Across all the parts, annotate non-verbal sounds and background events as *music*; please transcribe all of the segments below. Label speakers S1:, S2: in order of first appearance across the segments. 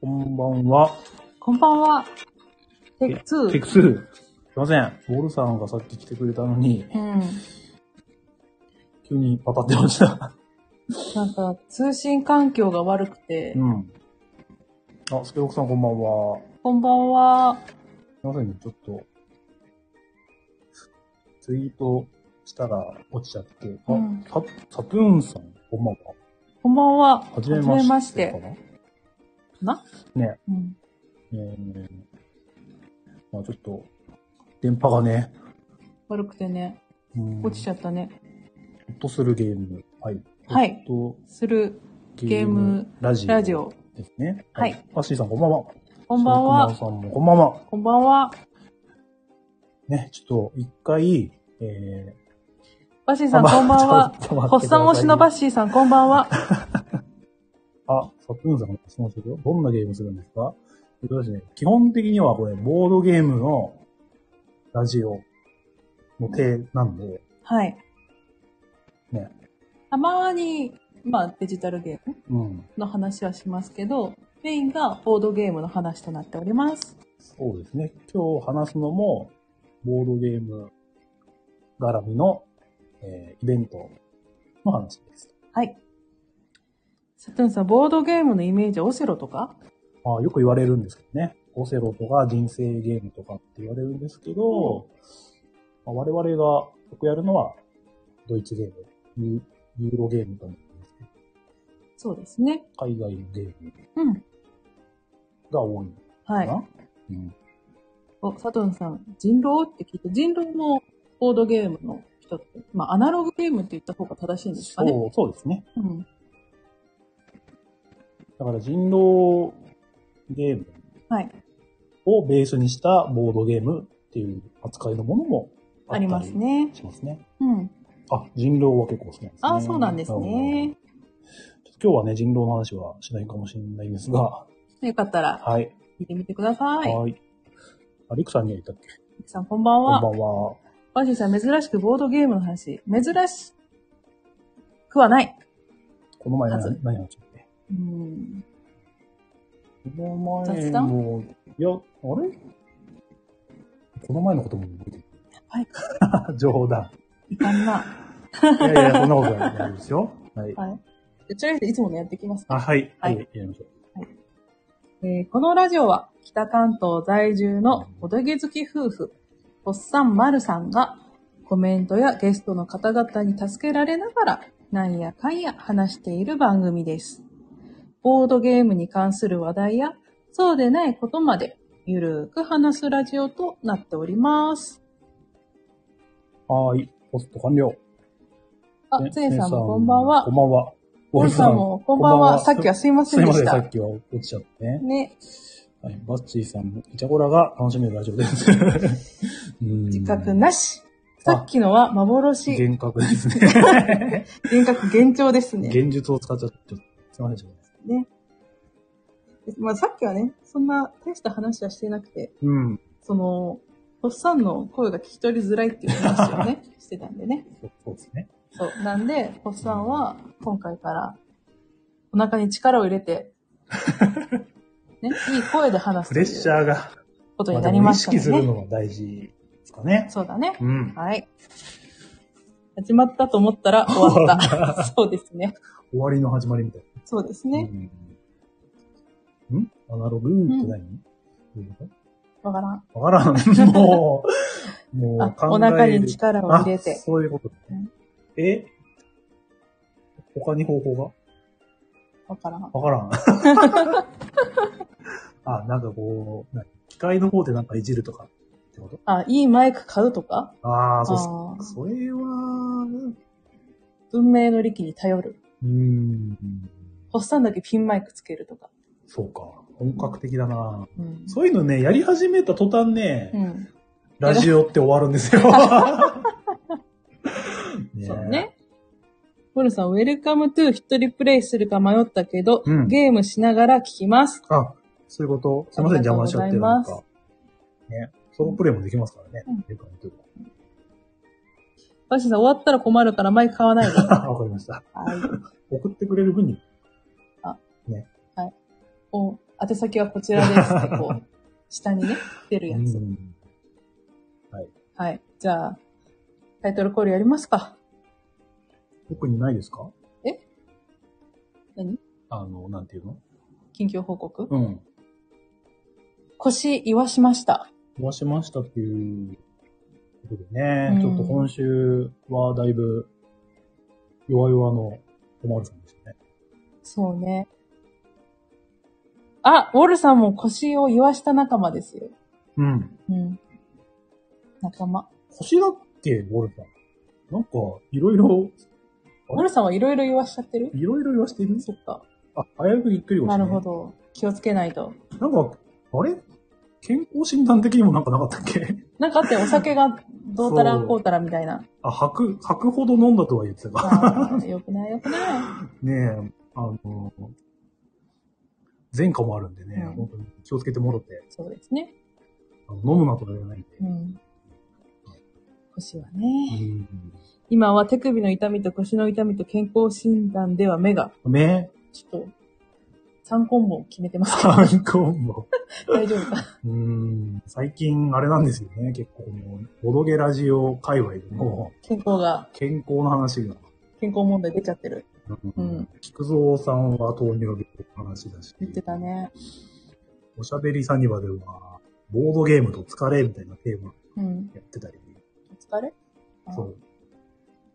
S1: こんばんは。
S2: こんばんは。テ
S1: テ
S2: ク2。
S1: クスー。すいません。ボルさんがさっき来てくれたのに、
S2: うん。
S1: 急にパパってま
S2: *laughs*
S1: した。
S2: なんか、通信環境が悪くて、
S1: うん。あ、スケロクさんこんばんは。
S2: こんばんは。
S1: すいませんね、ちょっと、ツイートしたら落ちちゃって。あ、
S2: うん
S1: ササプーンさん、こんばんは。
S2: こんばんは。
S1: はじめまして。
S2: はじめまして
S1: かな
S2: な
S1: ね、
S2: うん。
S1: えー、まあちょっと、電波がね、
S2: 悪くてね、
S1: うん
S2: 落ちちゃったね。
S1: ほっとするゲーム。はい。
S2: はい
S1: ほっと
S2: する、ゲーム
S1: ラジオ。
S2: ラジオ。
S1: ですね。
S2: はい。
S1: アッシーさんこんばんは。
S2: こんばん
S1: シルクマ
S2: は。
S1: ンさんもこんばんは。
S2: こんばんは。
S1: ね、ちょっと一回、え
S2: バッシー
S1: ー、
S2: さん、こんばんは。
S1: ちょっと待
S2: ホ
S1: ってくだ
S2: ッサ
S1: さい
S2: ン推しのバッシーさん、こんばんは。
S1: あ、サプーンさんが質問するよ。どんなゲームするんですかえっとですね、基本的にはこれ、ボードゲームのラジオの手なんで、
S2: はい。
S1: ね。
S2: たまに、まあ、デジタルゲーム
S1: うん。
S2: の話はしますけど、メインがボードゲームの話となっております。
S1: そうですね。今日話すのも、ボードゲーム絡みの、えーイベントの話です。
S2: はい。サトゥンさん、ボードゲームのイメージはオセロとか
S1: まあ、よく言われるんですけどね。オセロとか人生ゲームとかって言われるんですけど、まあ我々がよくやるのは、ドイツゲーム、ユユーロゲームと思うんですけど、
S2: そうですね。
S1: 海外のゲーム
S2: うん。
S1: が多いの
S2: は
S1: か
S2: い
S1: な、。うん
S2: お、佐藤さん、人狼って聞いて、人狼のボードゲームの人って、まあ、アナログゲームって言った方が正しいんですかね。
S1: そう、そうですね。
S2: うん。
S1: だから人狼ゲーム
S2: はい。
S1: をベースにしたボードゲームっていう扱いのものもあっ
S2: あ
S1: た
S2: りますね。
S1: しますね。
S2: うん。
S1: あ、人狼は結構好きなんですね。
S2: ああ、そうなんですね。
S1: 今日はね、人狼の話はしないかもしれないんですが、
S2: よかったら、
S1: はい。
S2: 聞いてみてください。
S1: はい。あ、リクさんには言ったっけ
S2: ゆきさん、こんばん
S1: こんば
S2: は。
S1: んは。
S2: バジーさん、珍しくボードゲームの話。珍しくは *laughs* ない。
S1: この前何
S2: あず
S1: 何話したっけ
S2: うん。
S1: この前
S2: 雑
S1: の、いや、あれこの前のことも覚えてる。
S2: はい。
S1: *laughs* 冗談。
S2: いかんな。
S1: いやいや、そんなことない大丈夫ですよ。はい。
S2: はい。とりあえず、いつものやってきますか
S1: あ、はい。は
S2: はい
S1: い。やりましょう。
S2: えーこのラジオは北関東在住のボドゲ好き夫婦、おっさんまるさんがコメントやゲストの方々に助けられながらなんやかんや話している番組です。ボードゲームに関する話題やそうでないことまでゆるーく話すラジオとなっております。
S1: はーい。ポスト完了。
S2: あ、
S1: ね
S2: つえさんもこんばんは
S1: こん。ばんは。
S2: ボルさんもこんばんは。さっきは
S1: す
S2: すいま
S1: い
S2: せん
S1: ま
S2: で
S1: せ
S2: し
S1: ん、さ
S2: た
S1: っ。きは落ちちゃってね。
S2: ね、
S1: はい。バッチーさんも、イチャコラが楽しめるラジオです。自
S2: *laughs* 自覚なし。さっきのは幻、
S1: 幻覚ですね。
S2: 幻覚幻聴ですね。
S1: 現実を使っちゃって、ちょっとすいませんでしたね。
S2: ね。まあさっきはね、そんな大した話はしてなくて、
S1: うん。
S2: その、おっさんの声が聞き取りづらいっていう話を
S1: *laughs*
S2: ね、してたんでね。
S1: そうそうですね。
S2: そう。なんで、おっさんは今回からお腹に力を入
S1: *laughs*
S2: れて、ね、いい声で話す
S1: プ
S2: と
S1: レ
S2: い
S1: ッシャ
S2: う
S1: ーが、
S2: こと
S1: まあ
S2: に
S1: で
S2: なり
S1: も
S2: ま
S1: 意
S2: した
S1: 識する
S2: ね。
S1: のが大事ですかね。
S2: そうだね。
S1: うん。
S2: はい。始まったと思っ
S1: *laughs*
S2: たら終わった。そうですね。
S1: 終わりの始まりみたい
S2: そうです
S1: な。
S2: ね。
S1: うん。んアナログって何、どういうこ
S2: わからん。
S1: とわからん。もう、もう
S2: *laughs* あ、
S1: 考
S2: お
S1: える
S2: 腹に力を入れ
S1: あ
S2: て。
S1: そういうことね。え他に方法が
S2: わからん。
S1: わからん。
S2: *laughs*
S1: あ、なんかこう、何機械の方でなんかいじるとかってこと
S2: あ、いいマイク買うとか
S1: ああ、そうっす
S2: あー
S1: それは、
S2: 文明の利器に頼る。
S1: うーん、
S2: ホッサンだけピンマイクつけるとか。
S1: そうか。本格的だな
S2: うん。
S1: そういうのね、やり始めた途端ね、
S2: うん。
S1: ラジオって終わるんです
S2: *laughs*
S1: よ。ね
S2: そうね。ボルさん、ウェルカムトゥ一人プレイするか迷ったけど、
S1: うん
S2: ゲームしながら聞きます。
S1: あ、そういうことすいません、
S2: あり
S1: 邪
S2: がとう
S1: 魔
S2: ご
S1: しちゃっ
S2: ざ
S1: て
S2: い
S1: るなん
S2: ます
S1: か。ね。ソロプレイもできますからね。
S2: うん
S1: よく見てる *laughs*
S2: バシさん、終わったら困るからマイク買わないで。は
S1: わかりました。
S2: い。
S1: 送ってくれる分に。
S2: *laughs* お、宛先はこちら *laughs* ですって、こう、下にね、出るや
S1: う
S2: つ。
S1: ん
S2: はい。じゃあ、タイトルコールやりますか。
S1: 特にないですか
S2: 何
S1: あの、なんていうの
S2: 近況報告、
S1: うん。
S2: 腰言わしました。
S1: 壊しましたっていうことでね、
S2: うん
S1: ちょっと今週はだいぶ弱々のおまるさんでしたね。
S2: そうね。あ、ウォルさんも腰を言わした仲間ですよ。
S1: うん。
S2: うん。仲間。
S1: 腰だっけ、ボルさん。なんか、いろいろ、
S2: ウォルさんはいろいろ言わしちゃってる
S1: いろいろ言わしてる
S2: そっか。
S1: あ、危うくぎっくり腰、ね。
S2: なるほ。ど。気をつけないと。
S1: なんか、あれ健康診断的にもなんかなかったっけ *laughs*
S2: なんかあってお酒がどうたらこうたらみたいな。
S1: あ、吐く、吐くほど飲んだとは言ってたが。
S2: あーよくないよくな
S1: ねえ、あの、前科もあるんでね、
S2: うん
S1: 本当に気をつけてもろって
S2: い。、そうですね。
S1: あの飲むなとか言わないんで。
S2: うん。腰はね。
S1: うん
S2: 今は手首の痛みと腰の痛みと健康診断では目が、
S1: ね。
S2: ちょっと、3コンボ決めてます *laughs* け
S1: 参考も。
S2: ど、大丈夫か。
S1: うーん。最近、あれなんですよね。結構、この、ボドゲラジオ界隈でも、
S2: 健康が、
S1: 健康の話が。
S2: 健康問題出ちゃってる。うん。
S1: 菊蔵さんは糖尿病の話だし、
S2: 言ってたね。
S1: おしゃべりサニバでは、ボードゲームと疲れみたいなテーマ
S2: うん。
S1: やってたり、
S2: お疲れ
S1: そう。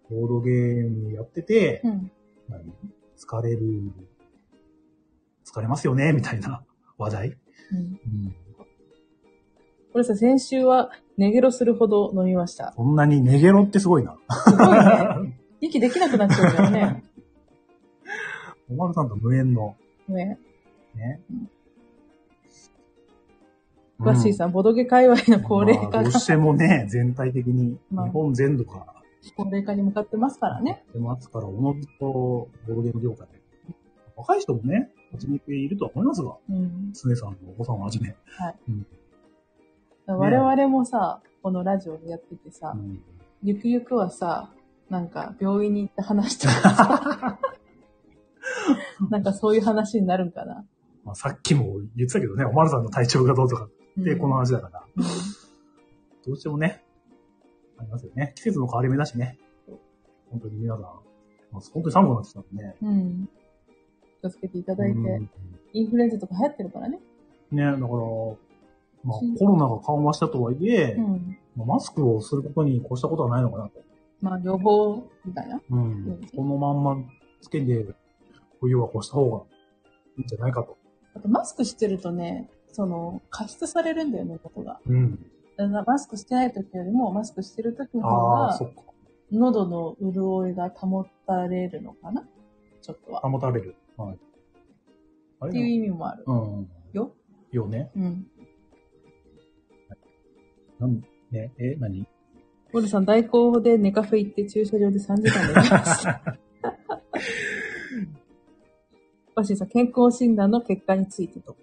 S1: ボードゲームやってて
S2: う、ん。
S1: 何疲れる、疲れますよねみたいな話題。
S2: うん。
S1: うん。
S2: これさ、先週は、寝ゲロするほど飲みま
S1: *laughs*
S2: した。
S1: そんなにネゲロってすごいな。 *laughs*
S2: すごいね。息できなくなっちゃうからね。
S1: おまるさんと無縁の、
S2: ね。
S1: ね。
S2: 詳しいさん、ボドゲ界隈の高齢
S1: ま
S2: 化
S1: あど
S2: が
S1: う、してもね、全体的に、日
S2: まあ
S1: 本全土から、
S2: 高齢化に向かってますからね。
S1: 出ますから、おのずと、ボードゲーム業界。若い人もね、始めているとは思いますが、
S2: うん。
S1: 常さんのお子さんをはじめ。
S2: 我々もさ、このラジオでやっててさ、
S1: うん
S2: ゆくゆくはさ、なんか病院に行った話と
S1: *laughs*
S2: かさなんかそういう話になるんかな。
S1: まあ、さっきも言ってたけどね、おまるさんの体調がどうとかって、この話だから、
S2: うん、
S1: どうしてもね、ありますよね。季節の変わり目だしね。本当に皆さん、まあ本当に寒くなってきたんでね。
S2: うん。気をつけていただいて、
S1: うん
S2: インフルエンザとか流行ってるからね。
S1: ね、だから、まあ、コロナが緩和したとはいえ、
S2: うん。
S1: まあマスクをすることに越したことはないのかなと。
S2: まあ予防みたいな。
S1: うん。このまんまつけて、冬は越した方がいいんじゃないかと。
S2: あとマスクしてるとね、その、加湿されるんだよね、ことが。
S1: うん。
S2: だからマスクしてない時よりも、マスクしてる時の方
S1: ああ、
S2: が
S1: そ、っか。
S2: 喉の潤いが保たれるのかなちょっとは。
S1: 保たれる。はい。あ
S2: っていう
S1: れ
S2: 意味もある。
S1: うん。
S2: よ。
S1: よね。
S2: うん。
S1: なんね、え、何
S2: ボルさん、代行で寝カフェ行って駐車場で3時間で寝
S1: *laughs*
S2: ました。バシーさん、健康診断の結果についてと、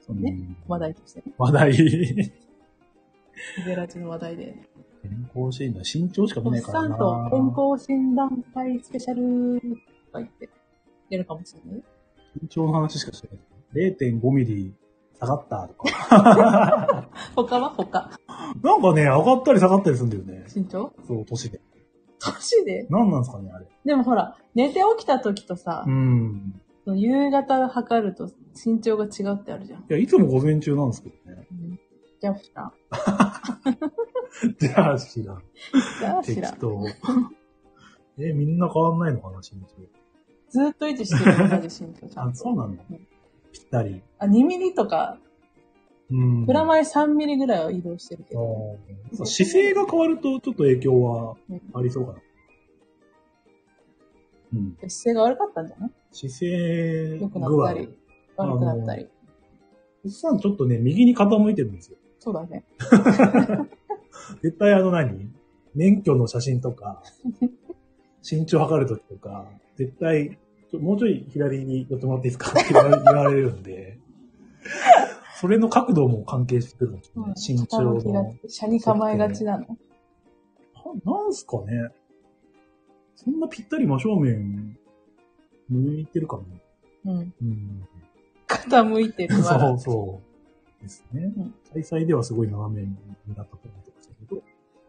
S1: そ
S2: ね話。題としてね。
S1: 話 *laughs* 題。
S2: ゼラチの話題で。
S1: 健康診断、身長しか見
S2: おっ
S1: ないか
S2: さ
S1: ら
S2: ん
S1: な。
S2: と健康診断会スペシャルとか言って、やるかもしれない。
S1: 身長の話しかしてない。0.5ミリ下がったとか。
S2: 他は他。
S1: なんかね、上がったり下がったりするんだよね。
S2: 身長
S1: そう、年で。
S2: 年で
S1: なんなんですかね、あれ。
S2: でもほら、寝て起きた時とさ
S1: う、ん。
S2: その夕方測ると身長が違うってあるじゃん。
S1: いや、いつも午前中なんですけどね。
S2: じゃあ知らん。
S1: *laughs* じゃあ知らん。
S2: じゃあ知
S1: 適
S2: らん。
S1: 当。 *laughs* え、みんな変わんないのかな、身長。
S2: ずっと維持してる同じ身長じゃん
S1: あ、
S2: と。
S1: そうなの
S2: うん
S1: ぴったり。
S2: あ、2ミリとか、
S1: うん。
S2: プラマイ3ミリぐらいは移動してるけ
S1: あ
S2: ど。
S1: ーそう姿勢が変わると、ちょっと影響はありそうかな。うん。
S2: 姿勢が悪かったんじゃない
S1: 姿勢
S2: 良くな
S1: 具
S2: っ
S1: 合
S2: た。り、悪くなったり。
S1: おっさんちょっとね、右に傾いてるんですよ。
S2: そうだね。
S1: 絶対あの何免許の写真と *laughs* か、身長測るときとか、絶対、ちょもうちょい左に寄ってもらっていいですかって言われ *laughs* 言われるんで、それの角度も関係してくるんですね。身長
S2: 傾き
S1: の。
S2: がち、車に構えがちなの。
S1: ななんすかねそんなぴったり真正面向いてるかも。
S2: うん。
S1: うん。
S2: 傾いてるわ。
S1: *laughs* そうそう。ですね
S2: うん。
S1: 開催ではすごい斜めになったと思ってましたけど、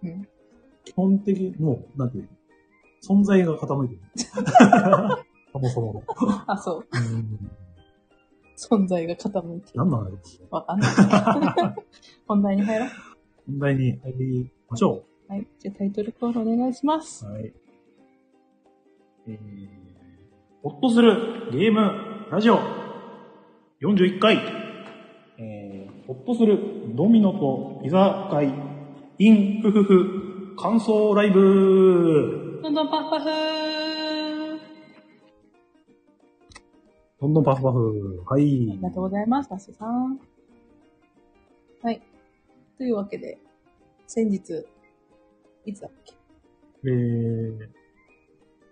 S2: うん
S1: 基本的にもう、なんていうの存在が傾い *laughs* てる。そもそもの。
S2: あ、そう。
S1: うん
S2: 存在が傾いてる。
S1: 何なんだろうね。
S2: わかんない。 *laughs* 本題に入ろう。
S1: 問題に入りましょ
S2: はい。じゃあタイトルコールお願いします
S1: う。。はい。えー、ほっとするゲームラジオ41回、えー、ほっとするドミノとピザ会 in ふふふ感想ライブ
S2: どんどんパフパフー
S1: どんどんパフパフ。はい。
S2: ありがとうございます、タシさん。はい。というわけで、先日、いつだっけ
S1: えー、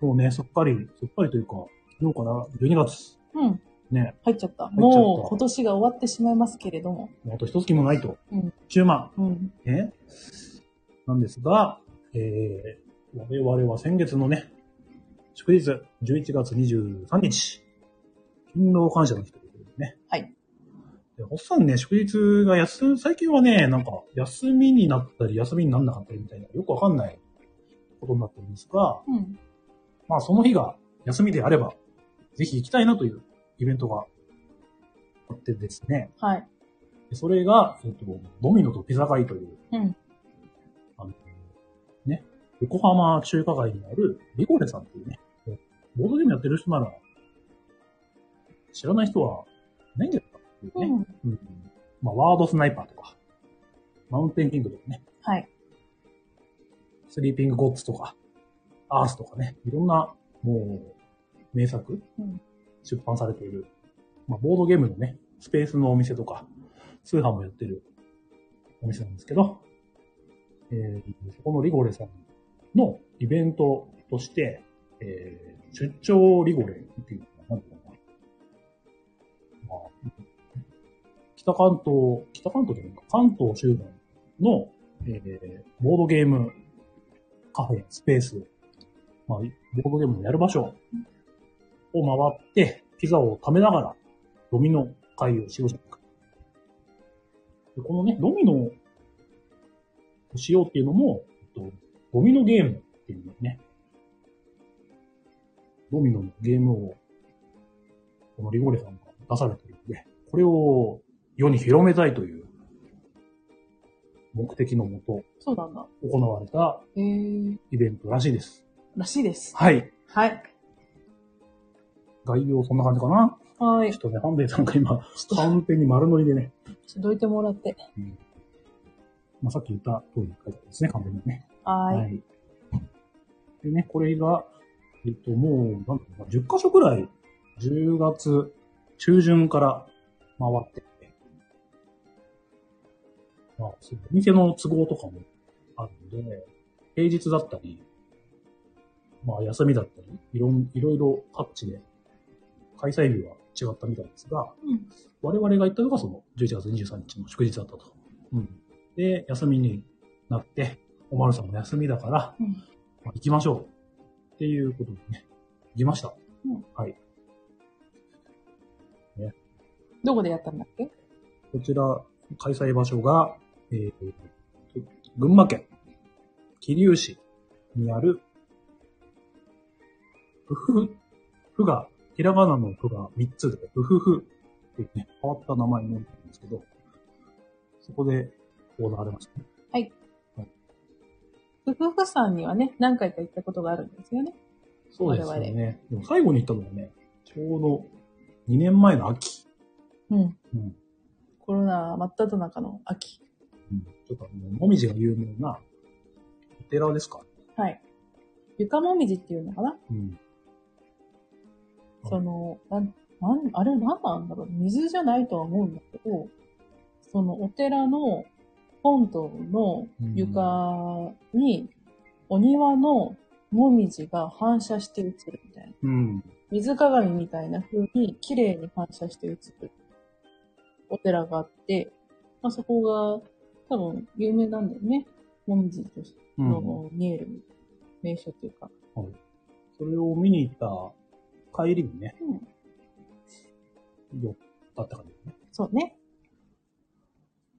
S1: そうね、すっかり、すっかりというか、昨日から12月。
S2: うん、
S1: ね、
S2: 入っちゃった。
S1: た
S2: もう今年が終わってしまいますけれども。
S1: もうあと一月もないと。
S2: うん
S1: 中間。
S2: うん。
S1: ね、なんですが、えー、我々は先月のね、祝日、11月23日、勤労感謝の日ということでね。
S2: はい。
S1: で、おっさんね、祝日が休、最近はね、なんか、休みになったり、休みにならなかったりみたいな、よくわかんないことになってるんですが、
S2: うん。
S1: まあ、その日が休みであれば、ぜひ行きたいなというイベントがあってですね。
S2: はい。
S1: でそれが、えっと、ドミノとピザ会という、
S2: うん
S1: あの、ね、横浜中華街にあるリコレさんっていうね、ボードゲームやってる人なら、知らない人はいないんじゃないかっていう
S2: う
S1: ね、
S2: ん。
S1: うんまあ、ワードスナイパーとか、マウンテンキングとかね、
S2: はい。
S1: スリーピングゴッツとか、アースとかね、いろんな、もう、名作、
S2: うん
S1: 出版されている、まあ、ボードゲームのね、スペースのお店とか、通販もやってるお店なんですけど、えー、そこのリゴレさんのイベントとして、えー、出張リゴレっていうのかな、なんていうのかな。まあ、北関東、北関東じゃないか、関東周辺の、えー、ボードゲーム、カフェ、スペース、まあ、ボードゲームをやる場所を回って、ピザを食べながら、ドミノ会をしようじゃないか。でこのね、ドミノをしようっていうのも、えっとドミノゲームっていうのね、ドミノのゲームを、このリゴレさんが出されているので、これを世に広めたいという目的のもと
S2: そうなんだ。
S1: 行われた
S2: へー。
S1: イベントらしいです。
S2: らしいです。
S1: はい。
S2: はい。
S1: 概要そんな感じかな。
S2: はい
S1: ちょ。っとね、ハンベイさんが今、カウンペに丸乗りでね、
S2: ちょっとどいてもらって。
S1: まあ、さっき言った通り書いてあるんですね、完全にね。
S2: はい。はい、
S1: でね、これが、えっと、もう、なんていうのかな、10カ所くらい、10月中旬から回ってて、まあ、そうお店の都合とかもあるので、平日だったり、まあ、休みだったり、いろん、いろいろ各地で、開催日は違ったみたいですが、
S2: うん
S1: 我々が行ったのがその11月23日の祝日だったと。うん、で、休みになって、おまるさんも休みだから、
S2: うん
S1: まあ行きましょう。っていうことでね、行きました。
S2: うん
S1: はい。
S2: どこでやったんだっけ
S1: こちら、開催場所が、えー、群馬県、桐生市にある、ふふ、ふが、ひらがなのふが3つで、ふふふっていうね、変わった名前になってるんですけど、そこで行われましたね。
S2: ふふふさんにはね、何回か行ったことがあるんですよね。
S1: そうですよね。でも最後に行ったのはね、ちょうど2年前の秋。
S2: うん。
S1: うん。
S2: コロナ真っ只中の秋。
S1: うんちょっとあの、もみじが有名な、お寺ですか
S2: はい。床もみじっていうのかな、
S1: うん。うん
S2: その、なん、なん、あれ何なんだろう水じゃないとは思うんだけど、そのお寺の本堂の床に、お庭のもみじが反射して映るみたいな。
S1: うん。
S2: 水鏡みたいな風に綺麗に反射して映るお寺があって、まあ、そこが多分有名なんだよね。もみじとして
S1: うん。
S2: の見える名所というか。
S1: それを見に行った帰りにね、
S2: うん
S1: 寄ったあったからね。
S2: そうね。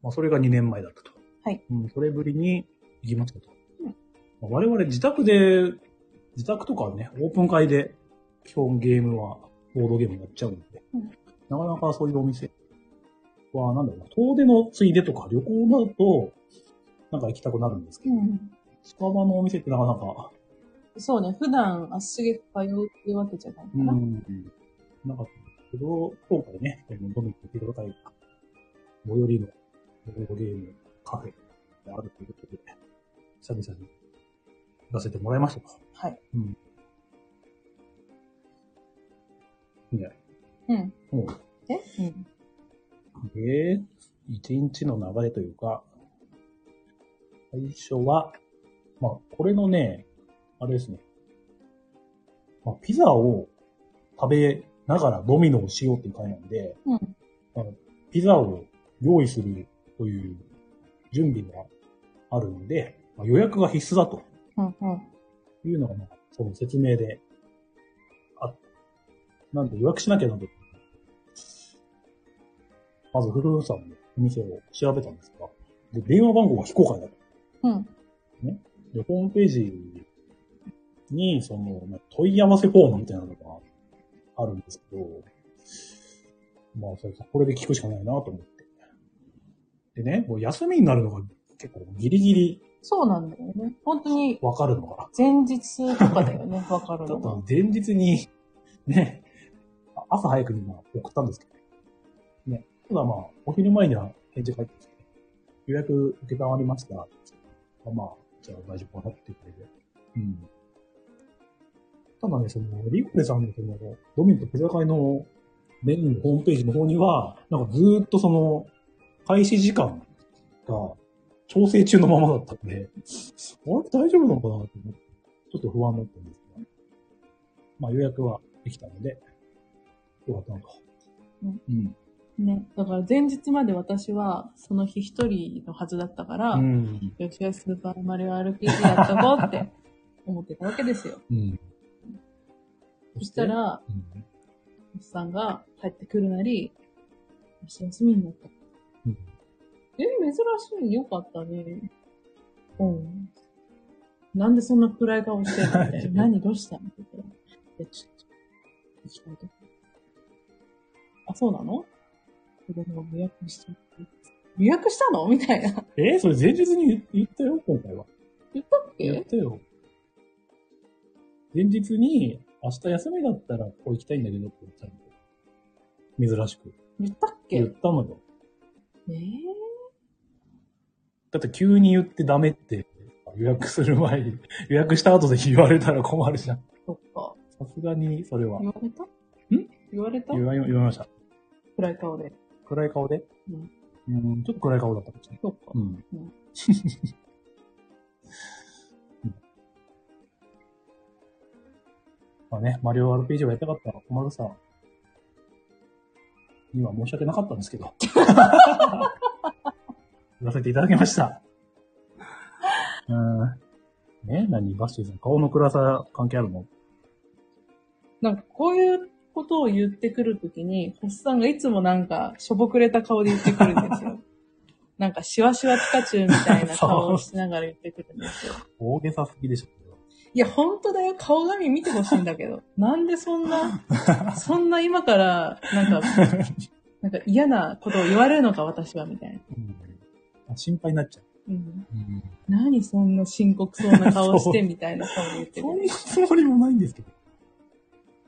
S1: まあ、それが2年前だったと。
S2: はい。
S1: うん、それぶりに行きましたと。
S2: うん
S1: まあ我々自宅で、自宅とかね、オープン会で、基本ゲームは、ボードゲームやっちゃうんで、
S2: うん
S1: なかなかそういうお店は、なんだろうな、遠出のついでとか旅行だと、なんか行きたくなるんですけど、
S2: うん。
S1: スカバのお店ってなかなか、
S2: そうね。普段足しげく通うっていうわけじゃないか
S1: うん
S2: な。
S1: なかったんですけど、今回ね、この飲みに行ってください。最寄りのボードゲームカフェがあるということで、久々に出せてもらいましたか。
S2: はい。
S1: ね。
S2: うん。
S1: も
S2: えうん。
S1: う、えー、一日の流れというか、最初は、まあ、これのね、あれですね。まあ、ピザを食べながらドミノをしようっていう回なんで、
S2: うん。
S1: ピザを用意するという準備があるので、まあ、予約が必須だと
S2: うん。うん。
S1: いうのが、まあ、その説明で、あ、なんで予約しなきゃなんて。まず、古ルさんのお店を調べたんですが、で、電話番号が非公開だと。
S2: うん。
S1: で、ホームページに、その、まあ問い合わせフォームみたいなのがあるんですけど、まあ、そうそうこれで聞くしかないなと思って。でね、もう休みになるのが結構ギリギリ
S2: そうなんだよね。本当に、
S1: わかるのが。
S2: 前日とかだよね。わかる
S1: だ
S2: の
S1: った
S2: が。
S1: ら前日に、 *laughs* ね、朝早くにまあ送ったんですけど、ね、ただまあ、お昼前には返事が入ってきて、予約受けたまりました。まあまあ、じゃあ大丈夫かなっていうことで。うん。ただね、その、リコレさんのその、ドミノとピザ会のメニューのホームページの方には、なんかずーっとその、開始時間が調整中のままだったんで、あれ大丈夫なのかなって思って、ちょっと不安だったんですけど、まあ予約はできたので、よかったなと。
S2: うん。
S1: うん。
S2: ね。だから前日まで私は、その日一人のはずだったから、
S1: うん。
S2: よしよしスーパーマリオ RPG やっとこうって思ってたわけですよ。
S1: うん。
S2: そした、ら、
S1: うん。
S2: おっさんが帰ってくるなり、よし休みになった。
S1: うん
S2: え、珍しい。よかったね。うん。なんでそんな暗い顔してるのみたい
S1: *laughs*
S2: な何どうしたのって言ったら。いや、ちょっと、仕事。あ、そうなの子供が予約してるって。予約したのみたいな。
S1: えーそれ前日に言言ったよ、今回は。
S2: 言ったっ
S1: 言っ
S2: け
S1: たよ。前日に、明日休みだったらここ行きたいんだけどって言ったの。珍しく。
S2: 言ったっけ
S1: 言ったのよ。
S2: えー
S1: だって急に言ってダメって、予約する前に、予約した後で言われたら困るじゃん。
S2: そっか。
S1: さすがに、それは。
S2: 言われたん言われた
S1: 言わ、言われました。
S2: 暗い顔で。
S1: 暗い顔で
S2: うん
S1: うん。ちょっと暗い顔だったかもしれない。
S2: そっか。
S1: うん。まあね、マリオ RPG をやりたかったら、小丸さんには申し訳なかったんですけど。 *laughs* 言わせていただきました。うん。ね、何バッシーさん、顔の暗さ関係あるの
S2: なんかこういうことを言ってくるときに、星さんがいつもなんかしょぼくれた顔で言ってくる
S1: *laughs*
S2: んですよ。なんかシワシワピカチュウみたいな顔をしながら言ってくるんですよ。
S1: 大げさすぎでしょ。
S2: いや、ほんとだよ。顔紙見てほしいんだけど。なんでそん
S1: *laughs*
S2: な、そんな今から、なんか、なんか嫌なことを言われるのか、私は、みたいな。
S1: うん、心配になっちゃう。
S2: うん。
S1: うん
S2: 何そんな深刻そうな顔して、みたいな顔で言ってく
S1: そう
S2: る。
S1: いうつもりもないんですけど。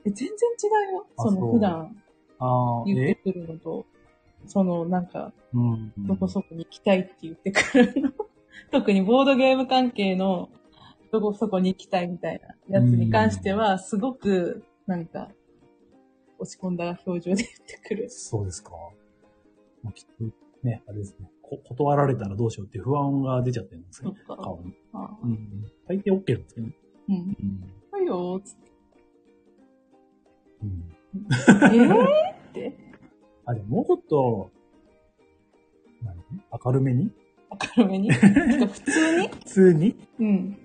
S2: え全然違うよ。
S1: あ
S2: そ
S1: そ
S2: の
S1: う
S2: 普段
S1: ああ、
S2: 言ってくるのと、そのなんか、
S1: うん。
S2: どこそこに行きたいって言ってくるの。 *laughs* 特にボードゲーム関係のどこそこに行きたいみたいなやつに関しては、すごく、なんか、落ち込んだ表情で言ってくる。
S1: そうですか。まあ、きっと、ね、あれですねこ。断られたらどうしようっていう不安が出ちゃってるんです
S2: そ
S1: ね
S2: っ。か。
S1: 顔に。
S2: あ
S1: うんうん。大抵 OK なんですけどね。
S2: うん。
S1: うん。
S2: はいよーつ *laughs* って。
S1: うん、
S2: えーって。
S1: あ、でももうちょっと、何明るめに
S2: 軽めに。ちょっと普通に
S1: 普通に
S2: うん。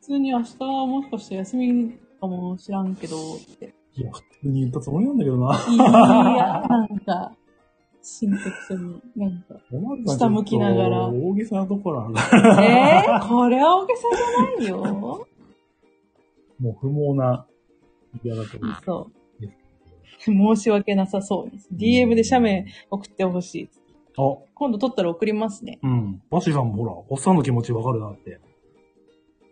S2: 普通に明日はもしかして休みかも知らんけど、って。
S1: いや、普通に言ったつもりなんだけどな。
S2: いや、なんか、深刻そうに、なんか。
S1: おまる
S2: 下向きながら
S1: 大げさなところあるな
S2: え *laughs* ー、これは大げさじゃないよ。
S1: もう不毛な、嫌だと思う。
S2: そう。申し訳なさそうです。DM で写メ送ってほしい。
S1: あ、
S2: 今度撮ったら送りますね。
S1: うん。バッシーさんもほら、おっさんの気持ちわかるなって。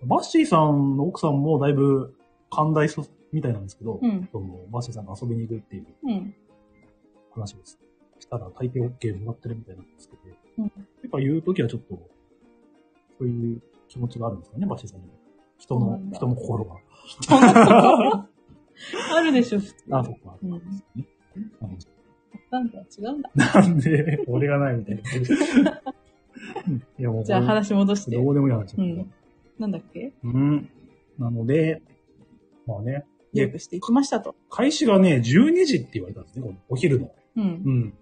S1: バッシーさんの奥さんもだいぶ寛大そみたいなんですけど、
S2: うん。
S1: そのバッシーさんが遊びに行くっていう
S2: うん。 *laughs*
S1: 話です。したら大抵 OK もらってるみたいなんですけど、
S2: うん
S1: やっぱ言うときはちょっと、そういう気持ちがあるんですかね、バッシーさんにも。人
S2: そうな
S1: の
S2: ん、だ
S1: 人の心が。
S2: あるでしょ、普通。
S1: あ、そっか。
S2: うん。なんだ、違うんだ。
S1: なんで、俺がないみたいな。
S2: *laughs*
S1: うんいや、もう、
S2: じゃあ話戻して。
S1: どうでもいい話。
S2: うん。なんだっけ
S1: うん。なので、まあね。で
S2: よくしていきましたと。
S1: 開始がね、12時って言われたんですね、このお昼の。
S2: うん
S1: う。ん。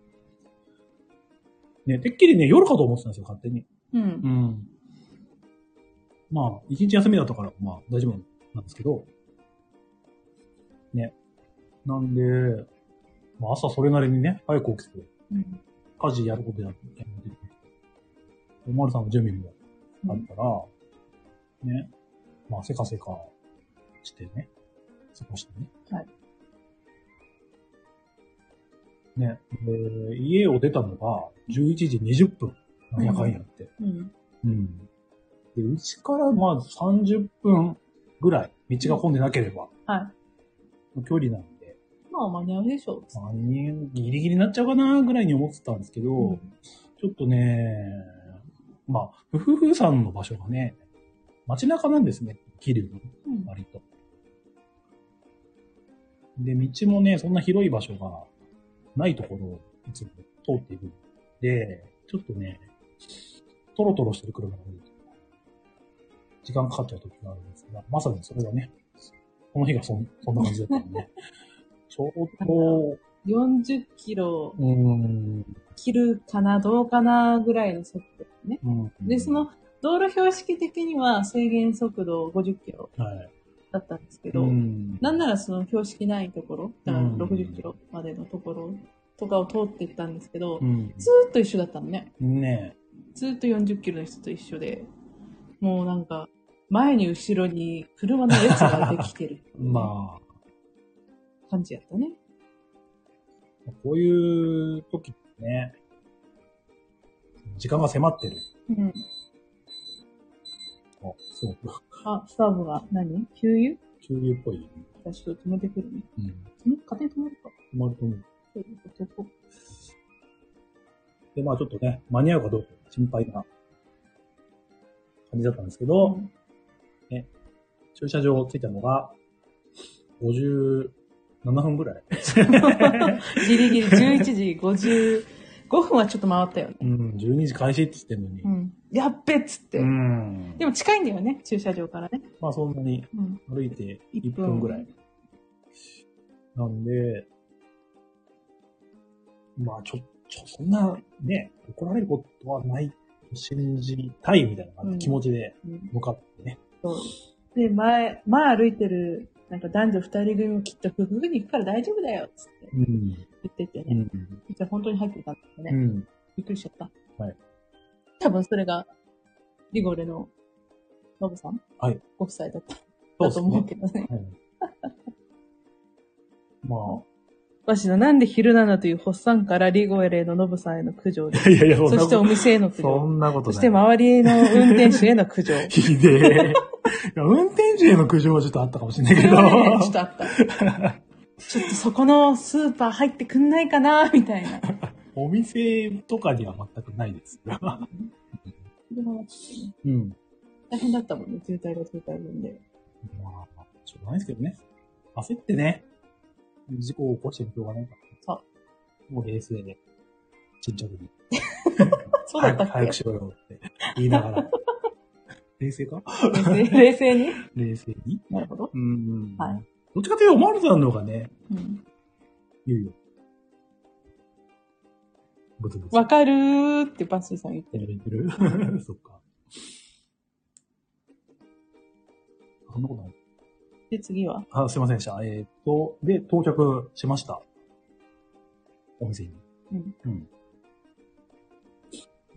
S1: ね、てっきりね、夜かと思ってたんですよ、勝手に。
S2: うん。
S1: ん。まあ、一日休みだったから、まあ、大丈夫なんですけど。ね。なんで、まあ、朝それなりにね、早く起きて、
S2: うん。
S1: 家事やることやって、おまるさんの準備もあるから、ね。まあ、せかせかしてね。過ごしてね。
S2: はい。
S1: ね。で、家を出たのが11時20分。なんやかんやって。
S2: うん。
S1: うん。で、うちからまあ30分ぐらい、道が混んでなければ、
S2: はい。
S1: の距離なんで、
S2: まあ間に合うでしょう。
S1: まあにギリギリになっちゃうかなぐらいに思ってたんですけど、
S2: うん
S1: ちょっとね、まあ、ふふふさんの場所がね、街中なんですね、桐生の。
S2: うん
S1: 割と。で、道もね、そんな広い場所がないところをいつも通っているんで、ちょっとね、トロトロしてる車が多いというか時間かかっちゃう時があるんですが、まさにそれがね、この日がそんそんな感じだったんで、
S2: *laughs*
S1: ね、ちょう
S2: 40キロ
S1: ど、うーん、
S2: 切るかな、どうかな、ぐらいの速度ね。
S1: うん。
S2: で、そ、の、道路標識的には制限速度50キロ
S1: はい。
S2: だったんですけど、
S1: ん
S2: なんならその標識ないところ、だから
S1: うん
S2: 60キロまでのところとかを通っていったんですけど
S1: う、ん。
S2: ずーっと一緒だったのね。
S1: ね
S2: ずーっと40キロの人と一緒で、もうなんか、前に後ろに車の列ができてる、
S1: え。 *laughs* まあ、
S2: 感じやったね。
S1: こういう時ってね、時間が迫ってる。
S2: うん。
S1: あ、そう。
S2: あ、スタブが何給油
S1: 給油っぽい。
S2: 私ちょっと止めてくるね。
S1: うん。
S2: ん家庭止めるか。
S1: 止まると思う。
S2: そういうことこ
S1: で、まあちょっとね、間に合うかどうか心配な感じだったんですけど、
S2: うん
S1: 駐車場着いたのが、57分ぐらい。
S2: ギリギリ11時55分はちょっと回ったよね。
S1: うん、12時開始って言ってるのに
S2: う。ん。やっべっつって。
S1: ん
S2: でも近いんだよね、駐車場からね。
S1: まあそんなに
S2: うん。
S1: 歩いて
S2: 一
S1: 1
S2: 分
S1: 分ぐらい。なんで、まあちょ、ちょ、そんなね、怒られることはないと信じたいみたいな感じ
S2: うん
S1: 気持ちで向かってね。
S2: そう。で、前、前歩いてる、なんか男女二人組もきっと夫婦に行くから大丈夫だよ、つって
S1: うん。
S2: 言ってて
S1: う
S2: ね。
S1: ん。
S2: 実は本当に入ってたんだよね。
S1: うん。
S2: びっくりしちゃった。
S1: はい。
S2: 多分それが、リゴレの、ノブさん
S1: はい。
S2: ご夫妻だった。
S1: そう
S2: だ
S1: です
S2: と思う
S1: ね。
S2: けどね。
S1: はい。ま
S2: わしのなんで昼なのという発散からリゴレのノブさんへの苦情で
S1: あ。。 *laughs* いやいや、そ
S2: そしてお店への苦
S1: そ
S2: 情。
S1: んなこと
S2: そ
S1: ない。
S2: して周りの運転手への苦情。そ
S1: ひでえ。いや、運転手への苦情はちょっとあったかもしれないけ
S2: れ
S1: ど。
S2: はね、 *laughs* ちょっとあった。ちょっとそこのスーパー入ってくんないかなみたいな。
S1: お店とかには全くないですが。
S2: 車はちょっとね
S1: うん。
S2: 大変だったもんね、渋滞が渋滞分で。
S1: まあ、しょうがないですけどね。焦ってね、事故を起こしてる人がないから。
S2: そ
S1: もう冷静で、沈着に。
S2: *laughs* そうだっ
S1: 早く
S2: た
S1: 早
S2: っ
S1: くしろよって言いながら。冷静か
S2: け冷静冷静に。
S1: 冷静に
S2: なるほど。
S1: うんうん。
S2: はい。
S1: どっちかというと、マルさんの方がね、
S2: うん
S1: 言うよ。ブツブツ。
S2: わかるーってバッシーさん言って
S1: 言
S2: る。
S1: ってる *laughs* 言ってるそっか。そんなことない。
S2: で、次は
S1: あ、すいませんでした。えーっと、で、到着しました。お店に。
S2: うん。
S1: うん。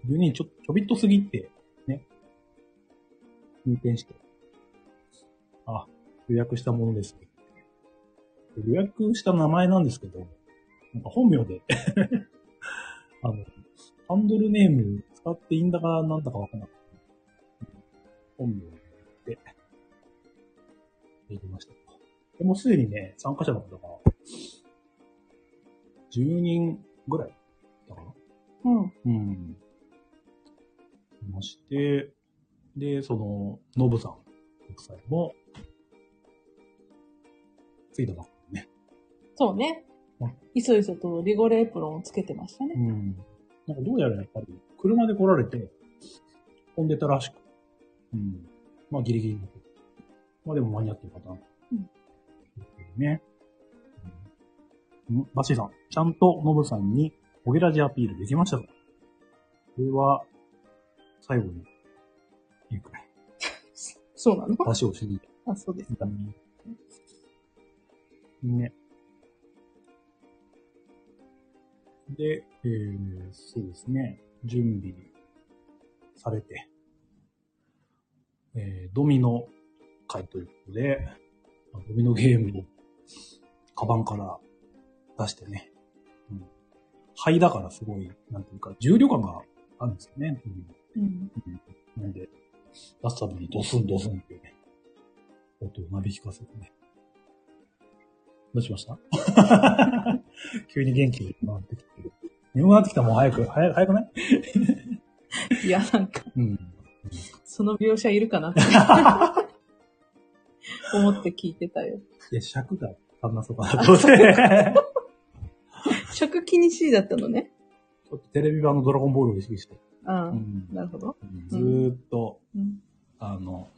S1: 12ちょ、ちょびっと過ぎて、ね。運転して。あ、予約したものです。予約した名前なんですけど、なんか本名で、 *laughs* あの、ハンドルネーム使っていいんだかなんだかわかんなかった。本名で、できました。でもうすでにね、参加者の方が、10人ぐらいだかな
S2: うん。
S1: うん。いまして、で、その、ノブさん、国際も、ついたばっかりね。
S2: そうね
S1: うん。
S2: いそいそとリゴレエプロンをつけてましたね。
S1: ん。なんかどうやらやっぱり、車で来られて、混んでたらしく。うん。まあギリギリの。まあでも間に合ってるパターン。
S2: うん。
S1: ね。うん。バッシーさん、ちゃんとノブさんに、オゲラジアピールできましたかこれは、最後に、いいくらい。
S2: そうなの
S1: 出しをしに
S2: あ、そうですか。
S1: ね。で、えー、そうですね。準備されて、えー、ドミノ会ということで、ドミノゲームをカバンから出してね。うん。灰だからすごい、なんていうか、重量感があるんですよね。ドミノ
S2: うん。
S1: なんで、出すたびにドスンドスンっていうね、音をなびきかせてね。どうしました *laughs* 急に元気になってきてる。眠くなってきたもう早く、早早くない
S2: いや、なんか、
S1: うん。
S2: その描写いるか *laughs* なって思って聞いてたよ。
S1: で、尺が足んなそうかなと思って。
S2: 食気にしいだったのね。
S1: ちょっとテレビ版のドラゴンボールを意識して。
S2: ああ、
S1: うん
S2: なるほど。
S1: ずーっと、
S2: うん。
S1: あの、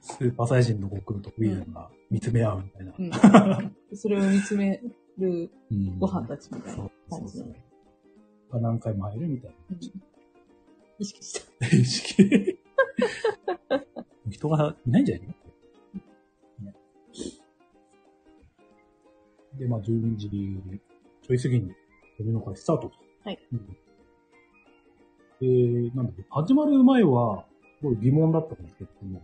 S1: スーパーサイジンの悟空とウィーンが見つめ合うみたいな。
S2: うん、それを見つめる
S1: うん
S2: ご飯たちみたい
S1: そ
S2: な
S1: うそ
S2: 感
S1: う
S2: じ
S1: そ
S2: の。
S1: う。が何回も入るみたいな。
S2: うん意識した。
S1: *laughs* 意識。人がいないんじゃないの、ねで、まあ、12時ちょい過ぎに、飲みの会スタートと。
S2: はい
S1: うん。で、なんだっけ、始まる前は、すごい疑問だったんですけども、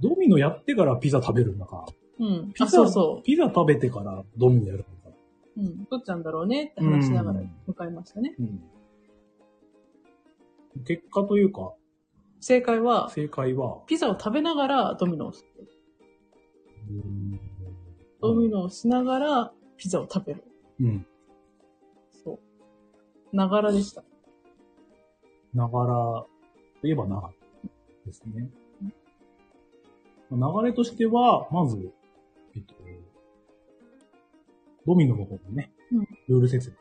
S1: ドミノやってからピザ食べるんだから、
S2: うん。
S1: ピ
S2: あ、
S1: ザ
S2: そうそ
S1: ピザ食べてからドミノやるのか。
S2: う。うん。どっちなんだろうねって話しながら向かいましたね。
S1: うん。結果というか、
S2: 正解は、
S1: 正解は、
S2: ピザを食べながらドミノをする。ドミノをしながらピザを食べる。
S1: うん。
S2: そう。ながらでした。
S1: ながら、といえばながらですね。流れとしては、まず、えっと、ドミノの方のね、
S2: うん
S1: ルール説明。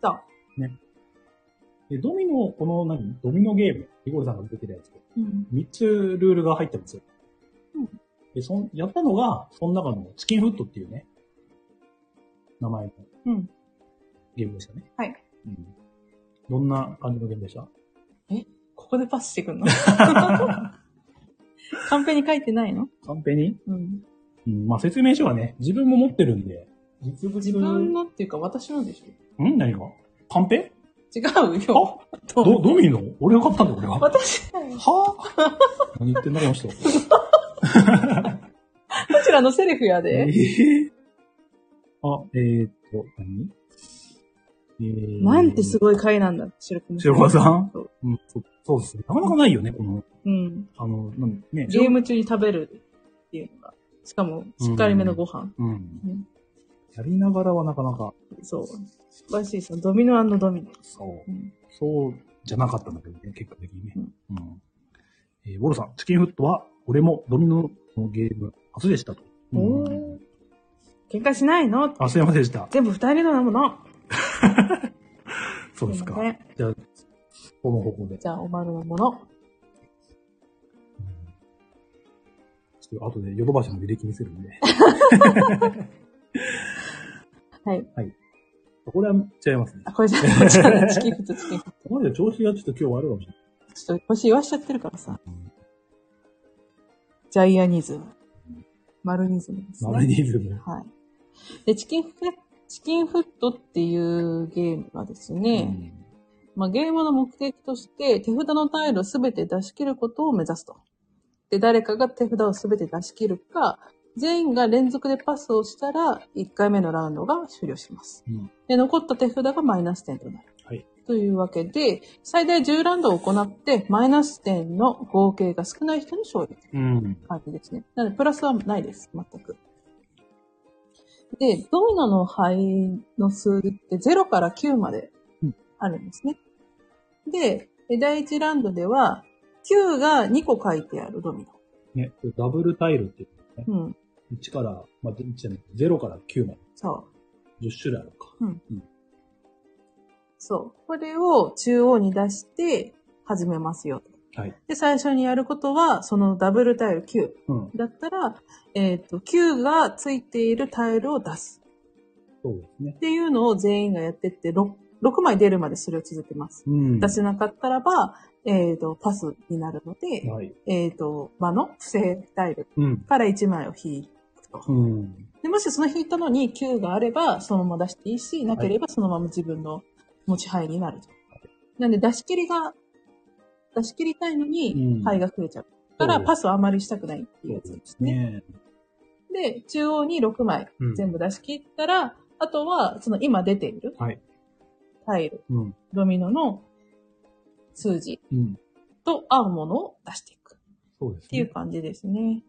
S2: だ。
S1: で、ドミノ、この何、ドミノゲーム、リゴルさんが出てるやつ、
S2: うん。
S1: 3つルールが入ってますよ。
S2: うん
S1: で、そん、やったのが、その中のチキンフットっていうね、名前の
S2: うん。
S1: ゲームでしたね。
S2: はい。
S1: うん。どんな感じのゲームでした
S2: ここでパスしてく
S1: *laughs*
S2: んのカンペに書いてないの
S1: カンペに
S2: うん。
S1: うん、まあ説明書はね、自分も持ってるんで、実物
S2: 自分のっていうか私のでしょ
S1: ん何がカンペ
S2: 違う
S1: あ
S2: よ。
S1: ど、どう見んの俺が買ったんだよ、俺
S2: *laughs*
S1: は。は
S2: 私だよ、
S1: ぁ何言ってんだ、この人。
S2: どちらのセリフや
S1: え
S2: で。
S1: ぇあ、えーっと、何えー
S2: なんてすごい回なんだ、白熊
S1: 白川さん
S2: そう
S1: うん、そそうですね。なかなかないよね、この、
S2: うん。
S1: あの、なんね。
S2: ゲーム中に食べるっていうのが。しかも、しっかりめのご飯。
S1: うん
S2: うん。
S1: やりながらはなかなか、
S2: そう。バッシーさん、ドミノドミノ。
S1: そう
S2: う。ん。
S1: そうじゃなかったんだけどね、結果的にね。
S2: うん
S1: うん。えー、ボロさん、チキンフットは、俺もドミノのゲーム、初でしたと。
S2: お
S1: うん
S2: ー喧嘩しないの
S1: あ、すいませんでした。
S2: 全部二人のなもの。
S1: そうですか
S2: すいません。
S1: じゃあ、この方向で。
S2: じゃあ、おまるのもの。
S1: ちょっと後でヨドバシの履歴見せるんで。
S2: はい。
S1: これは違いますね
S2: あ、。これじゃ、これじゃ、チキンフット、チキンフット。
S1: これで調子がちょっと今日悪いかもしれない。
S2: ちょっと腰言わしちゃってるからさ。ジャイアニズム。マルニズムですね。
S1: マルニズム。
S2: はい。で、チキンフット、チキンフットっていうゲームがですね、まあ、ゲームの目的として手札のタイルをすべて出し切ることを目指すと。で、誰かが手札をすべて出し切るか、全員が連続でパスをしたら、1回目のラウンドが終了します。
S1: うん。うん。
S2: で、残った手札がマイナス点となる。
S1: はい
S2: というわけで、最大10ラウンドを行って、マイナス点の合計が少ない人の勝利。
S1: うん。
S2: 感じですね。なので、プラスはないです、全く。で、ドミノの牌の数字って0から9まで
S1: うん
S2: あるんですね。で、で第1ラウンドでは、9が2個書いてあるドミ
S1: ね、これダブルタイルって、
S2: ノ。うん。
S1: 1から、まあ、1じゃない、0から9まで、
S2: そう。
S1: 10種類あるか。
S2: そう。これを中央に出して始めますよ。
S1: はい。
S2: で、最初にやることは、そのダブルタイル9。
S1: うん。
S2: だったら、えっ、と、9がついているタイルを出す。
S1: そうですね
S2: っ。ていうのを全員がやってって、6, 6枚出るまでそれを続けます。
S1: うん。
S2: 出せなかったらば、えっ、と、パスになるので、
S1: はい。
S2: えっ、と、場の不正タイル
S1: うん。
S2: から1枚を引くと。
S1: うん。
S2: でもしその引いたのに9があれば、そのまま出していいし、なければそのまま自分の持ち牌になると。なんで出し切りが、出し切りたいの
S1: うん
S2: に牌が増えちゃう。だからパスをあまりしたくないっていう
S1: そう
S2: やつ
S1: で
S2: ですすね。
S1: ね。
S2: で、中央に6枚
S1: うん
S2: 全部出し切ったら、あとは、その今出ている
S1: はい。
S2: タイル、
S1: うん。
S2: ドミノの数字
S1: うん。
S2: と合うものを出していくっ
S1: そうです
S2: ていう
S1: ね。
S2: 感じですね。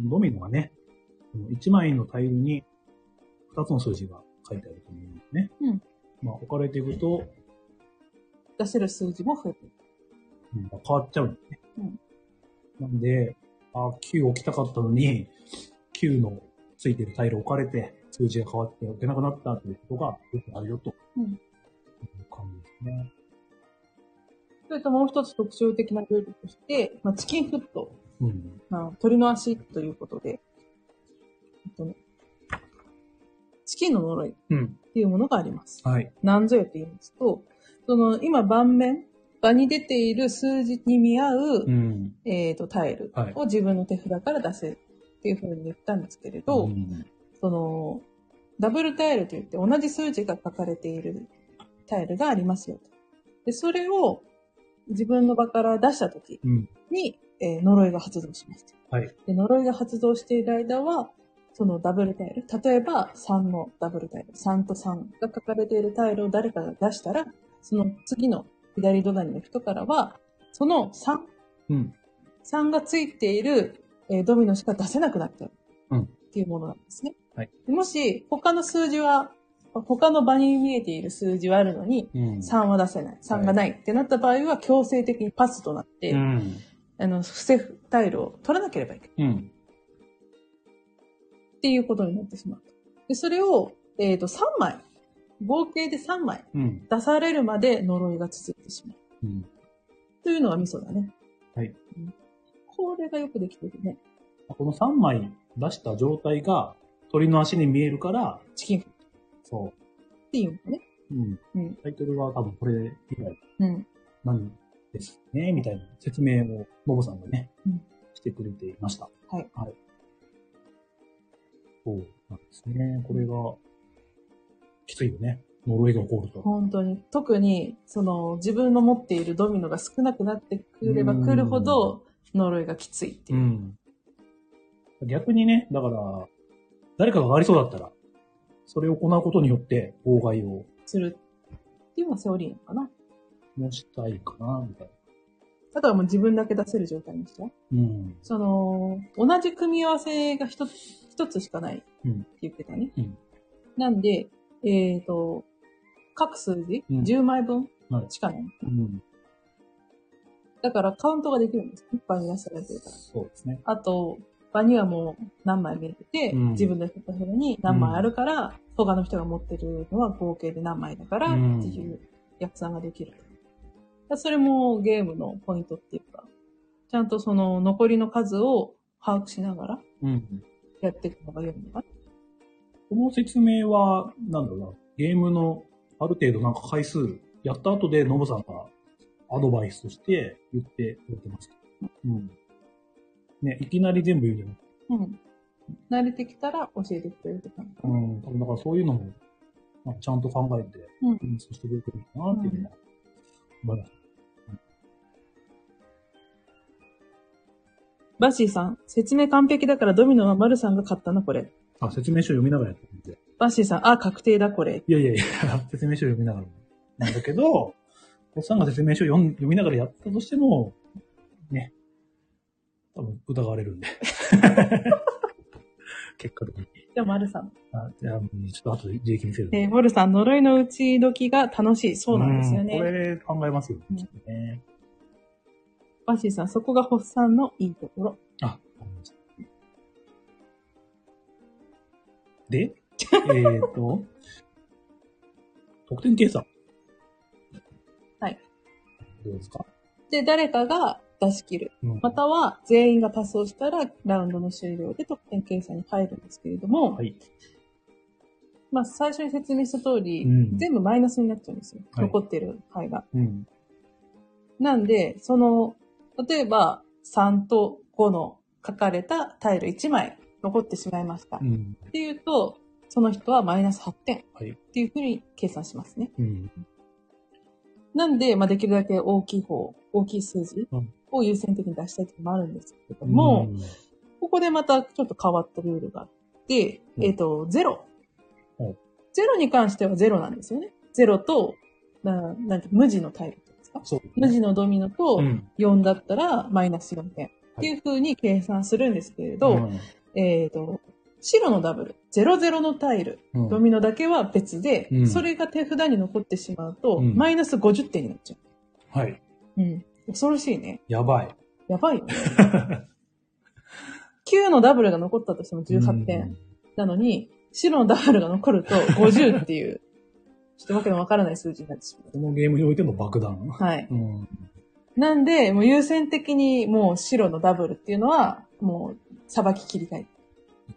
S1: ドミノはね、この1枚のタイルに2つの数字が書いてあると思うんですね。
S2: うん。
S1: まあ、置かれていくと、
S2: 出せる数字も増えていく。
S1: うんまあ変わっちゃうんですね。
S2: うん
S1: なんで、あ、9置きたかったのに、9のついてるタイル置かれて、数字が変わって置けなくなったということがよくあるよと。
S2: うん
S1: いう感じですね。
S2: それともう一つ特徴的なルールとして、まあ、チキンフット、
S1: うん。
S2: まあ、鳥の足ということで、えっとねチキンの呪いっ
S1: うん。
S2: ていうものがあります。
S1: はい。
S2: 何ぞやと言いますと、その今盤面、場に出ている数字に見合う、
S1: うん。
S2: えっ、と、タイル
S1: はい
S2: を自分の手札から出せるっていうふうに言ったんですけれど、
S1: ん
S2: その、ダブルタイルといって同じ数字が書かれているタイルがありますよと。で、それを自分の場から出した時
S1: うん。
S2: に、えー呪いが発動します。
S1: はい。
S2: で、呪いが発動している間は、そのダブルタイル、例えば3のダブルタイル、3と3が書かれているタイルを誰かが出したら、その次の左隣の人からは、その3
S1: うん。
S2: 3がついている、えードミノしか出せなくなっちゃう。
S1: うん
S2: っていうものなんですね。
S1: はい
S2: でもし、他の数字は、他の場に見えている数字はあるのに、
S1: うん。
S2: 3は出せない。3がないってなった場合は、強制的にパスとなって、
S1: うん。
S2: あの、不正タイルを取らなければいけない。
S1: うん。
S2: っていうことになってしまう。で、それを、えっ、と、3枚。合計で3枚
S1: うん。
S2: 出されるまで呪いが続いてしまう。
S1: うん。
S2: というのはミソだね。
S1: はい
S2: うん。これがよくできてるね。
S1: この3枚出した状態が鳥の足に見えるから、
S2: チキンっ
S1: そ
S2: ていうのね。
S1: う。うん。
S2: うん
S1: タイトルは多分これ以外
S2: うん。
S1: なんですね、みたいな説明を、ボボさんがね、
S2: うん
S1: してくれていました。
S2: はい。
S1: はい。そうなんですね。これが、きついよね。呪いが起こると。
S2: 本当に。特に、その、自分の持っているドミノが少なくなってくればくるほど、呪いがきついっていうう。
S1: ん。逆にね、だから、誰かが上がりそうだったら、それを行うことによって、妨害を
S2: するっていうのがセオリーなのかな。
S1: もしたいかな、みたい
S2: あとはもう自分だけ出せる状態にして。
S1: な。うん。
S2: その、同じ組み合わせが一つ、一つしかないって
S1: うん
S2: 言ってたね。
S1: うん
S2: なんで、えっ、と、各数字、
S1: うん
S2: 10枚分
S1: はい
S2: しかない。
S1: うん。
S2: だからカウントができるんです。一般に出されてるから。
S1: そうですね。
S2: あと、場にはもう何枚見えてて、
S1: うん
S2: 自分で買った札に何枚あるから、他の人が持ってるのは合計で何枚だから、
S1: うん
S2: っていう約算ができる。だからそれもゲームのポイントっていうか、ちゃんとその残りの数を把握しながら
S1: うん。
S2: やっていくのがゲームだな。
S1: この説明は、なんだろうな、ゲームのある程度なんか回数、やった後でノブさんがアドバイスとして言ってくれてます。うん。ね、いきなり全部言うじゃなくて
S2: うん。慣れてきたら教えてくれるとか。
S1: うん、多分だからそういうのも、まあ、ちゃんと考えて
S2: うん、
S1: 演出してくれてるのかなっていうのは、思います
S2: バッシーさん、説明完璧だからドミノはマルさんが買ったな、これ。
S1: あ、説明書読みながらやってるんで。
S2: バッシーさん、あ、確定だ、これ。
S1: いやいやいや、説明書読みながら。なんだけど、おっさんが説明書読ん読みながらやったとしても、ね、多分疑われるんで。結果的に。
S2: じゃあ、マルさん。
S1: あじゃあ、うんちょっと後で履歴見せるんで
S2: えー、モルさん、呪いの打ち時が楽しい。そうなんですよ
S1: うこ
S2: ね。
S1: れ考えますよ、
S2: うん
S1: きっとね。
S2: バッシーさん、そこがホッサンのいいところ。
S1: あ、わかりました。で、えっと、得点計算。
S2: はい。
S1: どうですか
S2: で、誰かが出し切る。
S1: うん
S2: または、全員がパスをしたら、ラウンドの終了で得点計算に入るんですけれども、
S1: はい。
S2: まあ、最初に説明した通り、
S1: うん
S2: 全部マイナスになっちゃうんですよ。
S1: はい
S2: 残ってる牌が。
S1: うん。
S2: なんで、その、例えば、3と5の書かれたタイル1枚残ってしまいました。
S1: う
S2: っ
S1: ん。
S2: ていうと、その人はマイナス8点。
S1: はい
S2: っていうふうに計算しますね。
S1: うん。
S2: なんで、まあ、できるだけ大きい方、大きい数字
S1: うん
S2: を優先的に出したいっていうのもあるんですけれども、ここでまたちょっと変わったルールがあって、
S1: うん
S2: えっ、と、ゼロ
S1: はい。
S2: ゼロに関してはゼロなんですよね。ゼロと、ななんて無地のタイルっていうんですか
S1: うん、そう、ね。
S2: 無地のドミノと
S1: ん。
S2: 4だったらマイナス4点っていう風に計算するんですけれど、えっ、と、白のダブル、00のタイル、
S1: うん、
S2: ドミノだけは別で、
S1: うん
S2: それが手札に残ってしまうと、
S1: うん
S2: マイナス50点になっちゃ
S1: はい。
S2: う。うん。恐ろしいね。
S1: やばい。
S2: や
S1: *laughs*
S2: ばいよね。9のダブルが残ったとしても18点。なのに、白のダブルが残ると50っていう、ちょっとわけのわからない数字になってしま
S1: うん。このゲームにおいての爆弾。
S2: う。はい。
S1: うん。
S2: なんで、もう優先的にもう白のダブルっていうのは、もう、さばききりたい。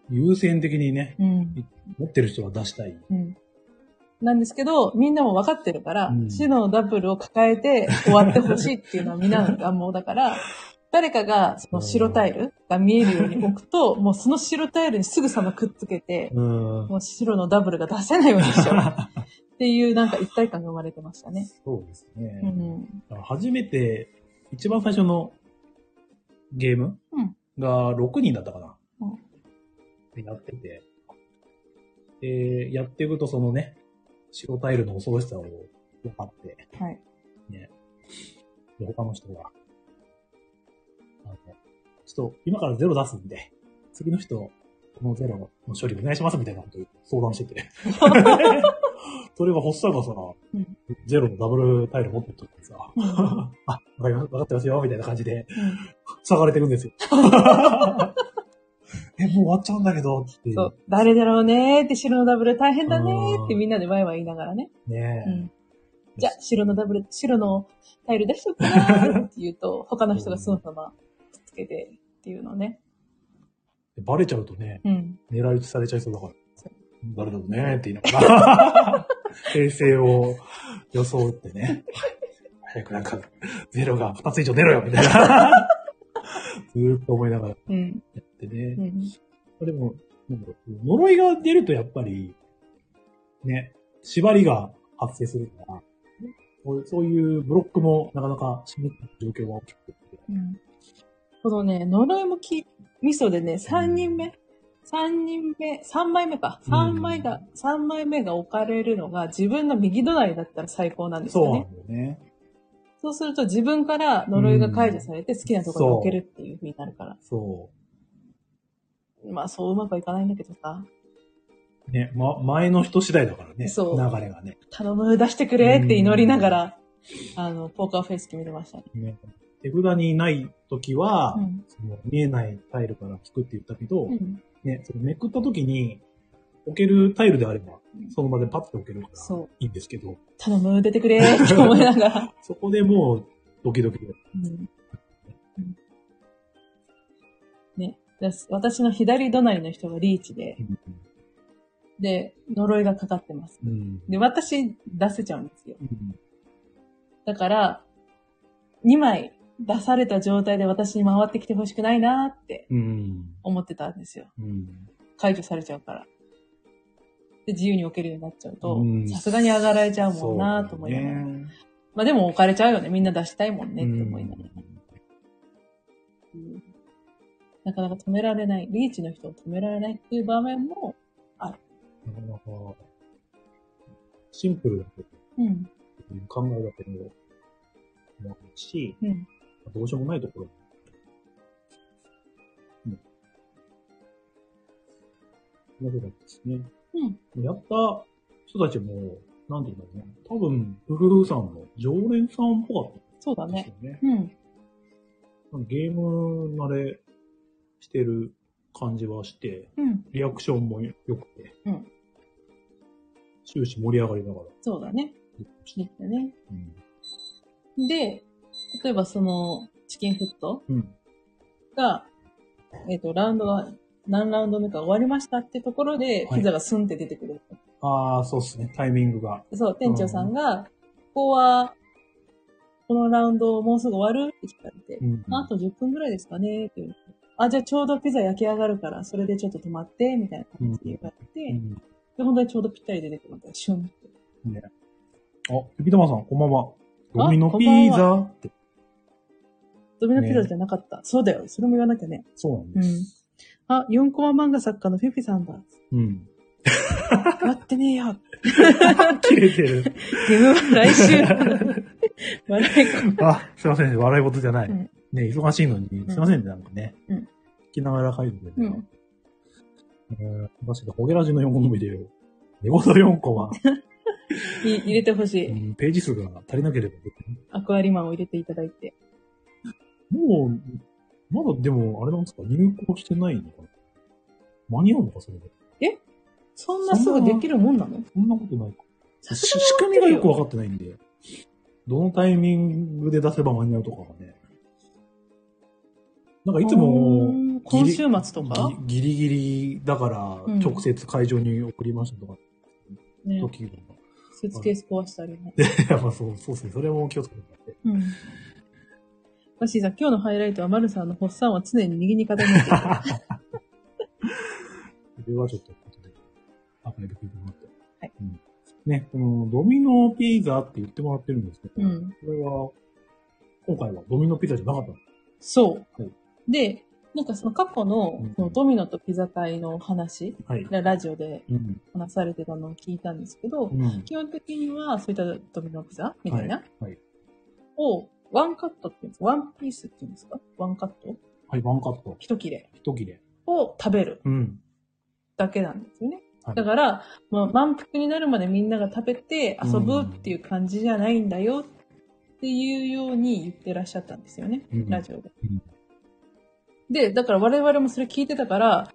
S1: 優先的にね、
S2: うん。
S1: 持ってる人は出したい。
S2: うん。なんですけど、みんなも分かってるから、
S1: うん
S2: 白のダブルを抱えて終わってほしいっていうのはみんなの願望だ
S1: *laughs*
S2: から、誰かがその白タイルが見えるように置くと、もうその白タイルにすぐさまくっつけて、
S1: うん。
S2: もう白のダブルが出せないように
S1: *laughs*
S2: しよう。っていうなんか一体感が生まれてましたね。
S1: そうですね。
S2: うん。
S1: だから初めて、一番最初のゲーム
S2: うん
S1: が6人だったかな、
S2: うん
S1: になってて。で、やっていくとそのね、白タイルの恐ろしさを分かって、
S2: はい。
S1: で他の人が、あの、ちょっと今からゼロ出すんで、次の人、このゼロの処理お願いしますみたいなことを相談してて。
S2: *laughs*
S1: それが発作がさ、
S2: うん
S1: ゼロのダブルタイル持ってっとってさ、 *laughs* あ、わかります、わかってますよ、みたいな感じで、塞がれていくん
S2: *laughs*
S1: ですよ。え、もう終わっちゃうんだけど、ってい
S2: そう。誰だろうねーって白のダブル大変だねーって
S1: うん
S2: みんなでワイワイ言いながらね。
S1: ねえ。
S2: うんじゃあ、白のダブル、白のタイル出しとくなーって言うと、他の人がそのままくっつけてっていうのね。
S1: でバレちゃうとね、
S2: うん。
S1: 狙い撃ちされちゃいそうだから
S2: そう。
S1: 誰だろうねって言いなが *laughs* ら。平成を装ってね。 *laughs* 早くなんか、ゼロが2つ以上出ろよみたい *laughs* な。ずーっと思いながらや
S2: うん。
S1: ってね
S2: う。ん。
S1: でも、なんだろう呪いが出るとやっぱり、ね、縛りが発生するから、そうそういうブロックもなかなか締めってる状況は大きくて。
S2: うん。このね、呪いもき、味噌でね、3人目、3人目、3枚目か。
S1: うん
S2: 3枚が、三枚目が置かれるのが自分の右隣だったら最高なんです
S1: そう
S2: よ
S1: な
S2: ね。
S1: んだよね。
S2: そうすると自分から呪いが解除されて好きなところに置けるっていう風になるから。
S1: そう。
S2: まあそううまくはいかないんだけどさ、
S1: ね、ま、前の人次第だからね。
S2: そう
S1: 流れがね。
S2: 頼む、出してくれって祈りながら、あの、ポーカーフェイス決めてましたね。
S1: ね手札にない時は、
S2: うん
S1: その見えないタイルから聞くって言ったけど、
S2: うん。
S1: ね、そのめくった時に置けるタイルであれば
S2: うん、
S1: その場でパッと置けるか
S2: そ
S1: ら
S2: う、
S1: いいんですけど、
S2: 頼む、出てく *laughs* れって思いながら。
S1: そこでもう、ドキドキで。
S2: うんうんね、だす私の左隣の人がリーチで、で、呪いがかかってます。
S1: うん。
S2: で、私出せちゃうんですよ。
S1: うん
S2: だから、2枚出された状態で私に回ってきてほしくないなって
S1: うん。
S2: 思ってたんですよ。
S1: うん。
S2: 解除されちゃうから。で、自由に置けるようになっちゃうと
S1: うん、
S2: さすがに上がられちゃうもんなと思いながら。
S1: ね。
S2: まあでも置かれちゃうよね。みんな出したいもんねって思いながら。うんなかなか止められない。リーチの人を止められないっていう場面も、
S1: なかなか、シンプルだけど、
S2: うん、
S1: 考えだけど、もあるし、
S2: うん、
S1: どうしようもないところ。うん。なぜかですね。
S2: うん。
S1: やった人たちも、なんて言うんだろうね。多分、ブルーさんの常連さんっぽかっ
S2: そうだ
S1: たんです
S2: ね。
S1: よね。
S2: うん、
S1: ゲーム慣れしてる感じはして、
S2: うん、
S1: リアクションも良くて、
S2: うん
S1: 終始盛り上がりながら。
S2: そうだね。できたね。
S1: うん。
S2: で、例えばその、チキンフット
S1: うん。
S2: が、えっ、と、ラウンドが、何ラウンド目か終わりましたってところで、
S1: はい
S2: ピザがスンって出てくる。
S1: ああ、そうですね。タイミングが。
S2: そう、店長さんが、ここは、このラウンドもうすぐ終わるって聞かれて、
S1: うん
S2: あと10分ぐらいですかねって言うあ、じゃあちょうどピザ焼き上がるから、それでちょっと止まって、みたいな感じで言われて、
S1: うん
S2: で、本当にちょうどぴったり出てくるんだよ、シュンって。
S1: ね。あ、ゆきたまさん、こんばんは。ドミノ
S2: こ
S1: ピ
S2: んばんは
S1: ザって。
S2: ドミノピザじゃなかった。そうだよ、それも言わなきゃね。
S1: そうなん
S2: う
S1: です。
S2: ん。あ、4コマ漫画作家のフィフィさんだ。
S1: うん。
S2: *laughs* やってねえよ。
S1: 切れてる。 *laughs*
S2: ゲー *laughs* ムは来週。笑い声
S1: あ、すいません。笑い事じゃない。
S2: うん
S1: ね、忙しいのに、すいませんね、なんかね。
S2: うん
S1: 聞きながら書いてくれて
S2: う
S1: る
S2: ん。
S1: えー確かに、ホゲラジの4個も入れよう。寝言4個
S2: *laughs*
S1: は、
S2: い入れてほし
S1: う
S2: い。
S1: んページ数が足りなければ。
S2: アクアリマンを入れていただいて。
S1: もう、まだでも、あれなんですか、入稿してないのかな間に合うのか、それで。
S2: そんなすぐできるもんなの
S1: そんなことないか。
S2: さ
S1: し
S2: す
S1: 仕
S2: がに
S1: 組
S2: 終
S1: み
S2: わ
S1: が
S2: ってる
S1: よくわかってないんで。どのタイミングで出せば間に合うとかがね。なんかいつ
S2: う
S1: も、
S2: ーん今週末とか
S1: ギリギリだから
S2: うん、
S1: 直接会場に送りましたとか、
S2: ね
S1: 時が。
S2: スーツケース壊したりね。
S1: い *laughs* や、まあそう、そうですね。それも気をつけてもらって。
S2: うん。マシーさん、今日のハイライトはマルさんのホッサンは常に右に傾いてる。
S1: それはちょっと後で、アーカイブ聞いてもらって。
S2: はい
S1: うんね、このドミノピザって言ってもらってるんですけ *laughs* ど、
S2: うん
S1: これは、今回はドミノピザじゃなかったの。
S2: そう。
S1: はい
S2: で、なんかその過去の
S1: うん
S2: そのドミノとピザ会の話、
S1: はい。
S2: ラジオで
S1: うん。
S2: 話されてたのを聞いたんですけど、
S1: うん。
S2: 基本的にはそういったドミノピザみたいな、
S1: はい。
S2: をワンカットって言うんですかワンピースって言うんですかワンカット
S1: はい、ワンカット。
S2: 一切れ
S1: 一切れ。
S2: を食べる
S1: うん。
S2: だけなんですよね。
S1: はい
S2: だから、まあ、満腹になるまでみんなが食べて遊ぶっていう感じじゃないんだよっていうように言ってらっしゃったんですよね。
S1: うん
S2: ラジオで
S1: うん。
S2: で、だから我々もそれ聞いてたから、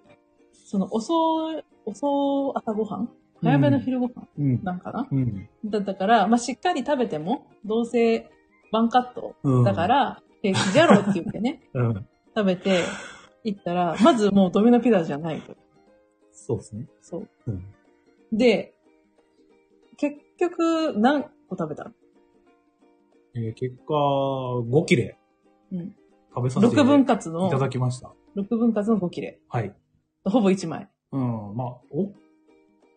S2: その遅い、遅い朝ごはん早めの昼ごはん
S1: うん。
S2: なんかな、
S1: うん。
S2: だったから、まあ、しっかり食べても、どうせ、ワンカット。
S1: うん。
S2: だか、ら、平気じゃろって言ってね、
S1: うん。
S2: 食べて、行ったら、まずもうドミノピザじゃないと。
S1: そうですね。
S2: そう。
S1: うん。
S2: で、結局、何個食べた
S1: えー結果、5切れ
S2: うん。
S1: 食べさせて
S2: ?6 分
S1: い
S2: 割の、
S1: ただ
S2: 6
S1: きました。
S2: 分割の5切れ。
S1: はい。
S2: ほぼ1枚。
S1: うん、まあ、お、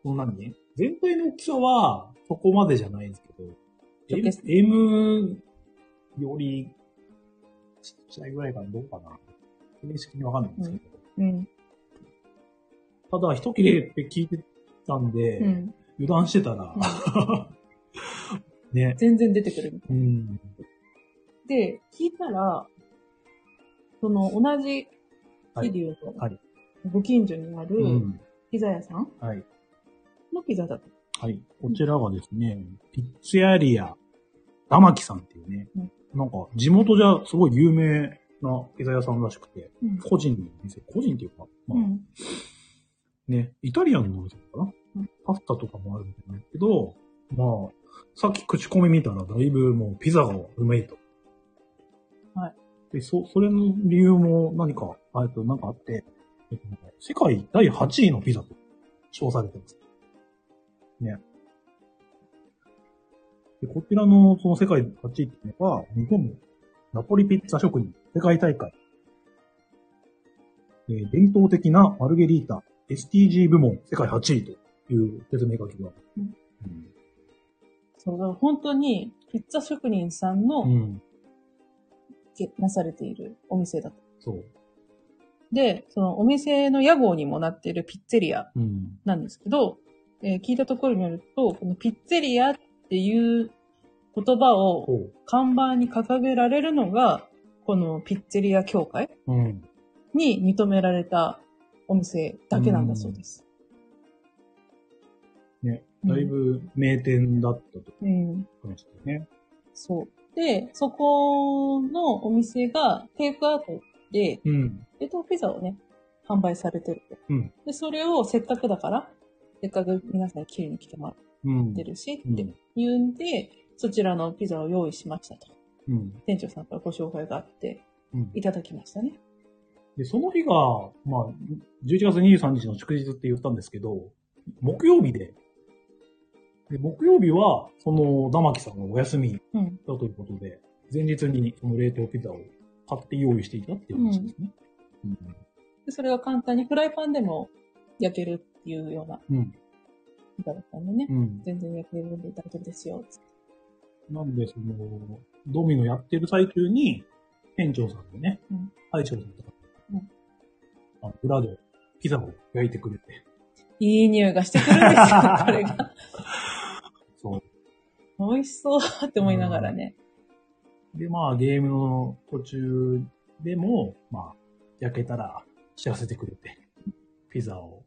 S1: そんなにね。全体の大きさは、そこまでじゃないんですけど、
S2: 直径
S1: M, M より、ちっちゃいぐらいかな、どうかな。正式にわかんないんですけど。
S2: うん。
S1: ただ、一切れって聞いてたんで、
S2: うん。
S1: 油断してたら、 *laughs* ね。
S2: 全然出てくる。
S1: うん。
S2: で、聞いたら、その、同じ、
S1: は
S2: 桐
S1: い。
S2: 生の
S1: はい、
S2: ご近所にあ
S1: う
S2: る、
S1: ん。
S2: ピザ屋さん
S1: はい。
S2: のピザだった。
S1: はい。こちらがですね、ピッツェアリア、玉木さんっていうね、
S2: うん
S1: なんか、地元じゃすごい有名なピザ屋さんらしくて、
S2: うん
S1: 個人の店、個人っていうか、まあ、
S2: うん。
S1: ね、イタリアンのお店かな、
S2: うん
S1: パスタとかもあるみたいなんだけど、まあ、さっき口コミ見たらだいぶもうピザがうめいと。
S2: はい。
S1: で、そ、それの理由も何か、あえっと、なんかあって、えっと、世界第8位のピザと称されてます。ね。で、こちらのその世界8位っていうのが、日本もナポリピッツァ職人、世界大会。えー伝統的なマルゲリータ、STG 部門、世界8位という説明書きが。
S2: うんそう、だから本当に、ピッツァ職人さん
S1: う
S2: の、
S1: ん。
S2: けなされているお店だと。
S1: そう。
S2: で、そのお店の屋号にもなっているピッツェリア
S1: うん。
S2: なんですけど、えー聞いたところによると、このピッツェリアっていう言葉を
S1: そ
S2: 看板に掲げられるのが、このピッツェリア協会
S1: う。うん。
S2: に認められたお店だけなんだそうです。
S1: うんね、だいぶ名店だったと
S2: うん。
S1: 思いましたね。
S2: そう。で、そこのお店がテイクアウトで
S1: うん。
S2: 冷凍ピザをね、販売されてると。
S1: うん
S2: で、それをせっかくだから、せっかく皆さんに切りに来てもら
S1: うん
S2: って。るし、
S1: うん
S2: っていうんで、そちらのピザを用意しましたと。
S1: うん。
S2: 店長さんからご紹介があって、
S1: うん
S2: いただきましたね。
S1: で、その日が、まあ、11月23日の祝日って言ったんですけど、木曜日で、で木曜日は、その、玉木さんがお休みだ
S2: うん。
S1: ということで、前日にその冷凍ピザを買って用意していたっていう話ですね。
S2: で、それが簡単にフライパンでも焼けるっていうような
S1: うん。うん。
S2: ピザだったんでね。
S1: うん。
S2: 全然焼けるんで大丈夫ですよ。つって
S1: なんで、その、ドミノやってる最中に、店長さんでね
S2: うん、
S1: 大将さんとか
S2: うん、
S1: あの裏でピザを焼いてくれて、
S2: いい匂いがしてくるんです
S1: *laughs*
S2: よ、これが。
S1: そう。
S2: 美味しそうって思いながらね。
S1: で、まあ、ゲームの途中でも、まあ、焼けたら知らせてくれて、ピザを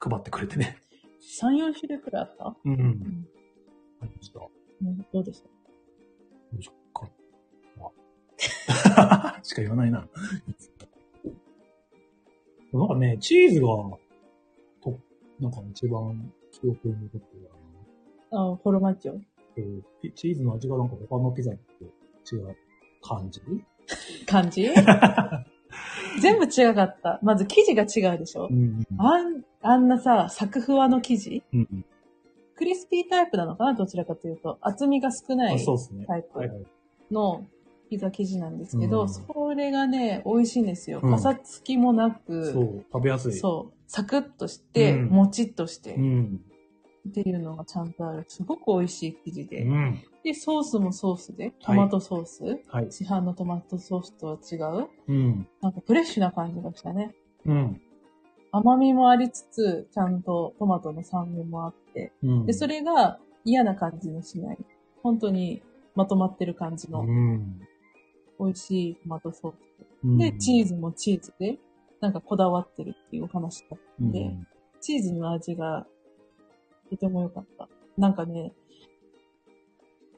S1: 配ってくれてね。
S2: 3、4種類くらいあった、
S1: うん。
S2: ん
S1: ありました。よ
S2: うんどうでした
S1: いしょか。あしか言わないな。なんかね、チーズが、と、なんか一番記憶に残ってるな。
S2: あフォルマッジョ。
S1: えーピチーズの味がなんか他のピザと違う感じ *laughs*
S2: 感じ全部違かった。まず生地が違うでしょ、
S1: ん。
S2: あん、あんなさ、作ふわの生地
S1: うん。
S2: クリスピータイプなのかなどちらかというと。厚みが少な
S1: あ
S2: い
S1: そうですね。
S2: タイプ
S1: はいはい。
S2: のピザ生地なんですけど、
S1: うん
S2: それがね、美味しいんですよ。
S1: うん
S2: パサつきもなく、
S1: そう、食べやすい。
S2: そうサクッとして、
S1: うん
S2: もちっとして、
S1: うん。
S2: っていうのがちゃんとある。すごく美味しい生地で。
S1: うん。
S2: で、ソースもソースで、トマトソース、
S1: はい。
S2: 市販のトマトソースとは違う、
S1: うん。
S2: なんかフレッシュな感じがしたね。
S1: うん。
S2: 甘みもありつつ、ちゃんとトマトの酸味もあって。
S1: うん。
S2: で、それが嫌な感じにしない。本当にまとまってる感じ
S1: う
S2: の
S1: ん。
S2: 美味しいトマトソー
S1: うん。
S2: ス。で、チーズもチーズで、なんかこだわってるっていうお話だったんで、
S1: うん
S2: チーズの味がとても良かった。なんかね、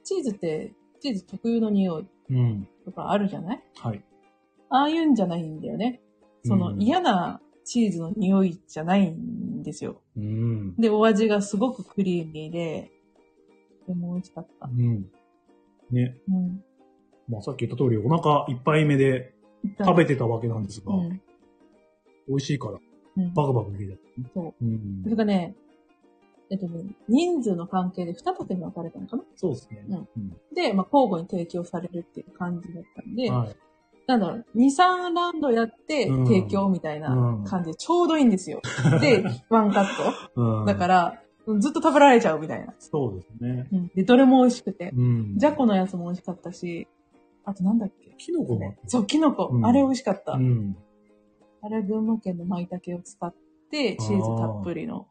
S2: チーズって、チーズ特有の匂い
S1: うん。
S2: とかあるじゃない
S1: はい。
S2: ああいうんじゃないんだよね。その、
S1: うん
S2: 嫌なチーズの匂いじゃないんですよ。
S1: うん。
S2: で、お味がすごくクリーミーで、とても美味しかった
S1: う。ん。ね。
S2: うん。
S1: まあさっき言った通り、お腹いっぱい目で食べてたわけなんですが、
S2: うん。
S1: 美味しいから、
S2: うん。
S1: バクバクいけちゃった。。
S2: そう
S1: うん
S2: そ。れがね、えっとね、人数の関係で二手に分かれたのかな
S1: そうですね。
S2: うんで、まあ、交互に提供されるっていう感じだったんで、
S1: はい。
S2: なんだろう、2、3ラウンドやって
S1: うん
S2: 提供みたいな感じでちょうどいいん
S1: *laughs*
S2: ですよ。で、ワンカット。
S1: うん。。
S2: だからら、ずっと食べられちゃうみたいな。
S1: そうですね。
S2: うん。で、どれも美味しくて。
S1: うん。
S2: じゃこのやつも美味しかったし、あとなんだっけ
S1: キノコもあった
S2: そう、キノコ。
S1: うん
S2: あれ美味しかった。
S1: うん。
S2: あれ群馬県の舞茸を使って、チーズたっぷりの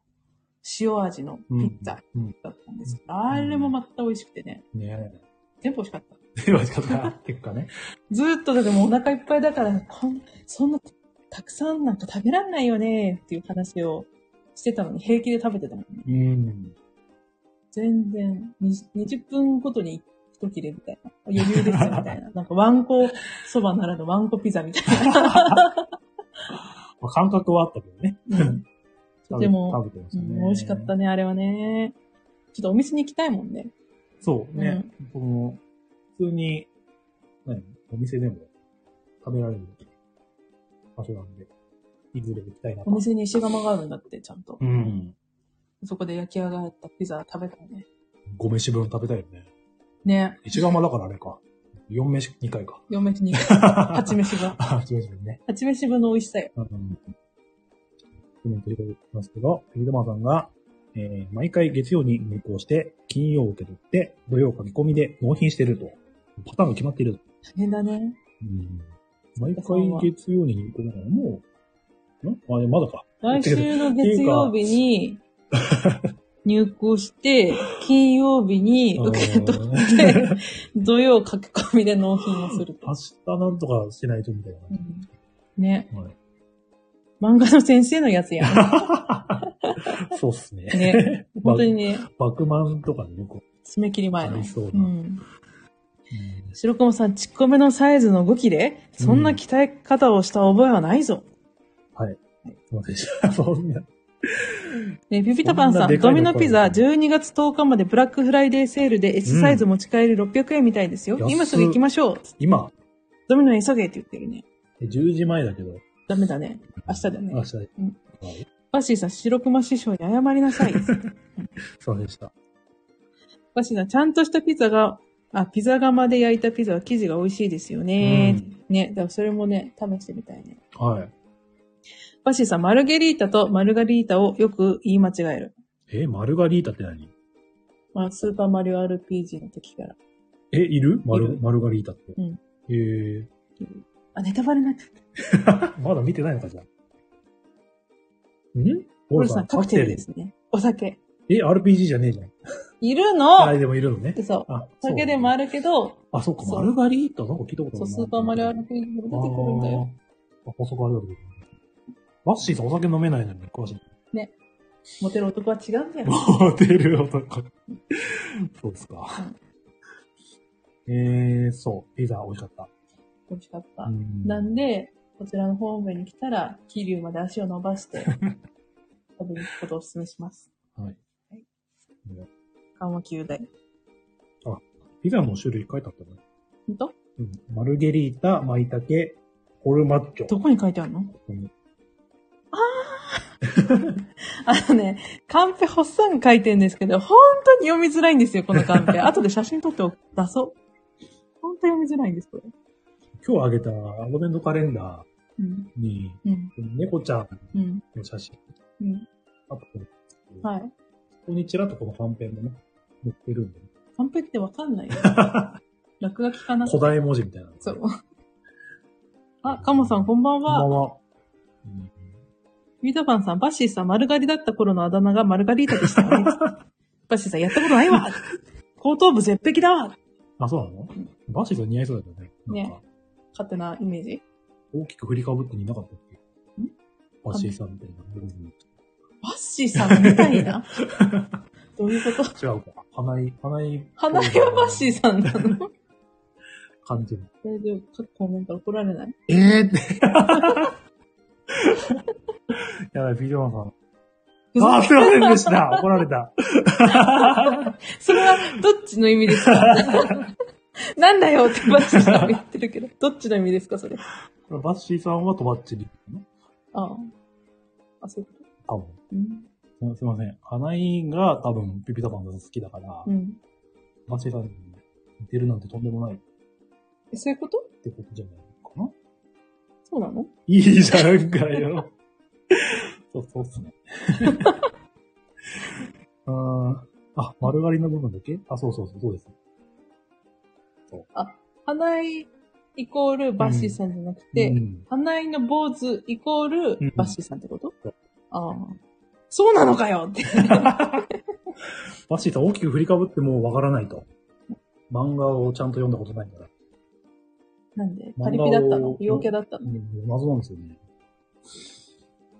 S2: 塩味のピッツァ
S1: うん。
S2: だったんですけど、あれもまた美味しくてね、
S1: ね
S2: 全部美味しかった。
S1: え。では、仕方ない結果ね。
S2: ずーっとだってもうお腹いっぱいだから、こんそんなたくさんなんか食べらんないよねっていう話をしてたのに平気で食べてたもんね。
S1: うん。
S2: 全然20、20分ごとに一切れみたいな。余裕ですよみたい
S1: *laughs*
S2: な。なんかワンコそばならぬワンコピザみたい
S1: まあ感覚はあったけどね。
S2: な。うんとても
S1: 食べてまし
S2: う
S1: たね。
S2: ん、美味しかったね、あれはね。ちょっとお店に行きたいもんね。
S1: そうね。この、普通に、何お店でも食べられる場所なんで、いずれ行きたいなと
S2: お。店に石窯があるんだって、ちゃんと。
S1: うん。
S2: そこで焼き上がったピザ食べたね。
S1: ご飯分食べたいよね。
S2: ね。
S1: 一釜だからあれか。 4飯2回か。
S2: 4飯に。8飯
S1: *laughs*
S2: 分。
S1: あ、違う違うね。
S2: 8飯分の美味しさよ。
S1: うん。コメントいただきますけど、フィードマーさんが、えー、毎回月曜に入稿して、金曜を受け取って、土曜書き込みで納品してると。パターンが決まっていると。
S2: 大変だね。
S1: うん。毎回月曜に入稿だから、もう、んあれ、まだか。
S2: 来週の月曜日に入校して、金曜日に受け取っ
S1: うん
S2: て、土曜書き込みで納品をすると。
S1: 明日なんとかしないとみたいな。
S2: うんね。
S1: はい
S2: 漫画の先生のやつやん。
S1: そうっすね。 *laughs*
S2: ね。本当にね、
S1: バクマンとかでよく
S2: 締め切り前
S1: あ
S2: の
S1: り。そう
S2: う
S1: な。
S2: ん。白駒さん、ちっこめのサイズの動きで、そんな鍛え方をした覚えはないぞ。
S1: そうでした。そん *laughs* な。
S2: ね、ピピタパン
S1: そん
S2: さ、
S1: なんでか
S2: ド
S1: いの
S2: ミノピザ12月10日までブラックフライデーセールで S サイズ持ち帰り600円みたいですよ。
S1: 安っ
S2: 今すぐ行きましょう。
S1: 今、
S2: ドミノへ急げって言ってるね。
S1: 10時前だけど、
S2: ダメだね。明日だね。
S1: 明日で
S2: うん
S1: はい。
S2: バッシーさん、白熊師匠に謝りなさい。
S1: *laughs* そうでした。
S2: バッシーさん、ちゃんとしたピザが、あ、ピザ窯で焼いたピザは生地が美味しいですよね。ね、だからそれもね、試してみたいね。
S1: うんはい。
S2: バッシーさん、マルゲリータとマルガリータをよく言い間違える。
S1: え、マルガリータって何
S2: まあ、スーパーマリオ RPG の時から。
S1: え、いるマ
S2: い
S1: ル
S2: る
S1: マルガリータって。
S2: うん
S1: え
S2: あ、ネタバレになってた。
S1: ー、まだ見てないのかじゃあ。ん
S2: ポ
S1: オ
S2: ルさん、カクテルで。すね。お酒。
S1: え、RPG じゃねえじゃん。
S2: いる
S1: あれ
S2: の
S1: でもいるのね。
S2: 嘘。
S1: あ、
S2: お酒でもあ
S1: る。
S2: るけど、
S1: あ、そうか、
S2: そう
S1: マルガリータなんか聞いたことあるな
S2: そう、スーパーマリオ RPG でも出てくるんだよ。
S1: あー。あ、補足ありがとうございます。ワッシーさんお酒飲めないのに詳しい。 *laughs*
S2: モテる男は違うんだよ。
S1: モテる男。そうですか。えー、そう。ピザ美味しかった。
S2: 美味しかった
S1: う。ん
S2: なんで、こちらの方面に来たら、桐生まで足を伸
S1: *laughs*
S2: ばして、食べに行くことをお勧めします。
S1: はい。
S2: 緩和球大。
S1: ピザの種類書いてあったね。
S2: ほんと
S1: うん。マルゲリータ、マイタケ、ホルマッチョ。
S2: どこに書いてあるの
S1: うん
S2: *laughs* あのね、カンペほっさん書いてんですけど、本当に読みづらいんですよ、このカ
S1: *laughs*
S2: ンペ。後で写真撮っておく出そう。本当読みづらいんです、これ。
S1: 今日あげたアドベントカレンダ
S2: うん。
S1: ーに、
S2: うん。
S1: 猫ちゃん
S2: うん。
S1: の写真、
S2: うん。
S1: あと、こ
S2: はい。
S1: こにちらっとこの短編もね、載ってるんで、ね、
S2: カンペってわか
S1: *laughs*
S2: んないよ。落書きかな
S1: 古代文字みたいなのがね。
S2: そう。あ、カモさん、こんば
S1: こ
S2: ん
S1: んばん
S2: は。
S1: は。うん
S2: ミトパンさん、バッシーさん、丸刈りだった頃のあだ名がマルガリータでした
S1: *laughs*
S2: よね。バッシーさん、やったことないわ後頭部絶壁だわ
S1: あ、そうなのバシーさん似合いそうだよね。なんか、
S2: 勝手なイメージ。
S1: 大きく振りかぶっていなかったっけ
S2: ん
S1: バシーさんみたいな。
S2: バッシーさんみたい
S1: *laughs*
S2: な。どういうこと
S1: 違うか。花井、花井。
S2: 花井はバッシー
S1: さ
S2: さんなの
S1: ん。感じる。
S2: 大丈夫かコメント怒られない
S1: ええって。 *laughs* やばい、ビジョンさん。あー、すいませんでした。怒られた。 *laughs*
S2: それは、どっちの意味ですか *laughs* なんだよってバッシーさんも言ってるけど、どっちの意味ですかそれ。あ
S1: バッシーさんはとばっちり。
S2: あ。あ、そういうこ
S1: 多分。
S2: とうん。
S1: すいません。花井が多分ピピタパンが好きだから、
S2: うん。
S1: バッシーさんに似てるなんてとんでもないっ
S2: えそういうこと
S1: てことじゃないかな。
S2: そうなの
S1: いいじゃんかよ。 *laughs* そう、そうっすね。 *laughs* うーん。あ、丸刈りの部分だけあ、そうそうそう、そうです。
S2: 花井イコールバッシーさんじゃなくて、
S1: うん、
S2: 花井の坊主イコール
S1: うん
S2: バッシーさんってこと、
S1: そう
S2: ああ。そうなのかよって。
S1: バッシーさん大きく振りかぶってもわからないと。漫画をちゃんと読んだことないから。
S2: *laughs* なんで
S1: 漫画を
S2: パリピだったの陽キャだった
S1: う
S2: の
S1: ん謎なんですよね。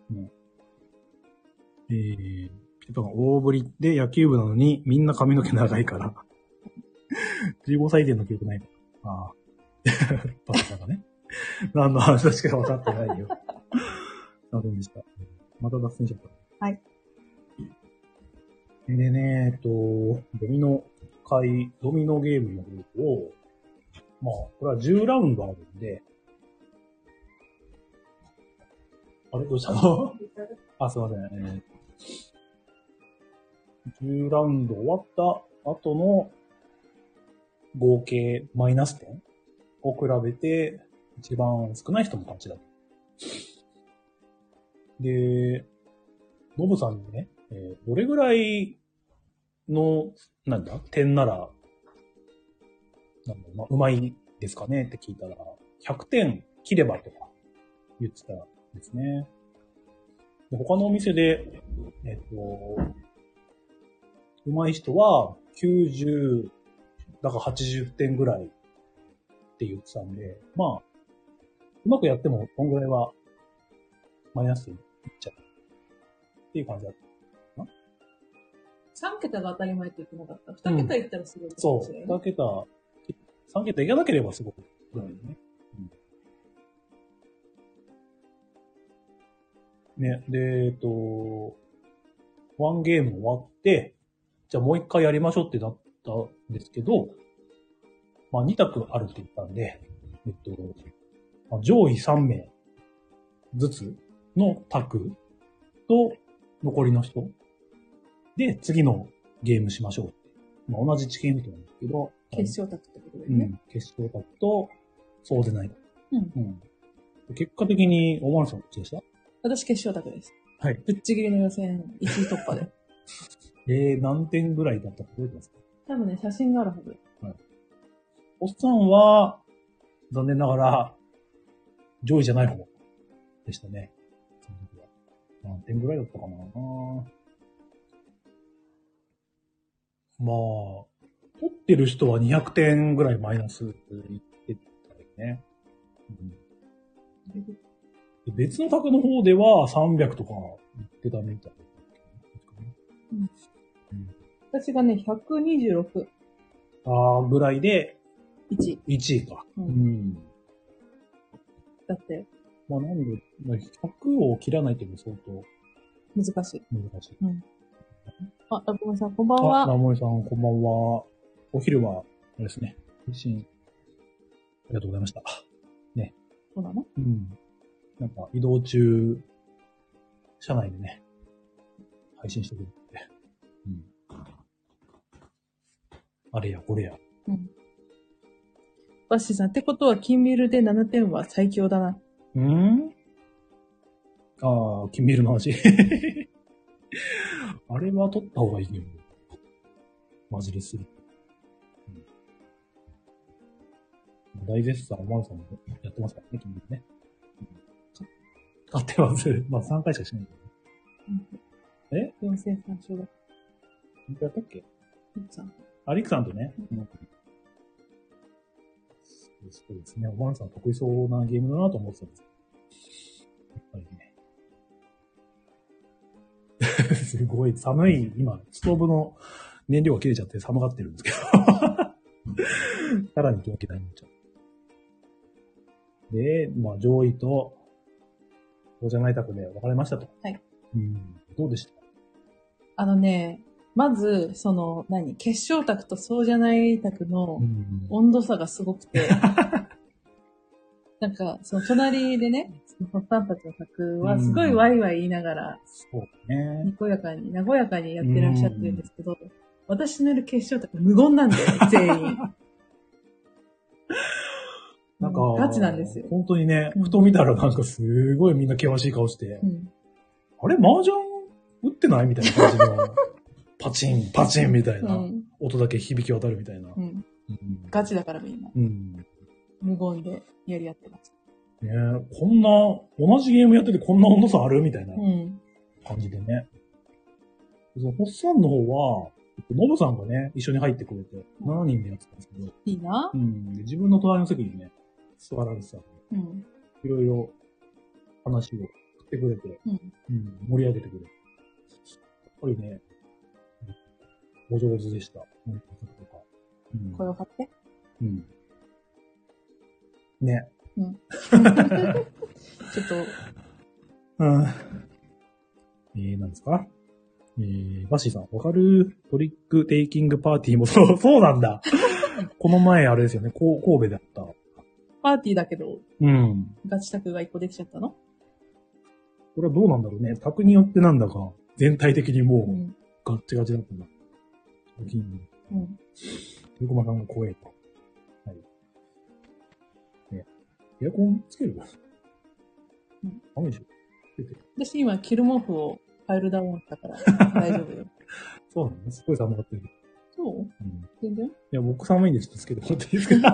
S1: ねえー、ピタパン大ぶりで野球部なのにみんな髪の毛長いから。15歳以前の記憶ないのああ。 *laughs* バッタがね。何の話だしか分かってないよ。 *laughs* なるんでした。また脱線しちゃった。
S2: はい。
S1: でね、えっと、ドミノ会、ドミノゲームのルールを、まあ、これは10ラウンドあるんで、あれどうした *laughs* のあ、すいません。えー10ラウンド終わった後の合計マイナス点を比べて、一番少ない人も勝ちだ。で、ノブさんにね、えーどれぐらいの、なんだ、点なら、なんだろうな、うまいですかねって聞いたら、100点切ればとか言ってたんですね。で他のお店で、えっと、うまい人は90、だから80点ぐらいって言ってたんで、まあ、うまくやってもこんぐらいはマイナス点いっちゃう。っていう感じだった。
S2: 3桁が当たり前って言ってなかった。2桁いったらすごいです
S1: そ
S2: よ
S1: う、
S2: ね
S1: 2桁、3桁いかなければすごくぐらいね。ね、で、えっと、ワンゲーム終わって、じゃあもう一回やりましょうってなったんですけど、まあ2択あるって言ったんで、えっと、まあ上位3名ずつの択と残りの人で次のゲームしましょうって。まあ同じチキンフィレットなんですけど、
S2: 決勝卓ってことです
S1: う
S2: ね。
S1: ん、決勝だと、そうでない。
S2: うん。
S1: うん。結果的に、おまるさんどっちでした
S2: 私決勝卓です。
S1: はい。
S2: ぶっちぎりの予選1位突破で。
S1: えー、何点ぐらいだったか覚えてますか
S2: 多分ね、写真があるはず。
S1: おっさんは、残念ながら、上位じゃない方でしたね。その時は何点ぐらいだったかなまあ、取ってる人は200点ぐらいマイナスいってたよね。うんで別の卓の方では300とか言ってたみたいだったけどね
S2: 私がね、126、
S1: あーぐらいで
S2: 1位。
S1: 1位か。
S2: うん
S1: ん。
S2: だって、
S1: まあなんで、まあ100を切らないっていうのは相当
S2: 難しい。
S1: 難しい。
S2: あ、ラブコメさん、こんばん
S1: あ、
S2: は。
S1: ラモリさん、こんばんは。お昼は、あれですね、配信、ありがとうございました。
S2: そうなの
S1: うん。なんか、移動中、車内でね、配信してくれて。うん。あれや、これや。
S2: バッシーさん、ってことは、金ビルで7点は最強だな。
S1: うんああ、金ビールの話。 *laughs* あれは取った方がいいよ。マジでする。うん大絶賛、おまんさんもやってますからね、金ビールね。買ってます。まあ3回しかしないけど。え
S2: 4戦3勝だ。
S1: 何回やったっけ
S2: いっちゃん
S1: アリクさんとね。
S2: う
S1: そうですね。おばあさん得意そうなゲームだなと思ってたんですやっぱりね。 *laughs* すごい寒い、今、ストーブの燃料が切れちゃって寒がってるんですけど。さらに気をけないんちゃう。で、まあ、上位と、そうじゃない宅で分かれましたと。
S2: はい。
S1: うん。どうでした
S2: あのね、まず、その、何決勝卓とそうじゃない卓の
S1: ん
S2: 温度差がすごくて。なんか、その隣でね、そのファンたちの卓はすごいワイワイ言いながら、
S1: そうね。
S2: にこやかに、和やかにやってらっしゃってるんですけど、私のいる決勝卓無言なんだよ、全員。
S1: なんか、
S2: ガチなんですよ。
S1: 本当にね、
S2: うん
S1: ふと見たらなんかすごいみんな険しい顔して
S2: う、ん。
S1: あれ麻雀打ってないみたいな感じ
S2: *laughs*
S1: の、パチン、パチンみたいうな、
S2: ん。
S1: 音だけ響き渡るみたいな。
S2: うん。
S1: うん
S2: ガチだからみんな。
S1: うん。ね
S2: 無言でやり合ってます。
S1: えこんな、同じゲームやっててこんな温度差あるみたいな
S2: うん。
S1: 感じでね。その、ホッサンの方は、ノブさんがね、一緒に入ってくれて、7人でやってたんですけど、
S2: いいな
S1: う。ん。で自分の隣の席にね、座られてたんで
S2: うん。
S1: いろいろ話を振ってくれて、
S2: うん
S1: うん盛り上げてくれて。やっぱりね、お上手でした。うんとかうん
S2: 声を張って。
S1: うんね。
S2: ちょっと、
S1: うん。 *laughs* えー、なんですかえー、バッシーさん、わかるトリックテイキングパーティーも、 *laughs* そう、そうなんだ。この前、あれですよね、こう神戸であった。
S2: パーティーだけど、
S1: うん。
S2: ガチ卓が一個できちゃったの
S1: これはどうなんだろうね。卓によってなんだか、全体的にも
S2: う。
S1: うんガッチガチだったな。時に
S2: うん。
S1: 横間さんが怖いと。はい。エアコンつけるか
S2: うん
S1: ダメでしょつけて。
S2: 私今、着る毛布をファイルダウンしたから、大丈夫よ。
S1: そうなの、ね、すごい寒かったけど。
S2: そう
S1: うん。
S2: 全然
S1: いや、僕寒いんでちょっとつけてもらっていいですか *laughs*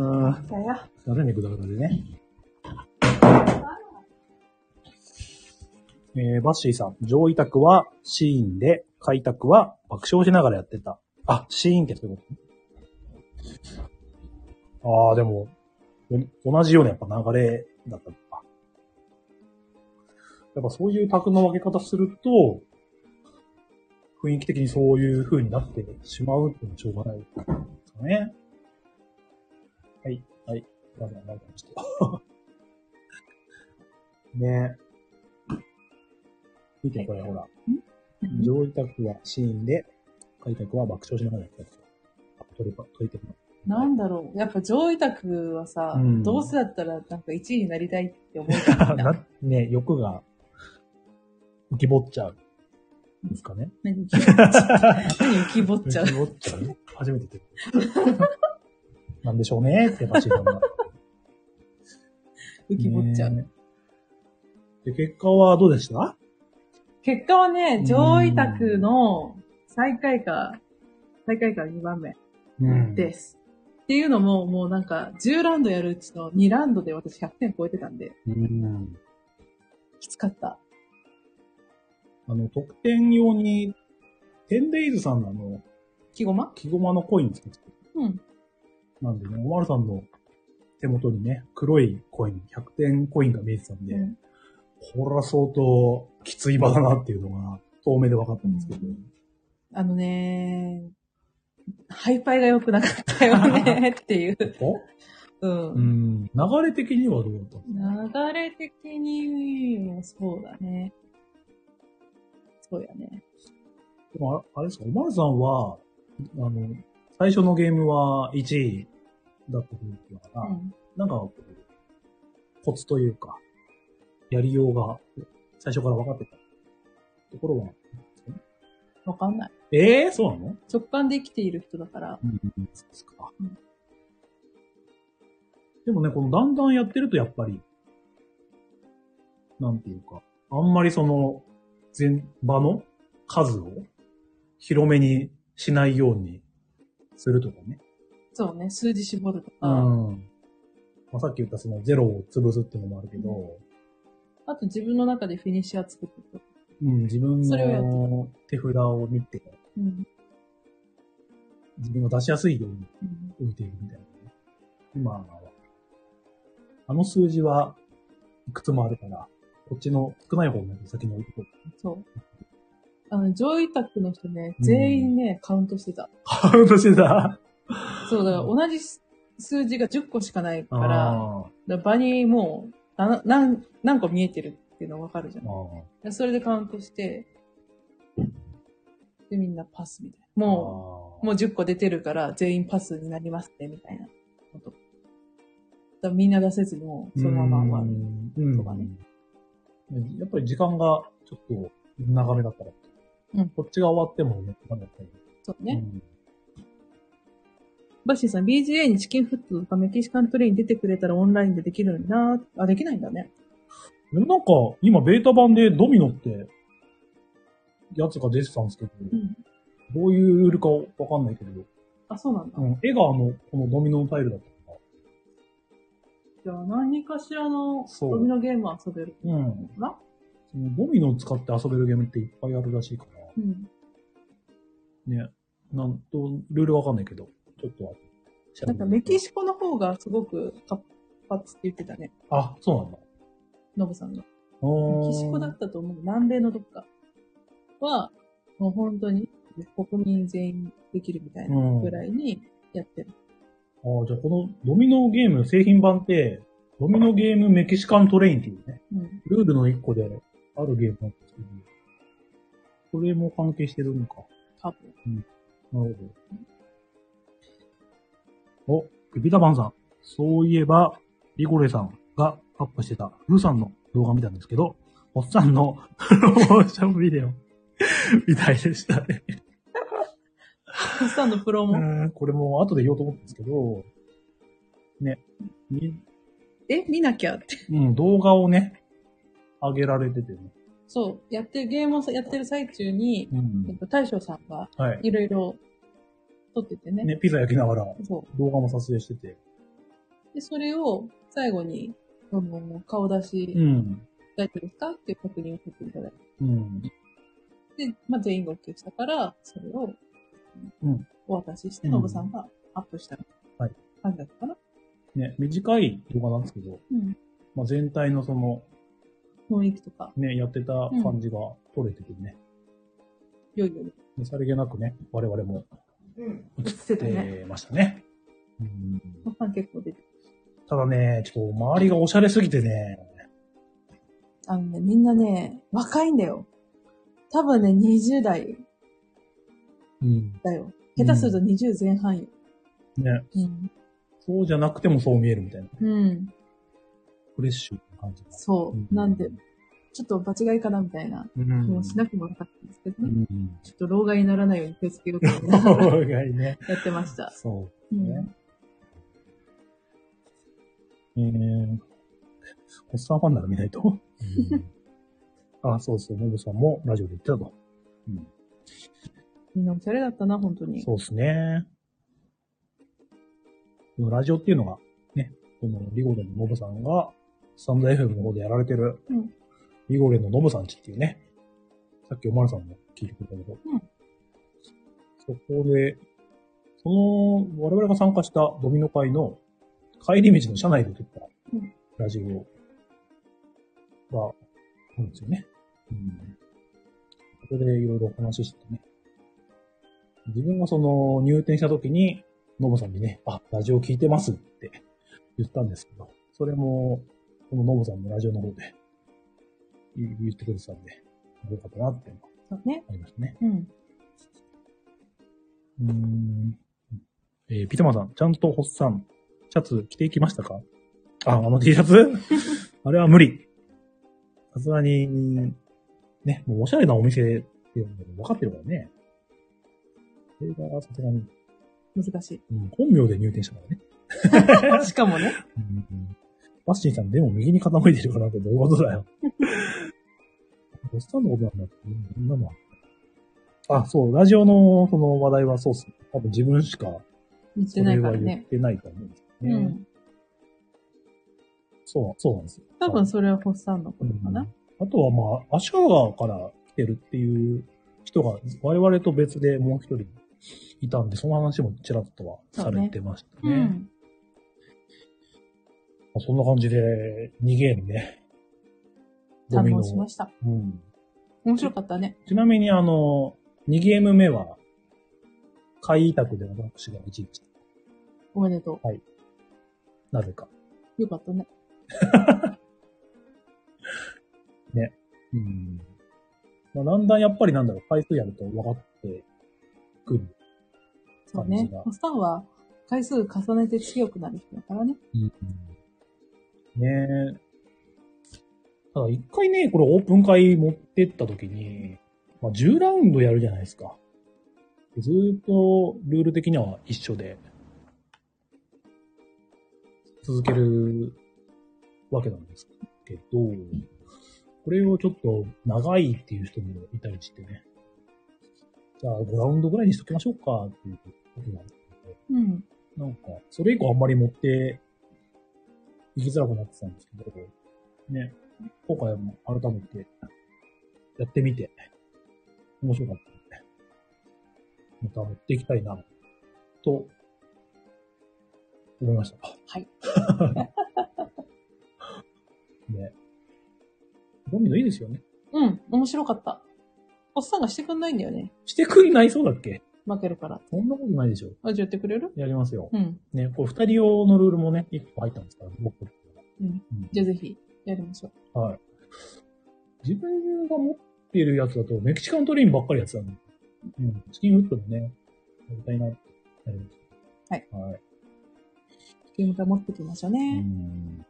S1: ああ、
S2: だよ。
S1: 慣れねぐだぐだでね。えー、バッシーさん、上委託はシーンで、開拓は爆笑しながらやってた。あ、シーンってそういうことああ、でも、お同じようなやっぱ流れだったのか。やっぱそういう卓の分け方すると、雰囲気的にそういう風になってしまうっていうのはしょうがないですかね。はい、はい。なんだ、なんだ、ちょっと。 *laughs* ねえ。見て、これ、ほら。上位卓はシーンで、開拓は爆笑しながらやったやつ。あ、取れば、取れてる
S2: なんだろう。やっぱ上位卓はさ、
S1: うん
S2: どうせだったらなんか1位になりたいって思う
S1: *laughs* な。
S2: からな。
S1: な、ね、欲が、浮きぼっちゃう。ですかね。*laughs*
S2: 何浮き彫っちゃう何浮き彫っちゃう
S1: 浮き。ぼっちゃう初めて出てる。なんでしょうねって、バチさんが。
S2: 浮き彫っちゃう。
S1: ねえ。で、結果はどうでした
S2: 結果はね、上位卓の最下位か、最下位から2番目
S1: うん
S2: です。っていうのも、もうなんか、10ラウンドやるうちの2ラウンドで私100点超えてたんで、
S1: うん。
S2: きつかった。
S1: あの、得点用に、テンデイズさんのあの、
S2: 木駒
S1: 木駒のコイン作って
S2: うん。
S1: なんでね、おまるさんの手元にね、黒いコイン、100点コインが見えてたんで、
S2: うん
S1: これは相当きつい場だなっていうのが、遠目で分かったんですけど。
S2: あのね、ハイパイが良くなかったよね、っていう。うん。
S1: おうん。流れ的にはどうだったの
S2: 流れ的にもそうだね。そうやね。
S1: でもあ、あれですか、おまるさんは、あの、最初のゲームは1位だったと思うから、
S2: うん。
S1: なんかこう、コツというか、やりようが、最初から分かってた。ところは、
S2: わかんない。
S1: ええそうなの
S2: 直感で生きている人だから。
S1: うん、そうですか
S2: うん。
S1: でもね、このだんだんやってるとやっぱり、なんていうか、あんまりその、全場の数を広めにしないようにするとかね。
S2: そうね、数字絞るとか。
S1: うん。まあ、さっき言ったそのゼロを潰すっていうのもあるけど、
S2: あと自分の中でフィニッシャー作っていく。
S1: うん、自分
S2: それをやって
S1: の手札を見て、
S2: うん。
S1: 自分の出しやすいように
S2: うん
S1: 置いていくみたいなね。今は、あの数字はいくつもあるから、こっちの少ない方を先に置いてこう。
S2: そう。あの、上位卓の人ね、全員ね、カウントしてた。
S1: カウントしてた。
S2: そう、だから同じす数字が10個しかないから、
S1: あ
S2: だから場にもう、な何、何個見えてるっていうのわかるじゃん
S1: ー。あ
S2: でそれでカウントして、で、みんなパスみたいな。
S1: ー。
S2: もう、もう10個出てるから全員パスになりますね、みたいなこと。だからみんな出せずにもう、そのまま
S1: う
S2: 終わる。
S1: ん。うん
S2: とかね
S1: やっぱり時間がちょっと長めだったら。
S2: うん
S1: こっちが終わってもね、なんだったり。
S2: そうね。
S1: うん
S2: バッシーさん、BGA にチキンフットとかメキシカントレイン出てくれたらオンラインでできるのになあ、できないんだね。
S1: でもなんか、今ベータ版でドミノって、やつが出てたんですけど、
S2: うん。
S1: どういうルールかわかんないけど、
S2: あ、そうなんだ。
S1: うん、絵があの、このドミノのタイルだったか
S2: じゃあ、何かしらの
S1: そう
S2: ドミノゲームを遊べる
S1: ら。うん。
S2: かな
S1: そのドミノを使って遊べるゲームっていっぱいあるらしいか
S2: うん。
S1: ら、ね、なんと、ルールわかんないけど、ちょっとは調べてみ
S2: なん
S1: よう、
S2: かメキシコの方がすごく活発って言ってたね。
S1: あ、そうなんだ。
S2: ノブさんが。メ
S1: メ
S2: キシコだ
S1: あ
S2: ったと思う。南米のどっかは、もう本当に国民全員できるみたいなぐらいにやってる。
S1: ーじゃあこのドミノゲーム製品版って、ドミノゲームメキシカントレインっていうね、
S2: うん。
S1: ルールの一個であるゲームなんですけど、それも関係してるのか。
S2: 多分。
S1: なるほど。お、ビビタバンさん。そういえば、リコレさんがアップしてた、ルーさんの動画見たんですけど、おっさんのプロモーションビデオ *laughs* みたいでしたね。
S2: ハッサンのプロ
S1: う
S2: も。
S1: ーんこれも後で言おうと思ったんですけど、み
S2: え、見なきゃって。
S1: うん、動画をね、上げられててね。
S2: そう、やってる、ゲームをやってる最中に、
S1: う
S2: えっ
S1: ん。
S2: と、大将さんが
S1: はい。
S2: いろいろ撮っててね。
S1: ね、ピザ焼きながら
S2: そ
S1: 動画も撮影してて。
S2: う。で、それを最後に、あの顔出し、
S1: うん。
S2: 大丈夫ですかっていう確認を取っていただい
S1: うん。
S2: て、で、まあ、全員が OK したから、それを、
S1: うん
S2: お渡しして、
S1: うん
S2: ノブさんがアップした
S1: はい
S2: 感じだったかな。
S1: ね、短い動画なんですけど、
S2: うん。
S1: まあ、全体のその、
S2: 雰囲気とか、
S1: ね、やってた感じが撮れててね。
S2: 良いよね。
S1: でさりげなくね、我々も
S3: うん。
S2: 映ってたね。
S1: 出ましたね。うん
S2: ご飯結構出て
S1: ただね、ちょっと周りがおしゃれすぎてね、
S2: あのね、みんなね、若いんだよ。多分ね、20代
S1: うん。
S2: だよ。下手すると20前半よ。
S1: ね、
S2: うん。
S1: そうじゃなくてもそう見えるみたいな。
S2: うん。
S1: フレッシュな感じが。
S2: そうう。なんで、、ちょっと場違いかなみたいな
S1: うん。
S2: 気もしなくもなかったんですけど
S1: う
S2: ね。
S1: ん。
S2: ちょっと老害にならないように気をつけようと思いながら
S1: お互いね。
S2: やってました。
S1: *laughs* そうね
S2: ん。
S1: う。えー、おっさんファンなら見ないと。 *laughs* あ、そうそう、ノブさんもラジオで言ってたと。
S2: みんなおしゃれだったな、本当に。
S1: そうですね。このラジオっていうのが、ね、このリゴレのノブさんが、スタンド FM の方でやられてる、
S2: うん
S1: リゴレのノブさんちっていうね、さっきおまるさんも聞いてくれたけど、
S2: うん
S1: そこで、その、我々が参加したドミノ会の帰り道の車内で撮った
S2: うん
S1: ラジオが、あるんですよね。うん。そこでいろいろお話ししてね。自分がその入店した時に、ノブさんにね、あ、ラジオ聞いてますって言ったんですけど、それも、このノブさんのラジオの方で言言ってくれてたんで、よかったなっていうのが
S2: そうね。
S1: ありましたね。
S2: うん。
S1: うーん。えー、ピタマさん、ちゃんとホッサン、シャツ着ていきましたかあ、あの T シャツあれは無理。さすがに、ね、もうおしゃれなお店っていうのも分かってるからね。それがさすがに、
S2: 難し
S1: うん、本名で入店したからね。
S2: い。しか
S1: *laughs*
S2: もね。
S1: うん。バッシーさん、でも右に傾いてるからってどういうことだよ。 *laughs* おっさんのことなんだって、そんなのは。あ、そう、ラジオのその話題はそうっすね。多分自分しか
S2: 言っ
S1: そ
S2: てな
S1: れ
S2: いか
S1: は
S2: ら
S1: 言っ
S2: ね。
S1: てないからね。
S2: うん。
S1: そう、そうなんですよ。
S2: 多分それはホッサンのことか
S1: う。
S2: なん
S1: あとはまあ、足利から来てるっていう人が、我々と別でもう一人いたんで、その話もちらっとはされてました
S2: う
S1: ね。
S2: ん。
S1: まあそんな感じで、2ゲームね。
S2: 堪能しました。
S1: うん。
S2: 面白かったね。
S1: ちなみにあの、2ゲーム目は、買い委託で私が1位
S2: おめでと
S1: なるか。
S2: う。よかったね。
S1: うん。まあ、だんだんやっぱりなんだろう、回数やると分かってくる。
S2: そう
S1: 感
S2: ね
S1: じが。
S2: ホッサンは回数重ねて強くなる人だからね。
S1: ねえ。ただ一回ね、これオープン会持ってった時に、まあ、10ラウンドやるじゃないですか。でずーっとルール的には一緒で、続けるわけなんですけど、これをちょっと長いっていう人もいたりしてね。じゃあ5ラウンドぐらいにしときましょうかっていうことなんですけど、
S2: うん。
S1: なんか、それ以降あんまり持って、行きづらくなってたんですけど、ね、今回も改めて、やってみて、面白かったんで、また持っていきたいな、と、思いました。
S2: はい。
S1: *laughs* ね。ドミノいいですよね。
S2: うん。面白かった。ホッサンがしてくんないんだよね。
S1: してくんないそうだっけ
S2: 負けるから。
S1: そんなことないでしょ。
S2: あ、じゃあやってくれる
S1: やりますよ。
S2: うん。
S1: ね、これ二人用のルールもね、一個入ったんですから、僕ら
S2: うん。
S1: うん
S2: じゃあぜひ、やりましょう。
S1: はい。自分が持っているやつだと、メキシカントレインばっかりやってたの。うん。チキンフットもね、やりたいなってなりました。
S2: はい。
S1: はい。
S2: ゲーム会持ってきましょう
S1: う
S2: ね。
S1: ん。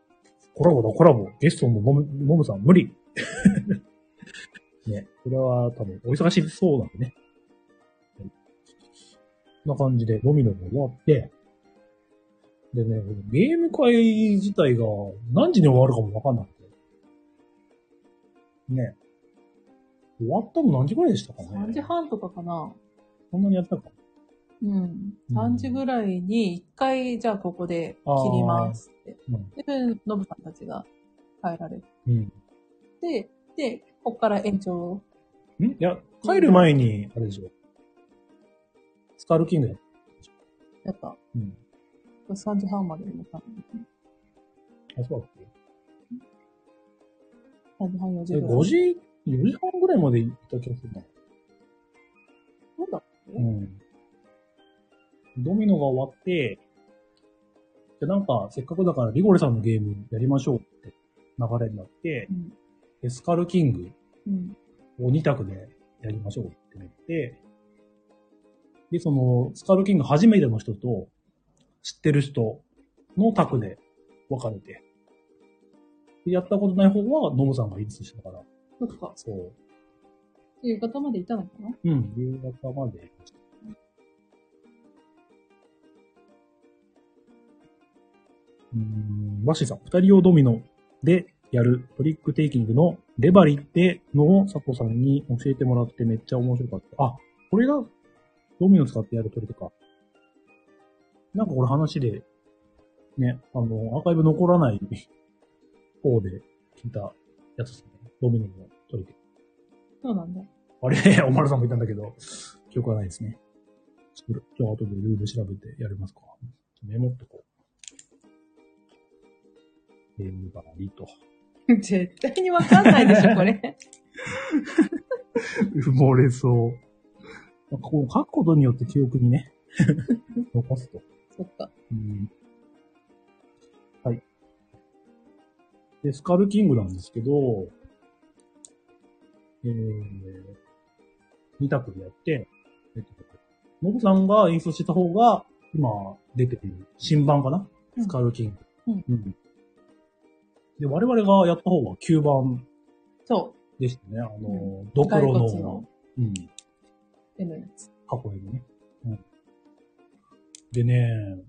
S1: コラボだ、コラボ。ゲストもノム、ノムさん無理。 *laughs* ね。これは多分、お忙しそうなんでね。はいこんな感じで、ノミノも終わって、でね、ゲーム会自体が何時に終わるかもわかんなくて。ね。終わったの何時ぐらいでしたかね
S2: 3時半とかかな。
S1: そんなにやってたか
S2: うん。
S1: うん
S2: 3時ぐらいに、一回、じゃあここで切りますって。
S1: あーうん
S2: で、ノブさんたちが帰られ
S1: うん。
S2: て、で、こっから延長。
S1: んいや、帰る前に、あれでしょ。スカルキングや
S2: やっぱ、
S1: うん。
S2: 3時半までにた
S1: あ、そうだっ
S2: 3時半4
S1: け
S2: 時
S1: え、
S2: ぐらい。
S1: 5時、4時半ぐらいまで行った気がするな。
S2: そうだっけ
S1: うん。ドミノが終わって、で、なんか、せっかくだからリゴレさんのゲームやりましょうって流れになって
S2: う、ん。
S1: エスカルキング
S2: うん。
S1: を2択でやりましょうってなって、で、その、スカルキング初めての人と、知ってる人の択で分かれて、でやったことない方は、ノムさんがいつしたから、
S2: そっか。
S1: そう。
S2: 夕方までいたのかな
S1: うん、夕方まで。うーん、ワッシーさん、二人用ドミノでやるトリックテイキングのレバリってのを佐藤さんに教えてもらってめっちゃ面白かった。あ、これがドミノ使ってやるトリックか。なんかこれ話で、ね、あの、アーカイブ残らない方で聞いたやつですね。ドミノのトリック。
S2: そうなんだ。 *laughs*
S1: あれ、 *laughs* おまるさんもいたんだけど、記憶はないですね。ちょっとじゃあ後でルール調べてやりますか。メモっとこう。レムバリと。
S2: 絶対にわかんないでしょ、これ。 *laughs*
S1: 埋もれそう。なんかこう書くことによって記憶にね、 *laughs* 残すと。
S2: そっか。
S1: うんはい。で、スカルキングなんですけど、えー、2択でやって、えっと、ノブさんが演奏した方が、今出てる新版かな、
S2: うん
S1: スカルキング、
S2: うん
S1: うん。で、我々がやった方は9番
S2: そ
S1: でしたね。あの、
S2: う
S1: ド
S2: う。
S1: クロ
S2: 骸骨
S1: の
S2: の、
S1: うん、
S2: 絵のやつ。
S1: 過去へのね。うん、でね、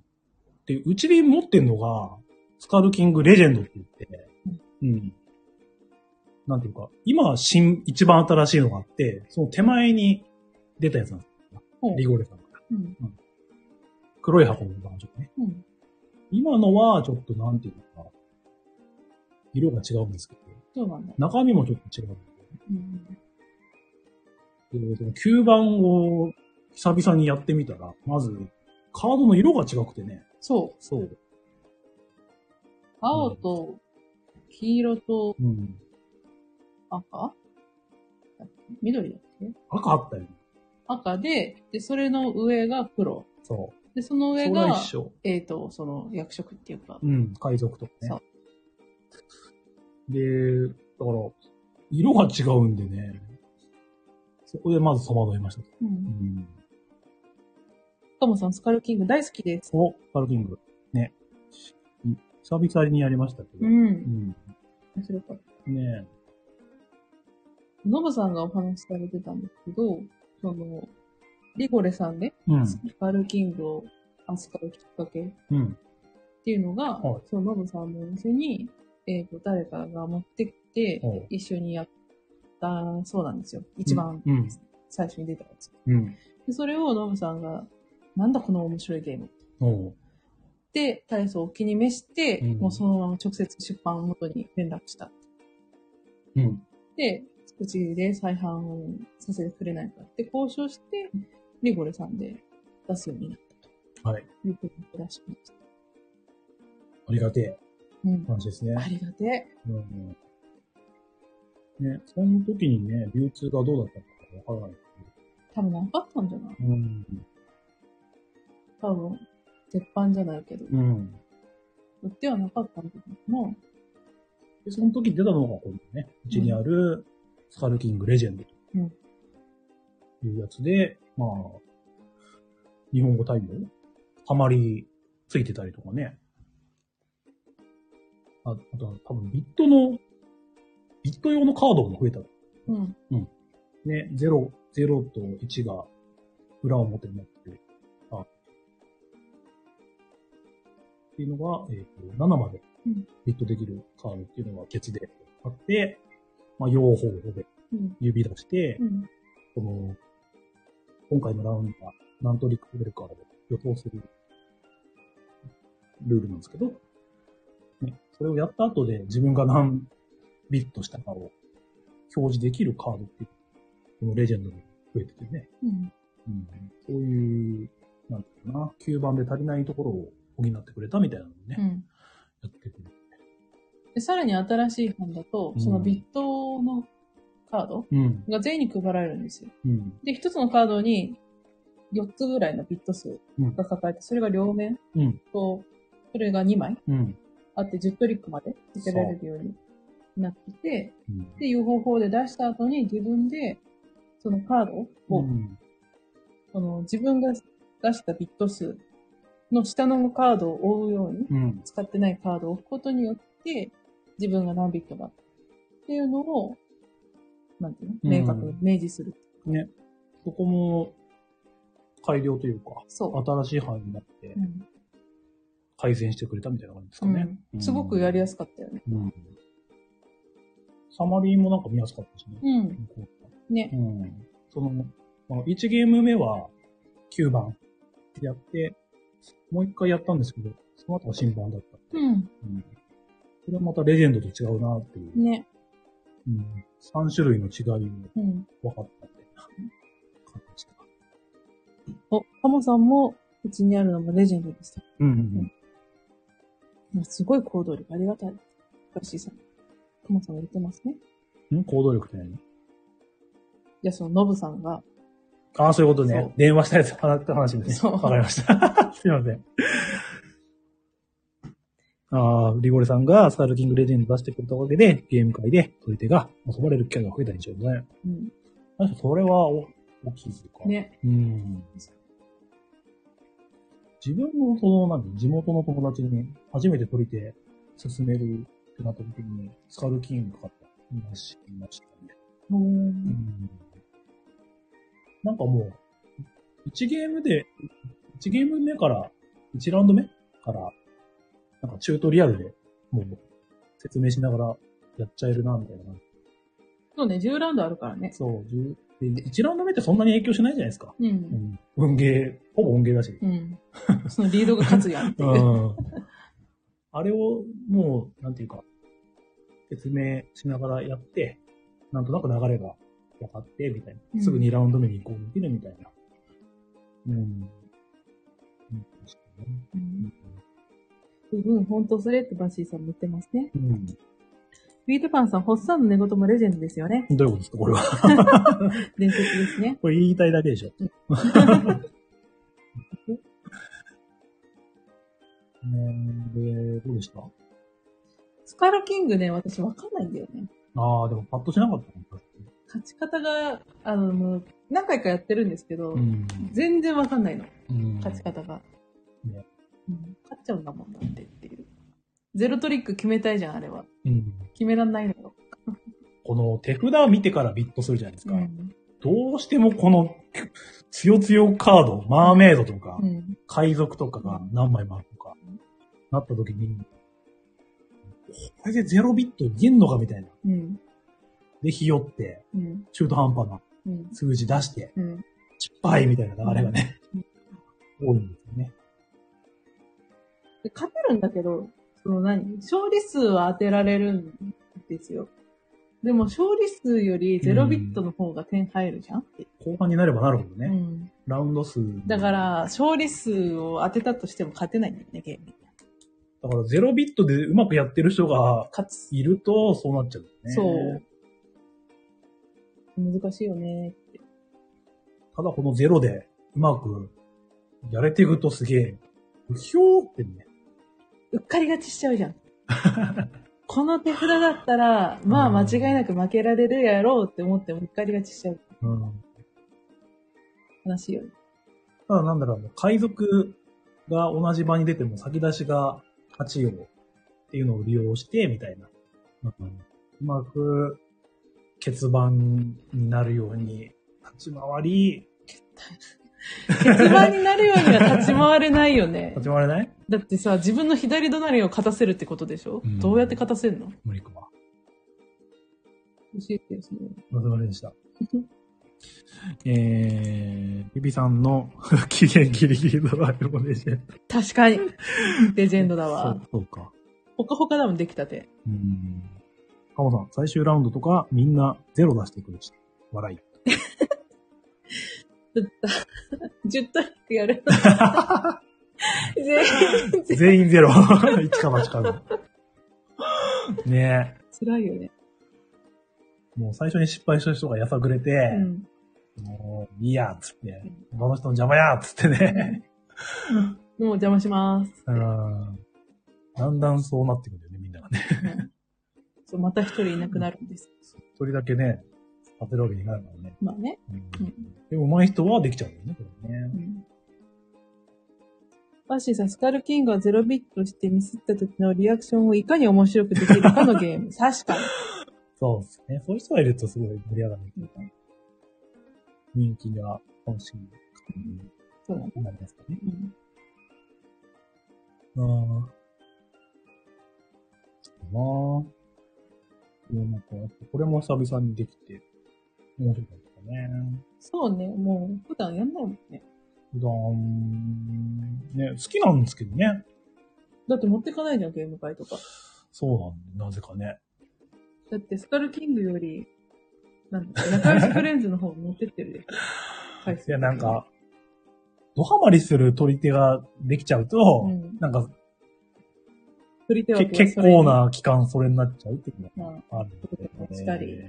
S1: で、うちで持ってんのが、スカルキングレジェンドって言って、うん。なんていうか、今、新、一番新しいのがあって、その手前に出たやつなんです
S2: ほう
S1: リゴレさんから。
S2: うん。
S1: 黒い箱のバージョンね。
S2: うん。
S1: 今のは、ちょっとなんていうか、色が違うんですけど、
S2: そうなんだ。
S1: 中身もちょっと違うんですよね。
S2: うん。
S1: で、その吸盤を久々にやってみたら、まず、カードの色が違くてね。
S2: そう。
S1: そう。
S2: 青と、黄色と
S1: うん。
S2: 赤緑だっけ
S1: 赤あったよね。
S2: 赤で、で、それの上が黒。
S1: そう。
S2: で、その
S1: そ
S2: 上
S1: れは
S2: が、
S1: 一緒。
S2: えっ、と、その役職っていうか、
S1: うん、海賊とかね。
S2: そう
S1: で、だから、色が違うんでね、そこでまず戸惑いました。
S2: う。
S1: うんん。
S2: カモさん、スカルキング大好きです。
S1: お、カルキング。ね。い久々にやりましたけど。う
S2: う。
S1: んん。
S2: 面白かった。
S1: ね
S2: ノブさんがお話しされてたんですけど、その、リゴレさんね、
S1: うん。
S2: スカルキングを扱うきっかけっ
S1: うん。
S2: ていうのが、
S1: はい
S2: そのノブさんのお店に、えっ、と、誰かが持ってきて
S1: はい、
S2: 一緒にやったそうなんですよ。一番
S1: うん。
S2: 最初に出たやつ。
S1: うん。
S2: で、それをノブさんが、なんだこの面白いゲーム
S1: おう
S2: で、大層お気に召して、
S1: うん
S2: もうそのまま直接出版元に連絡した。
S1: うん。
S2: で、うちで再販をさせてくれないかって交渉して、リゴレさんで出すようになっ
S1: はい。
S2: たということらしくました。
S1: ありがてえ
S2: うん。
S1: 話ですね。
S2: ありがて
S1: うんね、その時にね、流通がどうだったのかわからない。
S2: え。多分なかったんじゃない
S1: うん。
S2: 多分、鉄板じゃないけど、
S1: うん。
S2: 売ってはなかったんだけども、
S1: で、その時に出たのがこのね、うちにあるスカルキングレジェンド
S2: うん
S1: というやつで、まあ、日本語対応ハマりついてたりとかね。ああとは多分ビットの、ビット用のカードも増えた。
S2: うん。
S1: ね、0、0と1が裏表になってる。あ。っていうのが、えっ、と、7まで
S2: うん
S1: ビットできるカードっていうのがケツであって、まあ、用方法で
S2: うん。
S1: 指出して、
S2: うん。
S1: その、今回のラウンドは何トリック取れるかで予想するルールなんですけど、ね、それをやった後で自分が何ビットしたかを表示できるカードっていう、このレジェンドに増えててね、
S2: うん。
S1: うん、そういう、なんていうかな、9番で足りないところを補ってくれたみたいなのをね、
S2: う
S1: や
S2: ん。
S1: ってくれる。
S2: で、さらに新しい版だと
S1: う、ん
S2: そのビットのカード
S1: うん、
S2: が全員に配られるんですよ。
S1: うん、
S2: で、一つのカードに4つぐらいのビット数
S1: うん
S2: が抱えて、それが両面
S1: うん、
S2: と、それが2枚
S1: うん、
S2: あって10トリックまで受けられるようになってて、
S1: うん。
S2: で、いう方法で出した後に自分で、そのカードを、
S1: うん、
S2: その自分が出したビット数の下のカードを追うように、
S1: うん、
S2: 使ってないカードを置くことによって、自分が何ビットだっていうのを、なんていう
S1: うん
S2: の明確に明示する。
S1: ね、そこも改良というか、
S2: そう。
S1: 新しい範囲になって
S2: うん
S1: 改善してくれたみたいな感じですかね。
S2: うんすごくやりや
S1: す
S2: すかったよね。
S1: い。うんサマリーもなんか見やすかったしね。
S2: うん。ね
S1: う。ん。その、まあ、1ゲーム目は9番やって、もう1回やったんですけど、その後は新版だった。
S2: うん。
S1: うん。それはまたレジェンドと違うなっていう。
S2: ね。
S1: うん。3種類の違いも
S2: うん。
S1: 分かったみたいな感じが。
S2: お、カモさんも、うちにあるのもレジェンドでした。
S1: うんうんうん。
S2: もうすごい行動力ありがたい。おかしいさん。カモさんが言ってますね。
S1: ん行動力って何
S2: いや、そのノブさんが、
S1: ああ、そういうこと
S2: そう
S1: ね。電話したやつ話した話です
S2: そ
S1: ね。
S2: う
S1: わかりました。 *laughs* すいません。ああ、リゴレさんがスタールキングレジェンド出してくれたおかげで、ゲーム界で取り手が遊ばれる機会が増えたんでしょうね。
S2: うん。
S1: 確かにそれはお大きいですか。。
S2: ね。
S1: うん。自分のその、何、地元の友達に初めて取り手進めるってなった時に、スカルキングかって話しましたね。
S2: うん。
S1: なんかもう、1ゲームで、1ゲーム目から、1ラウンド目から、なんかチュートリアルで、もう、説明しながらやっちゃえるな、みたいな感
S2: そうね、10ラウンドあるからね
S1: じ。。そう、1ラウンド目ってそんなに影響しないじゃないですか。
S2: う。
S1: うんん。運ゲー、ほぼ運ゲーだし。
S2: うん。そのリードが勝つやんって
S1: う
S2: いう。
S1: ん。あれを、もう、なんていうか、説明しながらやって、なんとなく流れが分かって、みたい
S2: うん
S1: な。すぐ2ラウンド目に移行できるみたいな。うん。うん確かにね
S2: うんうん、本当それってバッシーさんも言ってますね。
S1: うん。
S2: ビートパンさん、ホッサンの寝言もレジェンドですよね。
S1: どういうことですかこれは。
S2: 伝説ですね。
S1: これ言いたいだけでしょ。ね *laughs* で、どうでした
S2: スカラキングね、私わかんないんだよね。
S1: ああ、でもパッとしなかったもん確か
S2: 勝ち方が、あの、もう何回かやってるんですけど、
S1: に
S2: 全然わかんないの、
S1: うん。
S2: 勝ち方が。
S1: ね
S2: うん、勝っちゃうんだもんだってっていう。ゼロトリック決めたいじゃん、あれは。
S1: うん。
S2: 決めらんないのよ。
S1: この手札を見てからビットするじゃないですか。
S2: うん。
S1: どうしてもこの強強カード、マーメイドとか、
S2: うん。
S1: 海賊とかが何枚もあるとか
S2: うん、
S1: なった時に、これでゼロビットいけんのかみたいな。
S2: うん。
S1: で、ひよって、
S2: うん。
S1: 中途半端な
S2: うん。
S1: 数字出して、
S2: うん。
S1: 失敗みたいな流れがね、多いんですよね。
S2: で勝てるんだけど、その何勝利数は当てられるんですよ。でも勝利数より0ビットの方が点入るじゃん、
S1: 後半になればなるほど
S2: う
S1: ね、
S2: ん、
S1: ラウンド数。
S2: だか、ら、勝利数を当てたとしても勝てないんだよね、ゲーム。
S1: だからゼロビットでうまくやってる人が
S2: 勝つ。
S1: いると、そうなっちゃうんだ
S2: そ
S1: よね。
S2: う。。難しいよね。
S1: ただこのゼロでうまくやれていくとすげえ、うひょーってね。
S2: うっかり勝ちしちゃう *laughs* じゃん。この手札だったら、まあ間違いなく負けられるやろうって思ってもうっかり勝ちしちゃう。
S1: うん。
S2: 悲しいよね。
S1: ただなんだろう、海賊が同じ場に出ても先出しが勝ちようっていうのを利用して、みたいな。うんうまく、欠番になるように立ち回り、
S2: 鉄板になるようには立ち回れないよ *laughs* ね。
S1: 立ち回れない
S2: だってさ、自分の左隣を勝たせるってことでしょ、
S1: うん
S2: どうやって勝たせるの教
S1: 無理くま。
S2: えてですね。
S1: お疲れ様でした。 *laughs* えー、ビビさんの *laughs* 期限ギリギリのライブもねじ
S2: 確か *laughs* に。レジェンドだ
S1: そ
S2: わ
S1: う。そうか。
S2: ほかほかだもん、できたて。
S1: うん。カモさん、最終ラウンドとかみんなゼロ出してくるし、笑い。
S2: だった。10トリックや *laughs* る。全員
S1: 全員ゼロ。 *laughs* 一か八かの。ねえ。
S2: 辛いよね。
S1: もう最初に失敗した人がやさぐれて、
S2: うん。
S1: もう、いいや、つって、他の人の邪魔や、つってね。
S2: もう邪魔します。
S1: うん。だんだんそうなってくるんだよね、みんながね。
S2: そうまた一人いなくなるんです。
S1: 一人だけね、立てるわけにいかないからね。
S2: まあね。
S1: うんでも、上手い人はできちゃうんだよね、これね
S2: う。ん。バッシーさん、スカルキングはゼロビットしてミスった時のリアクションをいかに面白くできるかのゲ
S1: *laughs*
S2: ーム。確かに。
S1: そうですね。そういう人がいるとすごい盛り上がるっていうか、人気が楽しみ
S2: そうだね。
S1: になりますかね。
S2: うん
S1: ああ。まあ。でもなんか、これも久々にできて、面白かったね。
S2: そうね。もう、普段やんないもんね。
S1: 普段、ね、好きなんですけどね。
S2: だって持ってかないじゃん、ゲーム会とか。
S1: そうなんで、なぜかね。
S2: だって、スカルキングより、なんだ、仲良しフレンズの方持ってってるでしょ。回
S1: *laughs*
S2: 数
S1: いや、なん、か、ドハマりする取り手ができちゃうと、
S2: うん。
S1: なんか、
S2: 取り手は
S1: け結構。な期間それになっちゃうっていう
S2: う
S1: の
S2: ん。
S1: があるので。
S2: したり
S1: う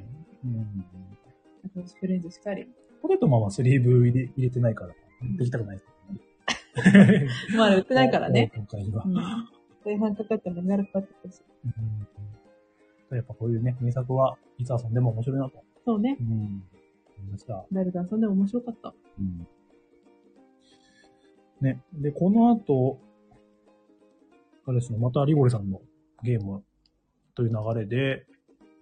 S1: ん。
S2: 仲良しフレンズしかり。
S1: ポケットマンはスリーブ入れ入れてないから、できたくないですけどね。
S2: まあ、売ってないからね。。
S1: 今回は
S2: う。ん。大半かかってもなるかかってるし。
S1: うんやっぱこういうね、名作はいつ遊んでも面白いなと。
S2: そうね。
S1: うん。思いました。
S2: 誰が遊んでも面白かった。
S1: うん。ね。で、この後、あれですね、またリゴリさんのゲームという流れで、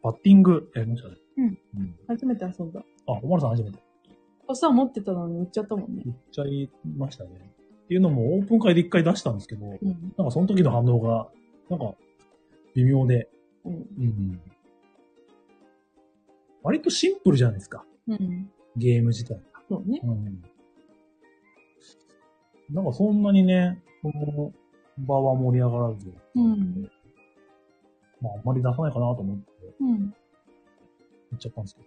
S1: バッティングやりましたね。
S2: うん。
S1: うん。
S2: 初めて遊んだ。
S1: あ、おまるさん初めて。
S2: おさん持ってたのに売っちゃったもんね。
S1: 言っちゃいましたね。っていうのも、オープン会で一回出したんですけど、
S2: うん。
S1: なんかその時の反応が、なんか、微妙で、
S2: うん。
S1: うん。割とシンプルじゃないですか。
S2: うん。
S1: ゲーム自体が。
S2: そうね。
S1: うん。なんかそんなにね、この場は盛り上がらず。
S2: うん
S1: まああんまり出さないかなと思って
S2: うん。
S1: 言っちゃったんですけ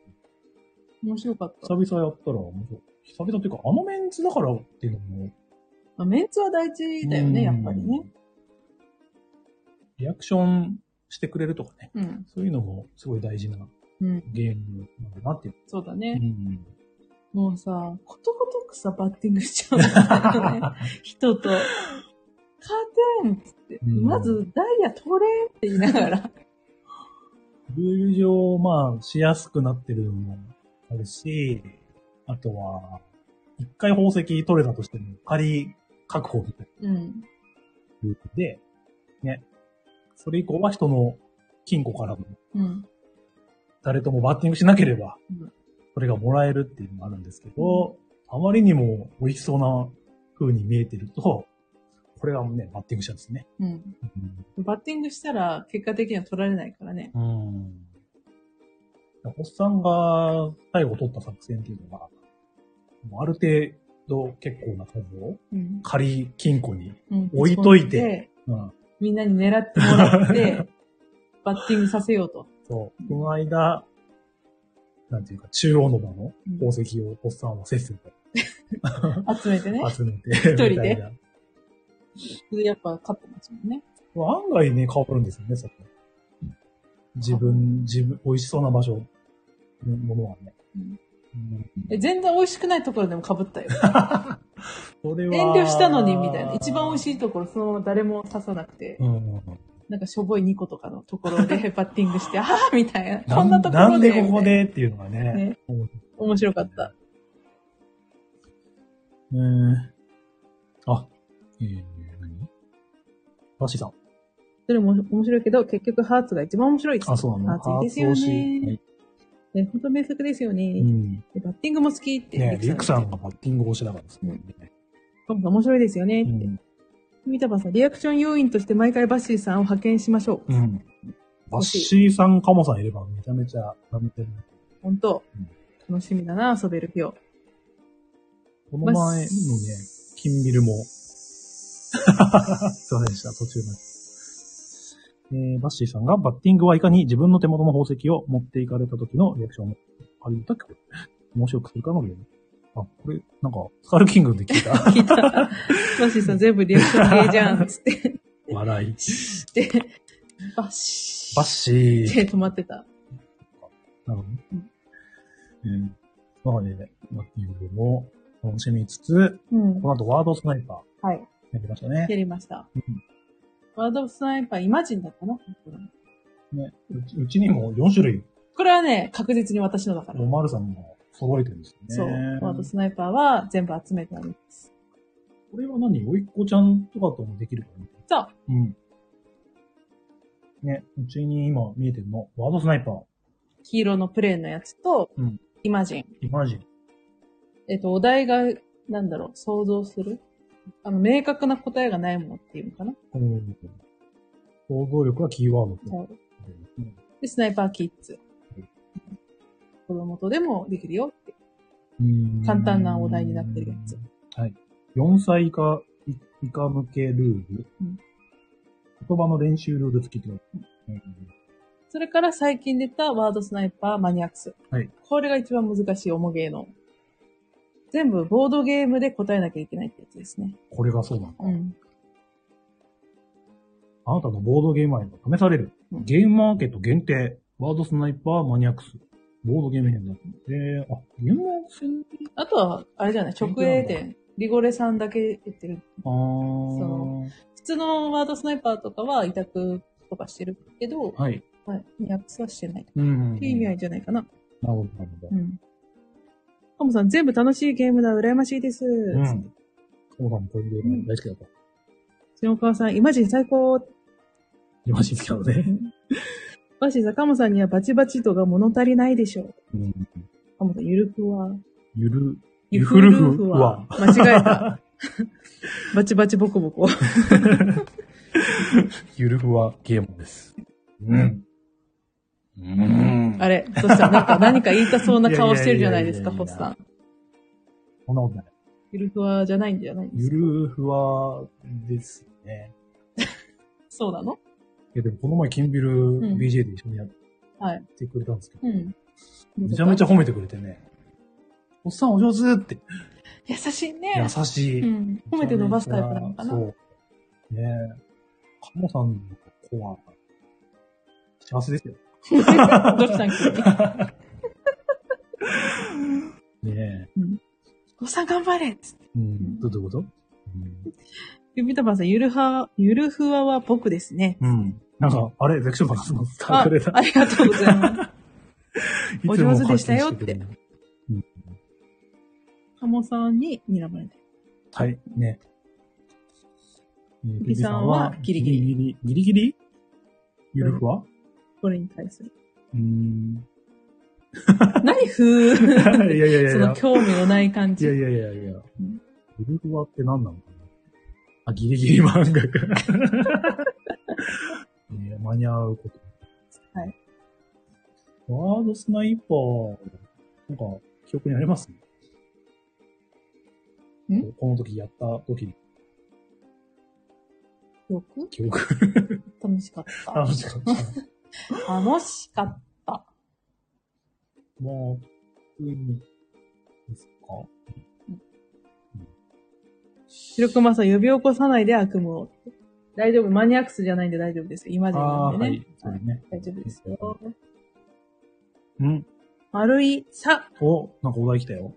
S2: 面白かった。
S1: ど、久々やったら面白い。久々っていうか、あのメンツだからっていうのも。
S2: まあ、メンツは大事だよね、やっぱりね
S1: う。ん。リアクションしてくれるとかね。
S2: うん。
S1: そういうのもすごい大事な
S2: うん。
S1: ゲームなんだなっていう。
S2: そうだ
S1: う
S2: ね。
S1: ん。
S2: もうさ、ことごとくさ、バッティングしちゃうんだよ *laughs* ね。人と。カーテンっつって、
S1: うん
S2: まずダイヤ取れって言いながら。
S1: ルール上、まあ、しやすくなってるのもあるし、あとは、一回宝石取れたとしても、仮確保みたい
S2: うん。
S1: なルールで、ね。それ以降は人の金庫からも、
S2: うん。
S1: 誰ともバッティングしなければ
S2: うん、
S1: それがもらえるっていうのがあるんですけど、あまりにも美味しそうな風に見えてると、これがね、バッティングしたんですね。
S2: うん。バッティングしたら、結果的には取られないからね。
S1: うん。おっさんが最後取った作戦っていうのが、もうある程度結構な数を
S2: うん。
S1: 仮金庫に、
S2: うん
S1: 置いといて。うん、
S2: みんなに狙ってもら
S1: *laughs*
S2: って、バッティングさせようと。
S1: そう、その間、なんていうか中央の場の宝石をおっさんはせっせと
S2: 集めてね。
S1: 集めて、
S2: 人で
S1: みたいな。
S2: やっぱ勝ってますもんね。
S1: 案外ね、変わるんですよね、そこ。自分、自分、美味しそうな場所のものはね。
S2: うん
S1: うん
S2: え、全然美味しくないところでも被ったよ。
S1: それは
S2: 遠慮したのに、みたいな。一番美味しいところ、そのまま誰も刺さなくて、
S1: うんうんうん
S2: なんかしょぼい2個とかのところでバッティング
S1: *laughs*
S2: して、ああみたいな。
S1: な
S2: こんなところで。
S1: なんでここ
S2: みたい
S1: でっていうのがね。
S2: な。ね。面白かった。
S1: えー、あ、えー、何バッシーさん。
S2: それも面白いけど、結局ハーツが一番面白いっつって
S1: あ、そうなの
S2: ハーツいいですよ
S1: ハ
S2: ね
S1: ーツ推しはい
S2: ね、本当名作ですよね
S1: う。ん。
S2: でバッティングも好きって。
S1: ねリ
S2: リ
S1: ク
S2: ク
S1: さ
S2: さん。
S1: んがバッティング推しだからですね。
S2: トムさん面白いですよ
S1: う
S2: ねって。
S1: ん。
S2: 見たばさん、リアクション要員として毎回バッシーさんを派遣しましょう。
S1: うん。バッシーさん、カモさんいればめちゃめちゃ舐めてる。
S2: 本当
S1: うん
S2: 楽しみだな、遊べる日を。
S1: この前のね、金ビル *laughs* も。すいませんでした、途中まで。えー、バッシーさんがバッティングはいかに自分の手元の宝石を持っていかれた時のリアクションを借りた曲。面白くするかのゲーム。あ、これ、なんか、スカルキングで聞いた。
S2: 聞いた。バッシーさん全部リアクション系じゃん、つって。
S1: *laughs* *laughs* 笑い。
S2: で、バッシ
S1: バッシー *laughs*
S2: ーっ。て止まってた。
S1: なるほどね。うん。なので、バッティングも楽しみつつ、
S2: うん
S1: こ。の後ワードスナイパ
S2: はい。
S1: ーやりましたね。
S2: やりました
S1: うん。
S2: ワードオブスナイパー、イマジンだったな。
S1: ねうちうちにも4種類、
S2: これはね、確実に私のだから
S1: ロ。マールさんも揃えてるんですよね。
S2: そう。ワードスナイパーは全部集めてあります。
S1: これは何おいっ子ちゃんとかともできるかな
S2: そう。
S1: うん。ね、うちに今見えてるの、ワードスナイパー、
S2: 黄色のプレーンのやつと、
S1: うん
S2: イマジン。
S1: イマジン。
S2: えっと、お題が、なんだろう、想像するあの、明確な答えがないものっていうのかな、
S1: うん想像力はキーワードと。
S2: そうで、スナイパーキッズ。子供とでもできるよって。
S1: うん
S2: 簡単なお題になってるやつ。
S1: はい。4歳以下、い以下向けルール。
S2: うん
S1: 言葉の練習ルール付きってことうん
S2: それから最近出たワードスナイパーマニアックス。
S1: はい
S2: これが一番難しい重ゲーの。全部ボードゲームで答えなきゃいけないってやつですね。
S1: これがそうなの。
S2: うん。
S1: あなたのボードゲーム愛が試される。
S2: うん
S1: ゲームマーケット限定。ワードスナイパーマニアックス。ボードゲーム編だって。えー、あ、ゲームマーケッ
S2: あとは、あれじゃない、直営店。リゴレさんだけ言ってる
S1: トあー。
S2: 普通のワードスナイパーとかは委託とかしてるけど、
S1: はい。
S2: はい、ニアックスはしてない。っ
S1: うんうんうん。
S2: ていう意味合い
S1: なる
S2: じゃないかな。
S1: ほど、なるほど
S2: う。ん。トムさん、全部楽しいゲームだ、羨ましいです。
S1: うん。そうさんもこういうゲーム大好きだと。
S2: そのお母さん、イマジン最高。
S1: いましいですけどね。
S2: バシ坂本さんにはバチバチ度が物足りないでしょう。
S1: うん。
S2: 坂本さん、ゆるふわ。
S1: ゆる、
S2: ゆ
S1: ゆ
S2: ふ
S1: ふ
S2: る
S1: る
S2: ふ
S1: ふ
S2: わ
S1: わ。
S2: 間違えた。バチバチボコボコ。
S1: ゆるふわゲームです。うん。うん
S2: あれ、そしたら
S1: *laughs*
S2: なんか何か言いたそうな顔してるじゃないですか、
S1: いやい
S2: ホ
S1: や
S2: ッ
S1: いやいやいや
S2: さん。
S1: そんなことない。
S2: ゆるふわじゃないんじゃないで
S1: ゆ
S2: すか。
S1: るふわですね。
S2: そうなの
S1: いや、でもこの前、キンビル
S2: ん
S1: BJ で一緒にやっ
S2: はい。
S1: てくれたんですけど、
S2: うん。
S1: めちゃめちゃ
S2: ゃ。
S1: 褒めてくれてね、おっさんお上手って、
S2: 優しいね。
S1: 優しい。
S2: うん、褒めて伸ばすタイプなのかな。
S1: そう。ねえ。カモさんの子は、幸せですよ。
S2: どうしたん急に
S1: ねえ。
S2: おさん頑張れっつって。
S1: うん。どどういうこと
S2: 指たばさん、ゆるは、ゆるふわは僕ですね。
S1: うん。うんなんか、あれ、ゼクションバランスの使
S2: あ
S1: ってくれた。
S2: ありがとうございます。 *laughs*
S1: いつも
S2: お上手でしたよって
S1: 発見してくれる。
S2: カモさんに睨まれて。
S1: はい、ね。
S2: ピピさんはギリギリ
S1: リ。ギリギリゆるふわ
S2: これに対する。
S1: うーん。
S2: 何ふ
S1: *laughs* いや
S2: ー
S1: いやいやいや。
S2: その興味のない感
S1: い
S2: じ
S1: や。いやいやいや
S2: ん。
S1: ゆるふわって何なのかなあ、ギリギリ漫 *laughs* 画か。ね間に合うこと。
S2: はい。
S1: ワードスナイパー、なんか、記憶にあります
S2: ん
S1: この時やった時
S2: *laughs*
S1: の
S2: よく
S1: 記憶。
S2: 楽しかった。
S1: 楽しかった。
S2: 楽しかった。
S1: まあ、普通に、ですか
S2: 白熊さん、呼び起こさないで悪夢を。大丈夫。マニアックスじゃないんで大丈夫です。今
S1: あ
S2: でな
S1: あ
S2: ん
S1: ー、
S2: で
S1: は
S2: ね。
S1: い。そうだね。
S2: 大丈夫ですよ。
S1: うん。
S2: 丸い、さ。
S1: お、なんかお題来たよ。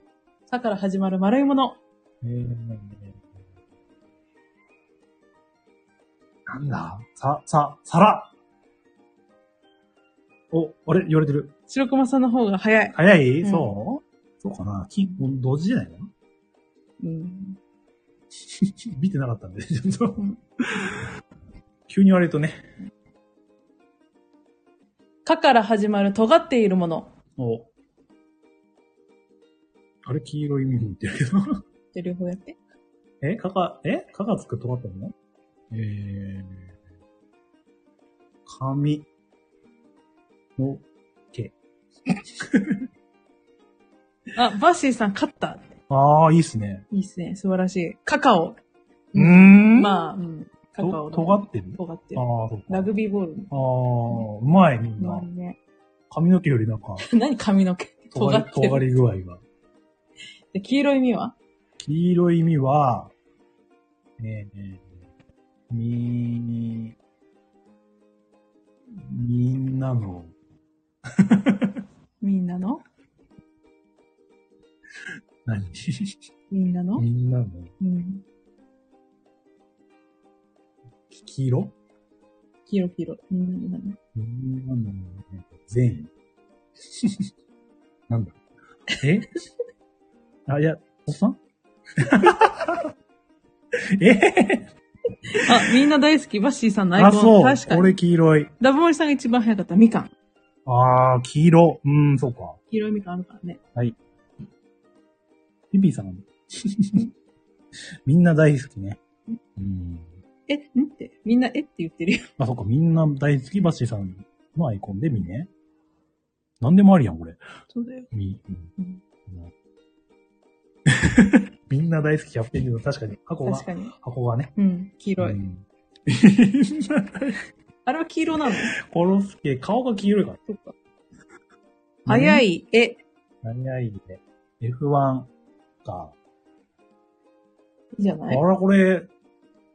S2: さから始まる丸いもの。
S1: えー、なんださ、さ、皿お、あれ言われてる。
S2: 白熊さんの方が早い。
S1: 早い、
S2: うん
S1: そうそうかな金、同時じゃないかな
S2: うん。
S1: *laughs* 見てなかったんで、ちょっと
S2: うん。
S1: 急に言われるとね。
S2: かから始まる尖っているもの。
S1: お。あれ、黄色い耳にってるけど。 *laughs*
S2: じゃあ両方やって。
S1: え、かか、えかがつくとまったのえー、髪の
S2: あ、バッシーさん勝った。
S1: ああ、いいっすね。
S2: いいっすね。素晴らしい。カカオ。
S1: うーん。あ、
S2: まあ、うん。カカオ、
S1: と、尖ってる
S2: 尖って
S1: あ
S2: る。
S1: あ、そうか。
S2: ラ
S1: あ
S2: グビーボールの
S1: あー、うまい、みんな
S2: 周。りね。
S1: 髪の毛よりなんか、
S2: *laughs* 何髪の毛尖
S1: 尖り、
S2: って
S1: 尖
S2: る。
S1: り具合が。
S2: で黄色い実は
S1: 黄色い実は、えー、み、みんなの、
S2: みんなの
S1: 何
S2: みんなの
S1: みんなの、
S2: うん。
S1: 黄色
S2: 黄色黄色。みんなの何
S1: みんなの、善意。 *laughs* なんだえあ、いや、おっさん *laughs* え
S2: あ、みんな大好き。バッシーさんのア
S1: あ、
S2: イコ
S1: そ
S2: ン。
S1: う。
S2: 確か
S1: 俺
S2: に。
S1: 黄色い。
S2: ダブモリさんが一番早かった。みかん。
S1: あー、黄色。うーん、そうか。
S2: 黄色いみかんあるからね。
S1: ピピーさん。 *laughs* みんな大好きね。うん。
S2: え、んって。みんなえって
S1: *laughs*
S2: 言ってるよ。
S1: あ、そっか。みんな大好きバッシーさんのアイコンでみね。なんでもありやん、これ。
S2: そうだよ。
S1: み、う
S2: うん
S1: ん。 *laughs* みんな大好きキャプテンリーの確かに。箱が
S2: 確、かに。
S1: 箱がね。
S2: うん。黄色
S1: *laughs*
S2: い。
S1: うん。
S2: あれは黄色なの
S1: コロスケ、顔が黄色いから。
S2: そっか。早
S1: い。
S2: い、え、
S1: 早いね。F1 か。
S2: いいじゃ
S1: あ
S2: ない
S1: ら、これ、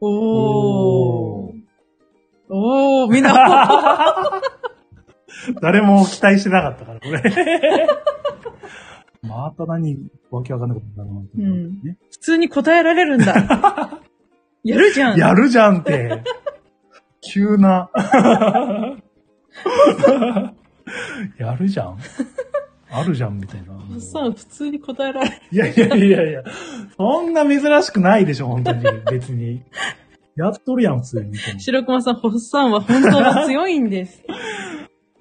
S2: お
S1: *laughs* お
S2: ー。おー、みんな、 *laughs*
S1: 誰も期待してなかったから、こ *laughs* れ。また何、わけわかんないことになるのって
S2: うん
S1: ね。
S2: 普通に答えられるんだ。
S1: *laughs*
S2: やるじゃん。
S1: やるじゃんって。急
S2: *laughs*
S1: な。やるじゃんあるじゃんみたいな。
S2: おっさん、普通に答えられる。
S1: いやいやいやいや、そんな珍しくないでしょ、本当に。別に。やっとるやん、普通に。
S2: 白熊さん、ホッサンは本当は強いん *laughs* です。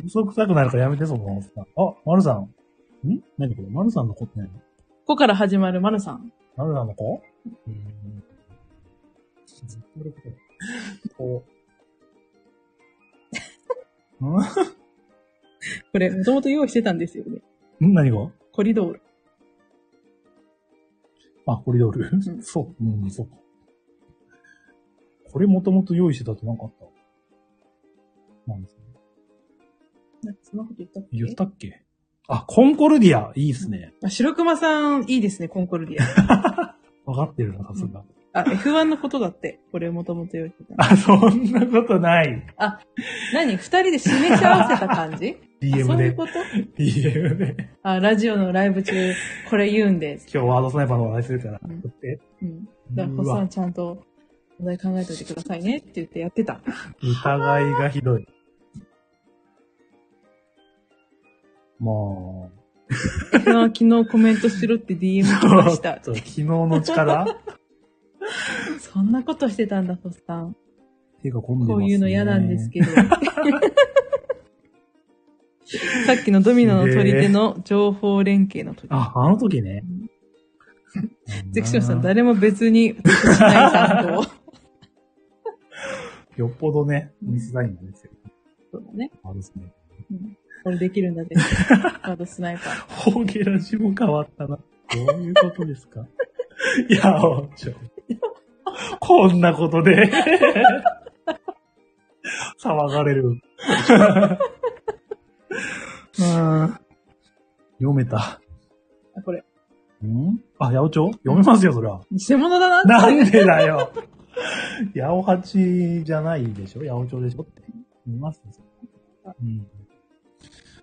S1: 嘘くさくなるからやめて、そのおっさん。あ、まるさん。ん何これまるさんの子って何
S2: ここから始まるマルさん。
S1: なるなの子うん。こう。
S2: これ、もともと用意してたんですよね。
S1: ん何が
S2: コリドール。
S1: あ、コリドール、
S2: ん
S1: そう。うん、そうか。これもともと用意してたってなんかあったなんですか
S2: なんかそんなこと言ったっけ
S1: 言ったっけあ、コンコルディアいいっすね。
S2: あ白熊さん、いいですね、コンコルディ
S1: わかってるな、さすが。
S2: ア。あ、F1 のことだって。これ、もともと用意してた。
S1: あ、そんなことない。
S2: 何二人で示し合わせた感じあ
S1: DM
S2: そうい
S1: で
S2: う。こと
S1: DM で。
S2: あ、ラジオのライブ中、これ言うんです。
S1: 今日ワードスナイパーの話するから、
S2: うん
S1: 送って。
S2: うん。だから、
S1: う
S2: ホッサ
S1: わ
S2: ンちゃんと、お題考えておいてくださいねって言ってやってた。
S1: 疑いがひどい。まあ、
S2: 昨日コメントしろって DM 来ました
S1: ち。ょっと昨日の
S2: *laughs*
S1: 力って
S2: そんなことしてたんだ、ホッサン。
S1: いうか混んで
S2: こ
S1: ます、ね、
S2: ういうの嫌なんです
S1: *laughs*
S2: けど。さっきのドミノの取り手の情報連携の時。
S1: あ、あの時ね。
S2: ゼクションさん、
S1: だ
S2: 誰も別に、私しないさんと。
S1: よっぽどね、ミスダインなんですよ。
S2: そうだね。
S1: あれですね。
S2: うんこれできるんだね。カードスナイパー。
S1: 方言ラジも変わったな。どういうことですかいや、ちょ。こんなことで。騒がれる。 *laughs* うん読めた。
S2: あ、これ、
S1: んあ、八百長読めますよ、そりゃ。
S2: 偽物だなっ
S1: なんでだよ。八百八じゃないでしょ八百長でしょって。見ますよ、それうん。
S2: て。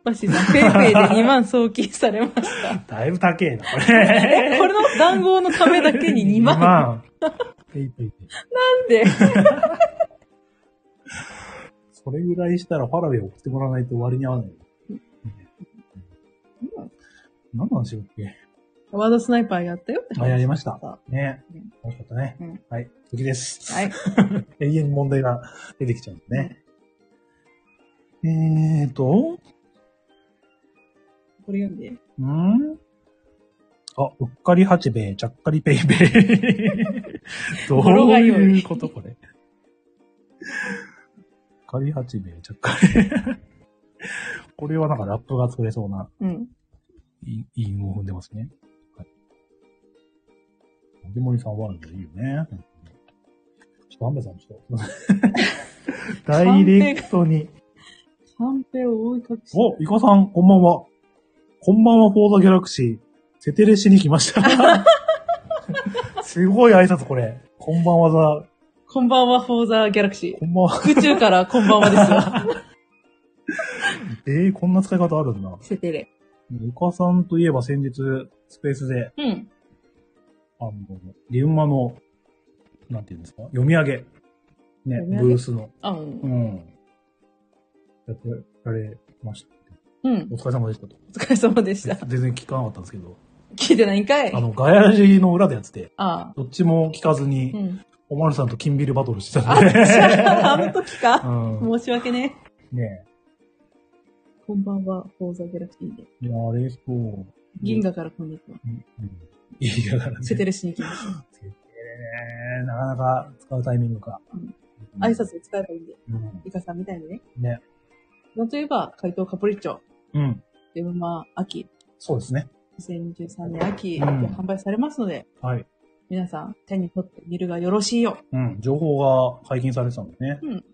S2: バッシーさん、ペイペイで2万送金されました。
S1: だいぶ高 *laughs* えな、これ。
S2: これの談合のためだ
S1: *laughs*
S2: けに2万。
S1: 2万。ペイペイペイ
S2: なんで
S1: それぐらいしたらファラウェイ送ってもらわないと割に合わない。何の話だっけ
S2: ワードスナイパーやったよって話
S1: あ、やりました
S2: は。
S1: ね
S2: ね。
S1: 楽しかったね
S2: うん。
S1: はい。次です。
S2: い。
S1: 永遠に問題が出てきちゃうんでね。えーと、
S2: これ読んで。
S1: うんあ、うっかり八兵衛、ちゃっかりペイ
S2: *laughs*
S1: ペイ。ど
S2: 語呂
S1: う
S2: が良い
S1: いうことこれ。うっかり八兵衛、ちゃっかり。これはなんかラップが作れそうな
S2: うん。
S1: 韻韻を踏んでますね。はい。で森さんはあるんでいいよね。ちょっと、アンベさんちょっと。 *laughs* ダイレクトに。
S2: カンペを覆い隠し。
S1: お、イカさん、こんばんは。こんばんは、フォーザギャラクシー。セテレしに来ました。 *laughs* すごい挨拶、これ。こんばんはザ、
S2: こんばんは、フォーザギャラクシー。
S1: こんばんは。
S2: 空中からこんばんはですよ。
S1: えー、こんな使い方あるんだ。
S2: セテレ。
S1: イカさんといえば先日、スペースで、
S2: うん。
S1: あの、リウマの、なんていうんですか読み上げ。ね、
S2: 読み上げ
S1: ブースの。
S2: あ、う。
S1: うんん。やってられました。
S2: うん。
S1: お疲れ様でした
S2: *laughs*
S1: と。
S2: お疲れ様でした。
S1: 全然聞かなかったんですけど、
S2: 聞いてないんかい
S1: あの、ガヤラジの裏でやってて、
S2: ああ。
S1: どっちも聞かずに、
S2: うん。
S1: おまるさんと金ビルバトルしてた
S2: あ、
S1: んで。
S2: じ *laughs* ゃあ、あの時か。
S1: う
S2: 申し訳ね。
S1: ん。ね
S2: こんばんは、フォーザギャラクシーで。
S1: え。いや、あれ、そう。
S2: 銀河からこんにちは。
S1: うん。うんいいだからね。
S2: セテレしに来まし
S1: えーなかなか使うタイミングか。
S2: うんた。挨。拶を使えばいいんで。
S1: うん。
S2: イカさんみたいにね。
S1: ね。
S2: なんといえば、怪盗カプリッチョ。
S1: うん。
S2: デブマ秋。
S1: そうですね。
S2: 2023年秋、
S1: うん
S2: 販売されますので、
S1: はい。
S2: 皆さん手に取ってみるがよろしいよ。
S1: うん。情報が解禁されてたんでね。
S2: うん。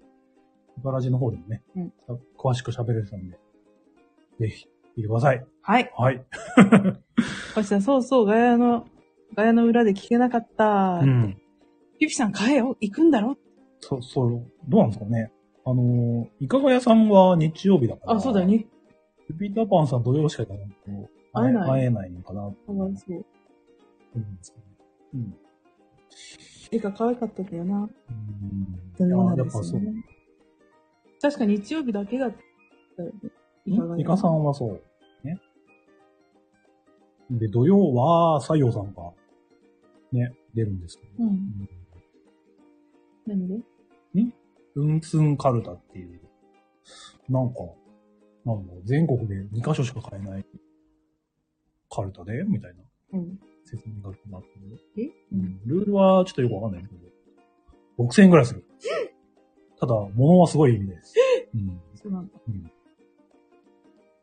S1: ガラジの方でもね。
S2: うん
S1: 詳しく喋れてたんで。ぜひ、見てください。
S2: はい。
S1: はい。
S2: こちら、そうそう、ガヤの、ガヤの裏で聞けなかった。
S1: うん。
S2: ゆきさん買えよ行くんだろ
S1: そう、そう。どうなんですかね。あのー、いかが屋さんは日曜日だから。
S2: あ、そうだよ。ね。
S1: ルピーターパンさん土曜しか行かないと
S2: 会えない
S1: 会えないのかなと
S2: か
S1: 思
S2: わ
S1: う
S2: い
S1: んで
S2: そう。
S1: すけど。うん。
S2: 絵が可愛かったんだよな。
S1: う
S2: ど
S1: ん。
S2: うなん
S1: や
S2: で
S1: っぱ
S2: す
S1: そ
S2: よ
S1: う。
S2: ね。確か日曜日だけだったよね。
S1: うんイカさ
S2: ん。
S1: んはそう。ね。で、土曜は、西洋さんが、ね、出るんですけど。
S2: うん。何で
S1: うんつんカルタっていう、なんか、なんだろう全国で2カ所しか買えない、カルタでみたいな
S2: うん。
S1: 説明があって。
S2: え
S1: うんルールはちょっとよくわかんないんですけど、6000円ぐらいする。ただ、物はすごいいいみたいです。うん。
S2: そうなんだ。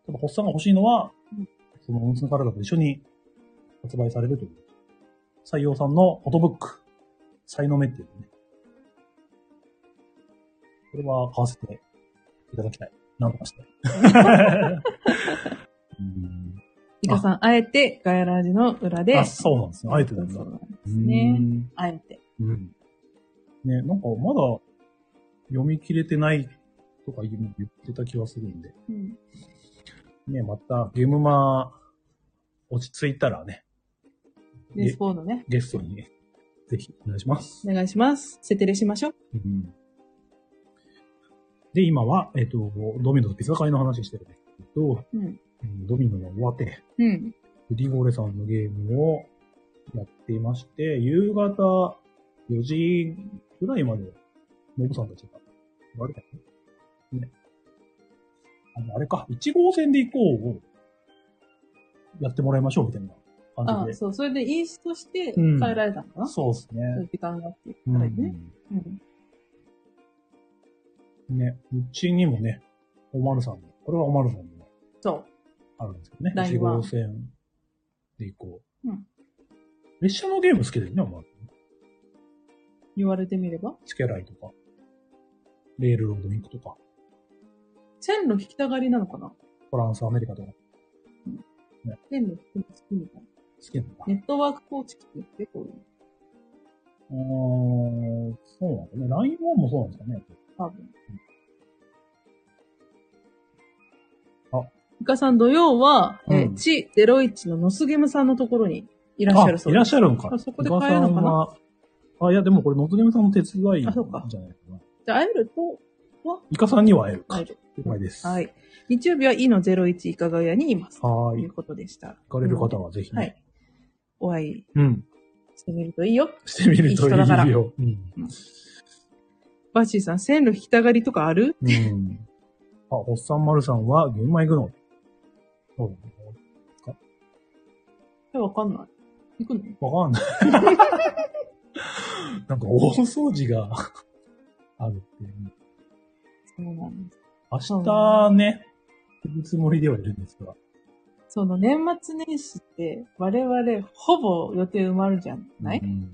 S1: ただ、ホッサンが欲しいのは、
S2: うん
S1: その、温泉からだと一緒に発売されるという。採用さんのフォトブック。才能目っていうのね。これは買わせていただきたい。なんとか
S2: *laughs*
S1: して。うん
S2: イカさん、あえてガヤラージの裏で。
S1: あ、そうなんですね。あえてなんだ
S2: そう。なんですね。
S1: うん
S2: あえて。
S1: うん。ね、なんかまだ読み切れてないとか言う言ってた気はするんで。
S2: うん。
S1: ね、またゲームマ落ち着いたらね、
S2: レ
S1: ゲ
S2: スポーのね、
S1: ゲストにねぜひお願いします。
S2: お願いします。セテレしましょう。
S1: うん、で、今は、えっ、と、ドミノとピザ会の話してるんですけど、
S2: うん。
S1: うんドミノが終わって、
S2: うん。
S1: フリゴレさんのゲームをやっていまして、夕方4時ぐらいまで、ノブさんたちが、あれだよね。ね。あの、あれか、1号線で行こうを、やってもらいましょうみたいな
S2: あ
S1: 感じで。
S2: そう。それでインストして
S1: うん
S2: 変えられたのかな、
S1: そうですね。
S2: そういう時間があって。
S1: うん
S2: はいね。うん。
S1: ね、うちにもね、おまるさんも、これはおまるさんも
S2: そ
S1: あるんですけどね。
S2: 第
S1: 1
S2: 二話
S1: 号線で行こう。
S2: うん
S1: 列車のゲーム好きだよね、おまる。
S2: う。言われてみれば。
S1: つけライとか、レールロードインクとか、
S2: 線路引きたがりなのかな
S1: フランス、アメリカとか好
S2: 線路引くの好きみたい
S1: きなのか
S2: な。ネットワーク構築って言ってこういうの。
S1: うーん、そうなんだね。ラインワンもそうなんですかね。
S2: 多分。
S1: あ。
S2: イカさん、土曜は、え
S1: う
S2: ー、
S1: ん
S2: 地01のノスゲムさんのところにいらっしゃるそう
S1: いら
S2: で
S1: っ
S2: す。
S1: しゃるんか。
S2: あそこで買えるの
S1: 伊賀さ
S2: かな
S1: んはあ、いや、でもこれ、ノズゲムさんの手伝いじゃない
S2: あ
S1: か
S2: そうか
S1: な。
S2: じゃあ、会えると、
S1: イカさんには会えるか
S2: 会え。る。
S1: 了解です。。
S2: はいい。日曜日は E の01イカガヤにいます。
S1: はー
S2: とい
S1: い。
S2: うことでした。
S1: 行かれる方はぜひね。
S2: はい。お会い
S1: うん。
S2: してみるといいよ。
S1: してみるといい
S2: いい人だから
S1: よ。うん。
S2: バッシーさん、線路引きたがりとかある
S1: うん。あ、おっさんまるさんは、玄米行くの。そう。
S2: え、わかんない。行くの
S1: わかんない。 *laughs* なんか大掃除が *laughs* あるっていう。
S2: そうなんです。
S1: 明日ね、行くつもりではいるんですが。
S2: その年末年始って、我々、ほぼ予定埋まるじゃない、
S1: うん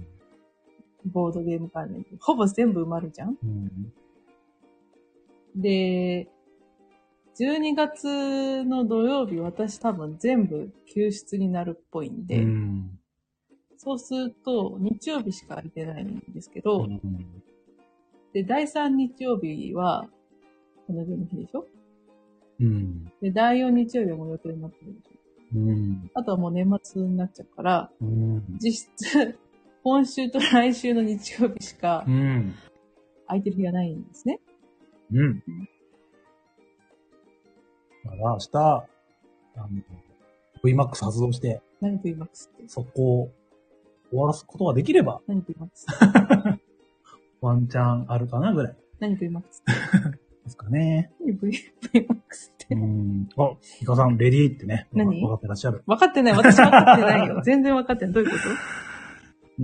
S2: ボードゲーム関連って。ほぼ全部埋まるじゃん
S1: うん。
S2: で、12月の土曜日、私多分全部休室になるっぽいんで、
S1: うん
S2: そうすると、日曜日しか空いてないんですけど、
S1: うん
S2: で、第3日曜日は、この日の日でしょ
S1: うん。
S2: で、第4日曜日はもう予定になってるでしょ
S1: うん。
S2: あとはもう年末になっちゃうから、
S1: うん。
S2: 実質、今週と来週の日曜日しか
S1: うん。
S2: 空いてる日がないんですね。
S1: うん。だから明日、あの、VMAX 発動して、
S2: 何と言いますって。
S1: そこを終わらすことができれば、
S2: 何と言います
S1: ワンチャンあるかなぐらい
S2: 何と言います
S1: ですかね。
S2: 何 ?VMAX っ
S1: う。
S2: て
S1: ん。あ、イカさん、レディーってね、
S2: 何
S1: わかってらっしゃる。
S2: 分かってない。私分かってないよ。 *laughs* 全然分かってない。どういうこと
S1: え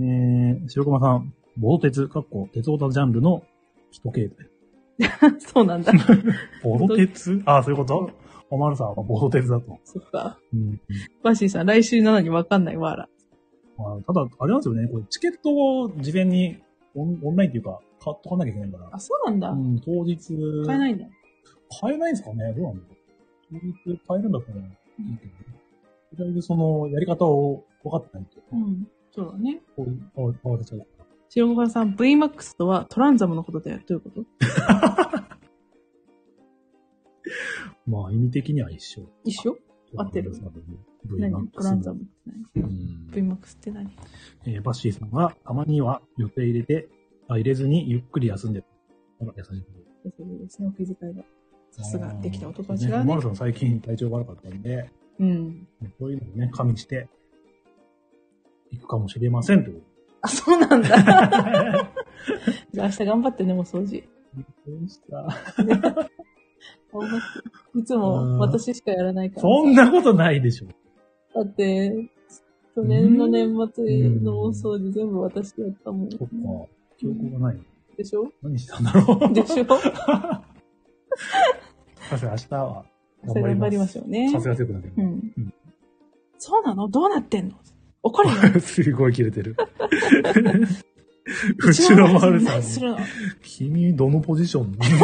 S1: ー、白熊さん、ボード鉄、かっこ、鉄オタジャンルの一系統。
S2: *laughs* そうなんだ。
S1: ボード鉄ああ、そういうことおまるさんはボード鉄だと。
S2: そっか。
S1: うん。
S2: バッシーさん、来週なのに分かんないわあら。
S1: まあ、ただ、あれなんですよね、これチケットを事前にオンオンラインっていうか、買っとかなきゃいけないから。
S2: あ、そうなんだ。
S1: うん、当日。
S2: 買えないんだ。
S1: 買えないんですかねどうなんだろう。当日買えるんだったらいいけどね。とりあえずその、やり方を分かってないと。
S2: うん。そうだね。
S1: こう、あわれちゃう。
S2: 白ごさん、VMAX とはトランザムのことだよ。どういうこと
S1: まあ、意味的には一緒。
S2: 一緒合ってる
S1: VMAX の
S2: 何トランザムって
S1: うん
S2: 何 ?VMAX って何
S1: えーバッシーさんが、たまには予定入れて、あ、入れずにゆっくり休んでる。あら、優しい。
S2: そうですね、お気遣いが。さすが、できた男は違
S1: ね
S2: う
S1: マ
S2: ね
S1: ル。さん最近体調悪かったんで、
S2: うん。
S1: こういうのをね、加味して、行くかもしれませんというこ
S2: あ、そうなん *laughs*
S1: と
S2: だ。
S1: で。
S2: じゃあ明日頑張ってね、もう掃除。
S1: どうした
S2: 頑張っていつも私しかやらないからさ。
S1: そんなことないでしょ。
S2: だって、去年の年末の大掃除全部私やったもん。
S1: そっか。記憶がない。
S2: でしょ
S1: *laughs* 何したんだろう。
S2: でしょ
S1: さすが明日は
S2: それ頑
S1: 頑張
S2: 張
S1: り
S2: り
S1: ま。
S2: ますしょうね
S1: さ。すがセブンだけ
S2: う
S1: ど。
S2: ん
S1: うん。
S2: そうなのどうなってんの怒れよ。
S1: すごい切れてる。 *laughs* 後ろ丸さん
S2: 何
S1: に
S2: するの
S1: 君、どのポジションの人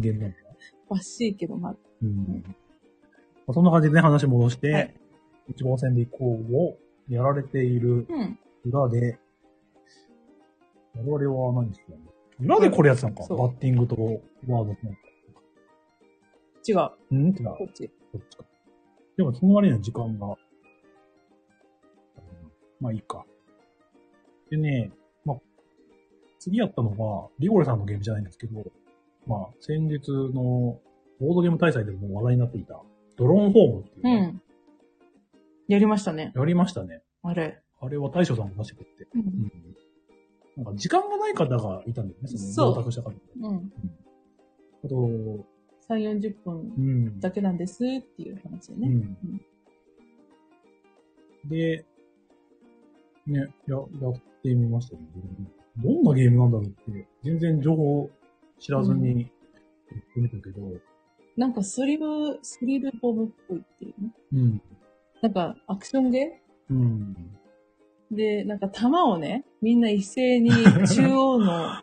S1: 間なの
S2: わっしいけど、まあ、
S1: うん。まあそんな感じでね、話戻して、
S2: はい
S1: 1号線で行こうをやられている
S2: うん。
S1: 裏で、我々は何してたの裏でこれやってたのか。
S2: そう
S1: バッティングとワードと。
S2: 違う。こ
S1: うん違う。こ
S2: っち。
S1: っちか。でも、その割には時間が、うんまあいいか。でね、まあ、次やったのが、リゴレさんのゲームじゃないんですけど、まあ、先日のボードゲーム大祭でも話題になっていた、ドローンホームっていう
S2: う
S1: ね、
S2: ん。やりましたね。
S1: やりましたね。
S2: あれ。
S1: あれは大将さんが出してくれて。う
S2: う。
S1: んん。なんか時間がない方がいたんだよね、そ
S2: そ
S1: の、
S2: う
S1: 到着した方。
S2: うん。
S1: あと、う
S2: 3、40分
S1: ん。
S2: だけなんですっていう話で
S1: う
S2: ね。
S1: ん。で、ね、や、やってみましたね。どんなゲームなんだろうって、全然情報知らずにやってみたけど、
S2: なんかスリル、スリルボムっぽいっていうね。
S1: うん。
S2: なんかアクションゲ
S1: うん。
S2: ーで、なんか弾をね、みんな一斉に中
S1: *laughs*
S2: 央の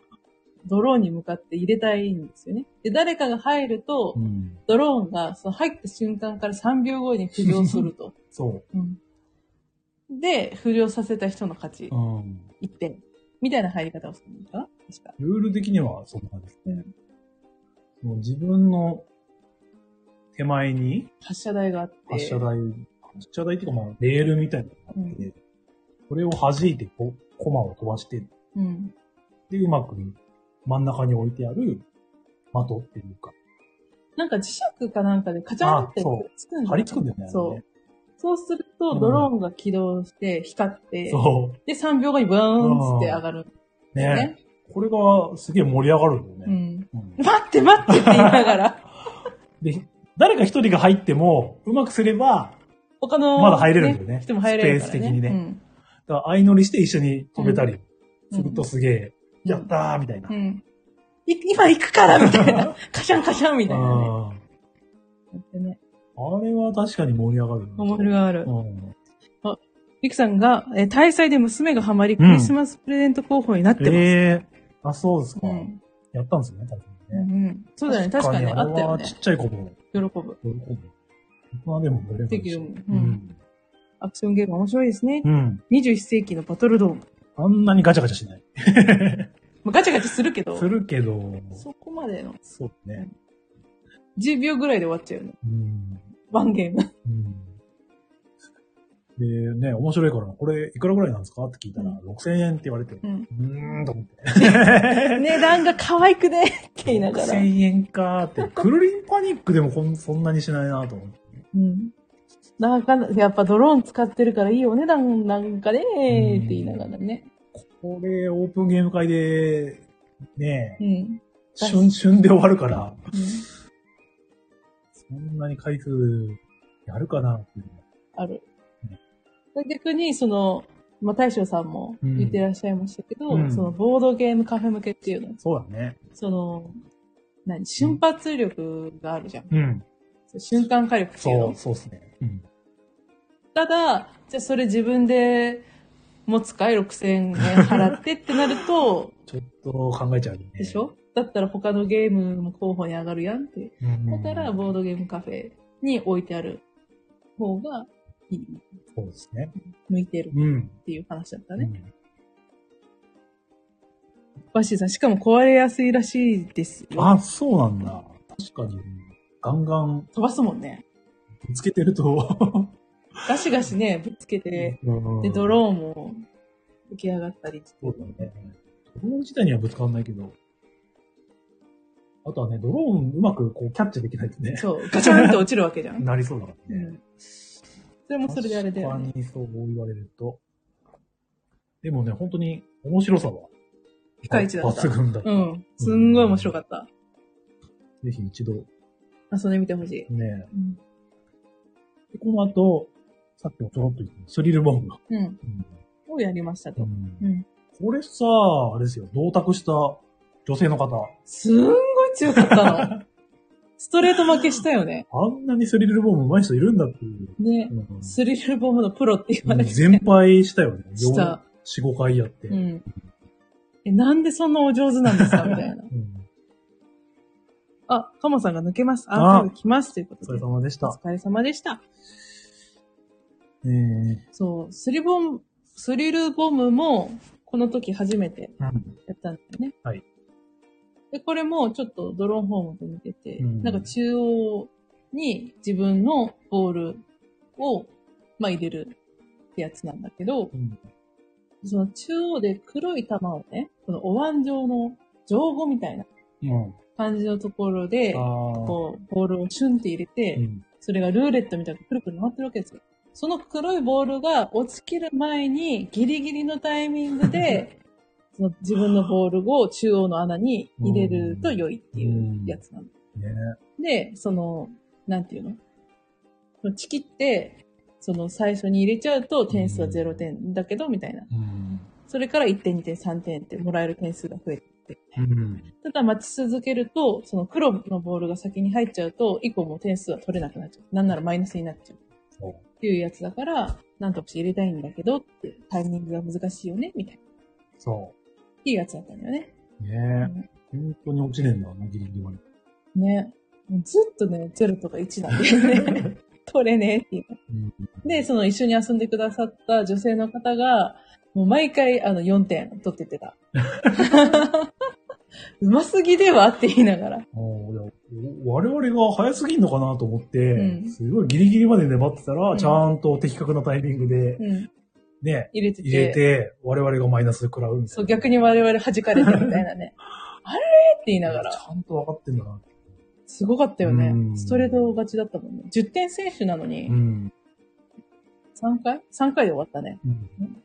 S2: ドローンに向かって入れたいんですよね。で、誰かが入ると
S1: う、ん。
S2: ドローンがその入った瞬間から3秒後に浮上すると。
S1: そ
S2: うんで、浮上させた人の勝ち
S1: う。、うん。
S2: 1点。みたいな入り方をするんですか確か。
S1: ルール的にはそんな感じです
S2: う
S1: ね。もう自分の手前に
S2: 発射台があって。
S1: 発射台、発射台っていうかまあ、レールみたいなのがあって、それを弾いてこ、コマを飛ばして、
S2: うん。
S1: で、うまく真ん中に置いてある的っていうか、
S2: なんか磁石かなんかでカチャンっ
S1: あ
S2: てく
S1: そう
S2: っつくんだよね
S1: 張り付くんだよね。あ
S2: そ
S1: れね
S2: う。そうする
S1: う
S2: と、
S1: ん
S2: ドローンが起動して、光って、
S1: そ
S2: で、3秒後にブーンって上がるん
S1: う。
S2: だよ
S1: ね
S2: ね。
S1: これがすげえ盛り上がるんだよ
S2: う
S1: ね。
S2: ん。
S1: うん
S2: 待って
S1: *laughs*
S2: 待ってって言いながら。
S1: で、誰か一人が入っても、うまくすれば、
S2: 他の、
S1: まだ入れるんだよね
S2: 人も入れるから、ね。
S1: スペース的にね
S2: うん。
S1: だから相乗りして一緒に飛べたりするとすげえ、
S2: うん
S1: やったーみたいな。
S2: うん。い今行くからみたいな。カシャンカシャンみたいなね。
S1: あ
S2: やってね。
S1: ーあれは確かに盛り上がるな。
S2: 思いがある
S1: う。ん。
S2: リクさんが、えー大祭で娘がハマり、クリスマスプレゼント候補になってます。
S1: ええあ、そうですか。
S2: うん
S1: やったんですね、多分
S2: う
S1: ね。
S2: ん。そうだね。確かにね、あ
S1: れ
S2: ったよ
S1: は
S2: ね
S1: ち。っちゃい子も
S2: 喜ぶ。
S1: 喜ぶ。まあでも盛り上が
S2: で
S1: る
S2: き
S1: し
S2: るもん。うん。アクションゲーム面白いですね
S1: う。ん。うん。
S2: 21世紀のバトルドーム。
S1: あんなにガチャガチャしない。
S2: まあガチャガチャするけど、
S1: するけど、
S2: そこまでの
S1: そうね。
S2: 10秒ぐらいで終わっちゃうよね。
S1: うん。
S2: ワンゲーム。
S1: うん。で、ね、面白いから、これいくらぐらいなんですかって聞いたら、
S2: うん
S1: 6000円って言われて、う
S2: うん。
S1: ーんと思って。
S2: 値段が可愛くねって言いながら。
S1: 6000円かーって。クルリンパニックでもこんそんなにしないなと思って。
S2: うん。なかなやっぱドローン使ってるからいいお値段なんかねーって言いながらね。
S1: これ、オープンゲーム会で、ね
S2: う
S1: え、
S2: ん。うん
S1: 旬、旬で終わるから、そんなに回数やるかなっていうのは
S2: ある
S1: ね。
S2: 逆に、その、まあ、大将さんも
S1: うん
S2: 言ってらっしゃいましたけど、
S1: うん
S2: そのボードゲームカフェ向けっていうのは、
S1: そうだね。
S2: その、何瞬発力があるじゃん。
S1: うん。
S2: そう瞬間火力っていう
S1: そう、
S2: の。
S1: そうですね。うん。
S2: ただ、じゃあそれ自分で持つかい6000円払ってってなると、
S1: ちょっと考えちゃうね。
S2: でしょだったら他のゲームも候補に上がるやんって。
S1: うん
S2: だから、ボードゲームカフェに置いてある方がいい
S1: そうですね。
S2: 向いてる
S1: うん。
S2: っていう話だったね。バッシーさん、しかも壊れやすいらしいです
S1: うん
S2: よ。
S1: あ、そうなんだ。確かに、ガンガン
S2: 飛ばすもんね。
S1: ぶつけてると、
S2: ガシガシね、ぶつけて、
S1: うん
S2: で、ドローンも浮き上がったり。
S1: そうだね。ドローン自体にはぶつかんないけど。あとはね、ドローンうまくこうキャッチできないとね、
S2: そう、ガチャンと落ちるわけじゃん。
S1: なりそうだから
S2: う
S1: ね。
S2: ん。それもそれであれだよね。
S1: 確かにそう言われると。でもね、本当に面白さは、
S2: ピカイチだった
S1: 抜群だった。
S2: うん。すんごい面白かった。
S1: ぜひ一度、
S2: 遊んでみてほしい。
S1: ね。
S2: うん。
S1: で、この後、さっきもちょろっと言ったスリルボンが。
S2: うん。をやりました
S1: う
S2: と。
S1: ん
S2: うん。
S1: これさ、あれですよ、同卓した女性の方、
S2: すんごい強かった *laughs* の。ストレート負けしたよね。
S1: あんなにスリルボム上手い人いるんだっていう。
S2: ね
S1: う。ん
S2: スリルボムのプロって言われて。
S1: *laughs* 全敗したよね。
S2: した。
S1: 4、5回やって。
S2: うん。え、なんでそんなお上手なんですかみた *laughs* いな。
S1: うん
S2: あ、カモさんが抜けます。
S1: あ
S2: あ、来ます。というこ
S1: お疲
S2: と
S1: れ
S2: で。
S1: 様でし
S2: お
S1: た。
S2: 疲れ様でした。
S1: えーうん
S2: そう、スリボム、スリルボムも、この時初めてやったんだよね。
S1: はい。
S2: で、これもちょっとドローンホームで見てて、
S1: うん
S2: なんか中央に自分のボールを、まあ入れるってやつなんだけど
S1: う、ん
S2: その中央で黒い球をね、このお椀状の上後みたいな
S1: うん
S2: 感じのところで
S1: あ、ー
S2: こう、ボールをシュンって入れて、
S1: うん
S2: それがルーレットみたいにくるくる回ってるわけですよ。その黒いボールが落ちきる前にギリギリのタイミングで、その自分のボールを中央の穴に入れると良いっていうやつなの。
S1: ね
S2: で、その、なんていうのそのチキって、その最初に入れちゃうと点数は0点だけど、みたいな。
S1: うん
S2: それから1点、2点、3点ってもらえる点数が増えるって。
S1: うん
S2: ただ待ち続けると、その黒のボールが先に入っちゃうと、以降も点数は取れなくなっちゃう。なんならマイナスになっちゃう。
S1: そう
S2: っていうやつだから、なんとかして入れたいんだけどって、タイミングが難しいよね、みたいな。
S1: そ
S2: いいやつだったんだよね。
S1: う。ね本当に落ちねえんだな、ギリギリまで。
S2: ね。もうずっとね、0とか1なんだよね。 *laughs* 取れねえっていう。
S1: うん
S2: で、その一緒に遊んでくださった女性の方が、もう毎回あの4点取ってってた。 *laughs* うますぎではって言いながら。
S1: もういやお我々が早すぎんのかなと思って、
S2: うん
S1: すごいギリギリまで粘ってたら、
S2: うん
S1: ちゃんと的確なタイミングで、
S2: うん。
S1: ね、
S2: 入れてて。
S1: 入れて、我々がマイナス食らうみたいな。
S2: そう、逆に我々弾かれたみたいなね。 *laughs* あれって言いながら。
S1: ちゃんと分かってんだな。
S2: すごかったよね
S1: う。ん
S2: ストレート勝ちだったもんね。10点選手なのに、
S1: ん。
S2: 3回 ?3 回で終わったね。
S1: うん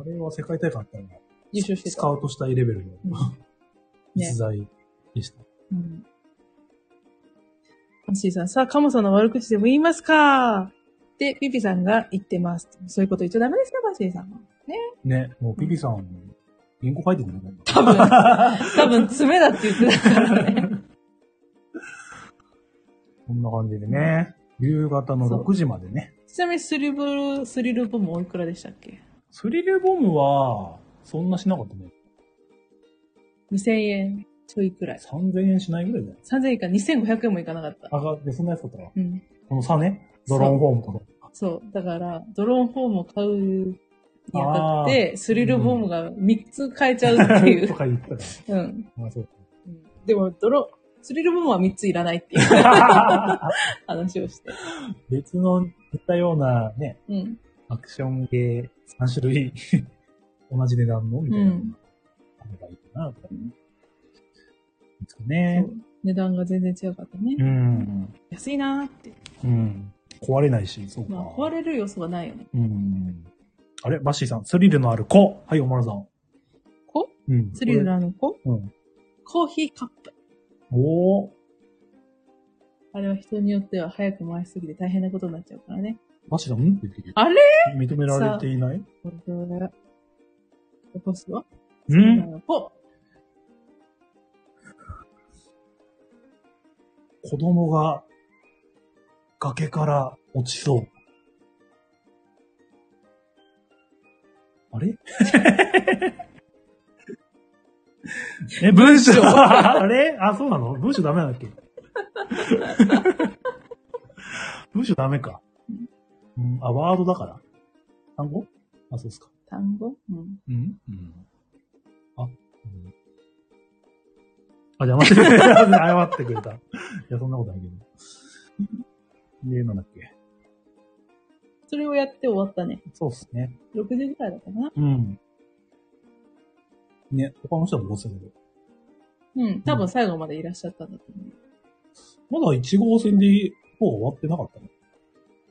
S1: あれは世界大会あったよね。
S2: 優勝して
S1: ス
S2: た。
S1: カウトしたいレベルの
S2: うんね
S1: *laughs* 逸材でした。
S2: うん。マッシーさん、さあ、カモさんの悪口でも言いますかって、ピピさんが言ってます。そういうこと言っちゃダメですよ、バシーさんは。ね。
S1: ね、もうピピさん、原稿書いてるんだよね。
S2: 多分、多分、爪だって言ってたからね。
S1: こんな感じでね、夕方の6時までね。
S2: ちなみにスリル、スリルボムおいくらでしたっけ
S1: スリルボムは、そんなしなかったね。
S2: ?2000 円ちょいくらい。
S1: 3000円しないぐらいじゃない
S2: 3000円か2500円もいかなかった。
S1: あが、で、そんなやつだったら、
S2: うん。
S1: この差ね、ドローンフォームとの。
S2: そう。だから、ドローンフォームを買うにあたって、スリルボムが3つ買えちゃうって
S1: *laughs*
S2: い
S1: と
S2: う。
S1: か言ってたか
S2: うん。
S1: ら。まあ
S2: *laughs*
S1: そう。
S2: うんでも、ドロ、スリルボムは3ついらな
S1: *laughs*
S2: いっていう話をして。
S1: 別の似たようなね、
S2: うん。
S1: アクション系3種類 *laughs* 同じ値段のみたいなのがあればいいかな、とか。
S2: うん
S1: ですかね
S2: そ。う値段が全然違かったね。
S1: うん。
S2: 安いなーって。
S1: うん。壊れないし、そうか。
S2: まあ、壊れる要素がないよね。
S1: うん。あれバッシーさん、スリルのある子。はい、おまるさん。
S2: 子
S1: うん。
S2: スリルなの子
S1: うん。
S2: コーヒーカップ。
S1: おー。
S2: あれは人によっては早く回しすぎて大変なことになっちゃうからね。
S1: バッシーさん、うんって言ってる。
S2: あれ
S1: 認められていない
S2: これは、起こすわ。
S1: う
S2: 今
S1: ん
S2: の子。
S1: 子供が崖から落ちそう。あれ *laughs* え、文 *laughs* 章あれあ、そうなの文章ダメなんだっけ *laughs* 文章ダメか。うん、あ、ワードだから単語あ、そうですか。
S2: 単語うん。
S1: うんうん。あ、うん。あ、邪魔してく *laughs* れた。謝ってくれた。いや、そんなことないけど。 *laughs* で、なんだっけ。
S2: それをやって終わったね。
S1: そうっすね。
S2: 6時ぐらいだったかな。
S1: うん。ね、他の人は5000円で。
S2: うん。多分最後までいらっしゃったんだと思
S1: まだ1号線でほうが終わってなかったね。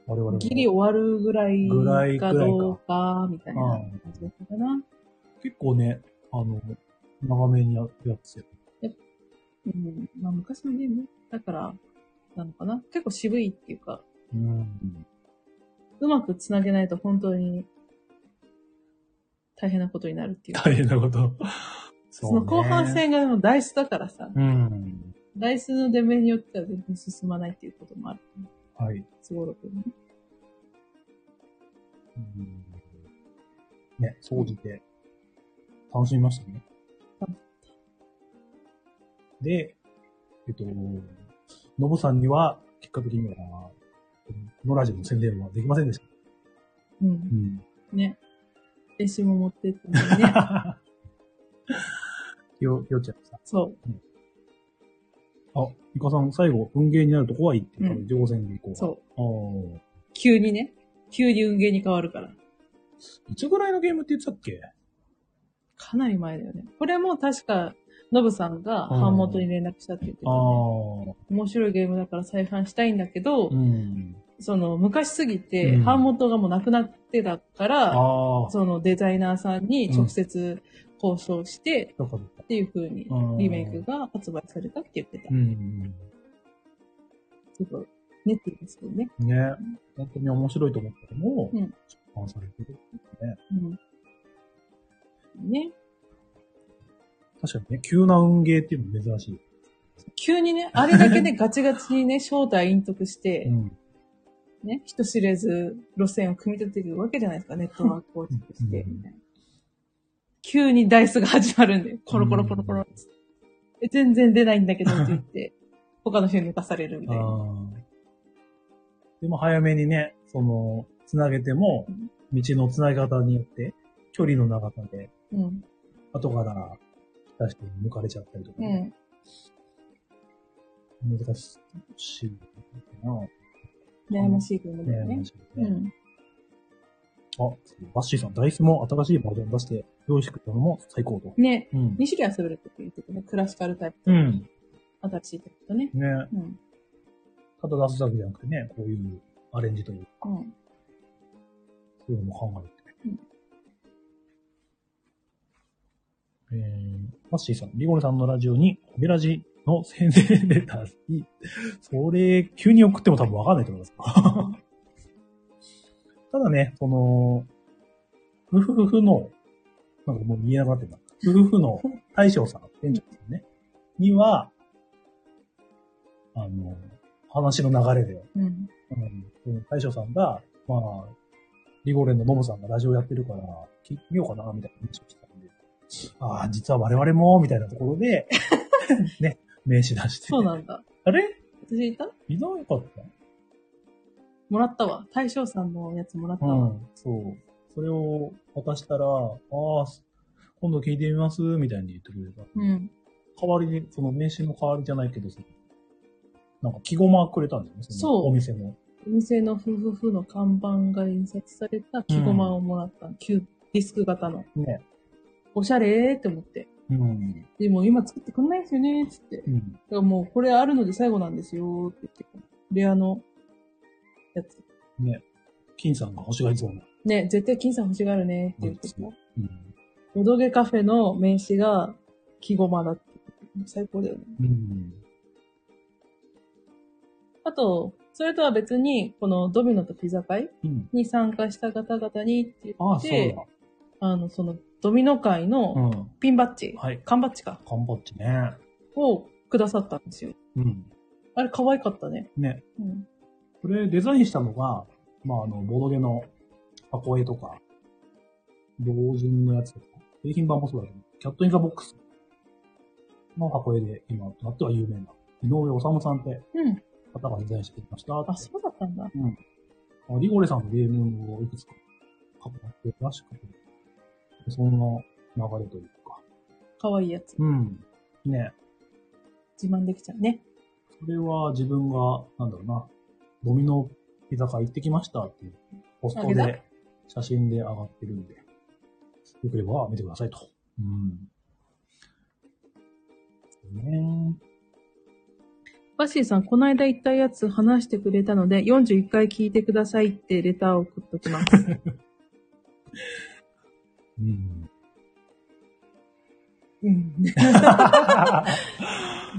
S1: 我々
S2: う。
S1: も。
S2: ギリ終わるぐら
S1: ぐら
S2: い
S1: いくらいか
S2: かどうか、みたいな感じだったかな。
S1: 結構ね、あの、長めにやってやってたよ
S2: うん。まあ昔のゲームだから、なのかな。結構渋いっていうか、
S1: うん。
S2: うまく繋げないと本当に大変なことになるっていうか。
S1: 大変なこと。
S2: そうの
S1: ね
S2: 後半。戦がでもダイスだからさ、
S1: うん。
S2: ダイスの出目によっては全然進まないっていうこともある。
S1: はい。
S2: すごろくね。
S1: うんね、掃除で、楽しみましたね
S2: 楽。
S1: で、えっと、ノブさんには、結果的には、ノラジの宣伝はできませんでした。
S2: うん。
S1: うん。
S2: ね。練習も持ってって
S1: *laughs*
S2: ね。
S1: ひよ、ひよちゃんさん。
S2: そ
S1: あ、イカさん、最後、運ゲーになると怖いって言うから、上線で行こう。
S2: う、そう。
S1: う。あ
S2: 急にね。急に運ゲーに変わるから。
S1: あ。いつぐらいのゲームって言ってたっけ
S2: かなり前だよね。これも確か、ノブさんが版元に連絡したって言ってた、
S1: ああ。
S2: 面白いゲームだから再販したいんだけど、
S1: うん。
S2: その昔すぎて
S1: うん
S2: 版元がもうなくなってたから、
S1: ああ。
S2: そのデザイナーさんに直接交渉して、
S1: どこだった
S2: っていう風に
S1: うん
S2: リメイクが発売されたって言ってた。
S1: うん。
S2: すごい。ネットですよね。
S1: ね、本当に面白いと思ったのも、
S2: うん
S1: 出版されてる。
S2: うん。ね。
S1: 確かにね、急な運ゲーっていうのも珍しい。
S2: 急にね、あれだ
S1: *laughs*
S2: けね、ガチガチにね、正体隠匿して
S1: う、ん。
S2: ね、人知れず路線を組み立ててるわけじゃないですか、ネットワーク構築して、
S1: うん
S2: みたいな。急にダイスが始まるんで、コロコロコロコロっつってえ全然出ないんだけどって言って、 *laughs* 他の人に抜かされるみ
S1: あ
S2: たいな。
S1: あ。でも早めにね、その、つなげても
S2: う、ん
S1: 道のつなぎ方によって、距離の長さで、
S2: うん。
S1: 後から出して抜かれちゃったりとか
S2: う
S1: ね、
S2: ん。
S1: 難しいな。
S2: 悩ましいと思うんだよ
S1: ね
S2: ね。
S1: え、
S2: う
S1: ね
S2: ん。
S1: あ、バッシーさん、ダイスも新しいバージョン出して、用意してくれたのも最高と。
S2: ね、
S1: うん。
S2: 2種類遊べるって言ってたね。クラシカルタイプと、
S1: うん。
S2: 新しいタイプとね。
S1: ね
S2: うん。
S1: ただ出すだけじゃなくてね、こういうアレンジというか、
S2: うん。
S1: そういうのも考えて。えー、マッシーさん、リゴレさんのラジオに、ホメラジの宣伝レターいいそれ、急に送っても多分わかんないと思います。 *laughs* ただね、その、夫婦の、なんかもう見えなくなってんだ。夫婦の大将さん、店長さんね、には、あの、話の流れで、
S2: うん。
S1: うん、大将さんが、まあ、リゴレンのノブさんがラジオやってるから、聞いてみようかな、みたいな話をしたんで、ああ、実は我々も、みたいなところ *laughs* で、ね、名刺出して。
S2: そうなんだ。
S1: あれ
S2: 私いた
S1: いなかった
S2: もらったわ。大将さんのやつもらった
S1: う
S2: わ。
S1: ん、そう。それを渡したら、ああ、今度聞いてみます、みたいに言ってくれた。
S2: うん。
S1: 代わりに、その名刺の代わりじゃないけど、そのなんか着駒くれたんだよね、の
S2: そう
S1: お店の。
S2: お店の夫婦の看板が印刷された木駒をもらった。キューディスク型の。
S1: ね。
S2: おしゃれーって思って。
S1: うん。
S2: でも今作ってくんないですよねーっつって。だか
S1: うん。
S2: らもうこれあるので最後なんですよーって言って。レアのやつ。
S1: ね。金さんが欲しがりそうな。
S2: ね、絶対金さん欲しがるねーって言って
S1: う
S2: た。
S1: うん。
S2: おどげカフェの名刺が木駒だって。最高だよね。
S1: うん。
S2: あと、それとは別に、このドミノとピザ会
S1: うん。
S2: に参加した方々にって言
S1: ああ、
S2: っ
S1: そう
S2: て、あの、そのドミノ会
S1: だ。う
S2: の
S1: ん。
S2: ピンバッジ、
S1: はい。
S2: 缶バッジか、
S1: 缶バッジね。
S2: をくださったんですよ。
S1: うん。
S2: あれ可愛かったね。
S1: ね。
S2: うん。
S1: これデザインしたのが、まあ、あの、ボドゲの箱絵とか、同人のやつとか、製品版もそうだけど、キャットインザボックスの箱絵で今となっては有名な、井上治さんって
S2: うん。
S1: 方がデザインしてくれました。
S2: あ、そうだったんだ。
S1: あリゴレさんのゲームをいくつか過去やってるらしくて、そんな流れというか。
S2: 可愛いやつ。
S1: うん。ね。
S2: 自慢できちゃうね。
S1: それは自分が、なんだろうな、ドミノ居酒屋行ってきましたっていう、ポスト
S2: あげ
S1: で、写真で上がってるんで、よければ見てくださいと。うん。ね
S2: バッシーさん、この間言ったやつ話してくれたので、41回聞いてくださいってレターを送っときます。
S1: うん。
S2: *laughs* うん。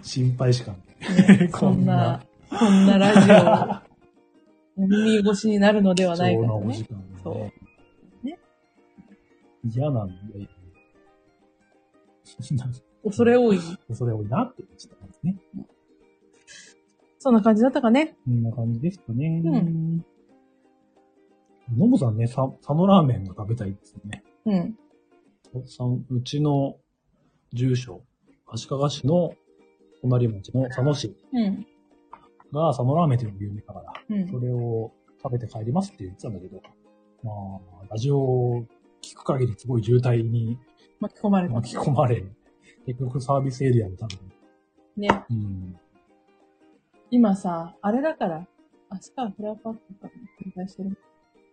S1: 心配しかない。 *laughs*
S2: そんな、こんなラジオ、 *laughs* お耳越しになるのではないか
S1: 貴重な
S2: と
S1: お時
S2: ね。
S1: 間ね。
S2: そうね
S1: 嫌なんで、
S2: 恐れ多い。
S1: それ多いなって言ってたんですね。
S2: そんな感じだったかね。
S1: こんな感じでしたね。
S2: う
S1: のぶさんね、さ、佐野ラーメンが食べたいですね。
S2: うん。
S1: さんうちの住所、足利市の隣町の佐野市
S2: うん。
S1: が佐野ラーメンというのが有名だから、
S2: うん
S1: そ。れを食べて帰りますって言ってたんだけど、まあ、ラジオを聞く限りすごい渋滞に
S2: 巻き込まれた。
S1: 巻き込まれ、 *laughs* 結局サービスエリアのために。
S2: ね。
S1: うん。
S2: 今さ、あれだから、明日はフラパックとかに繰りしてる。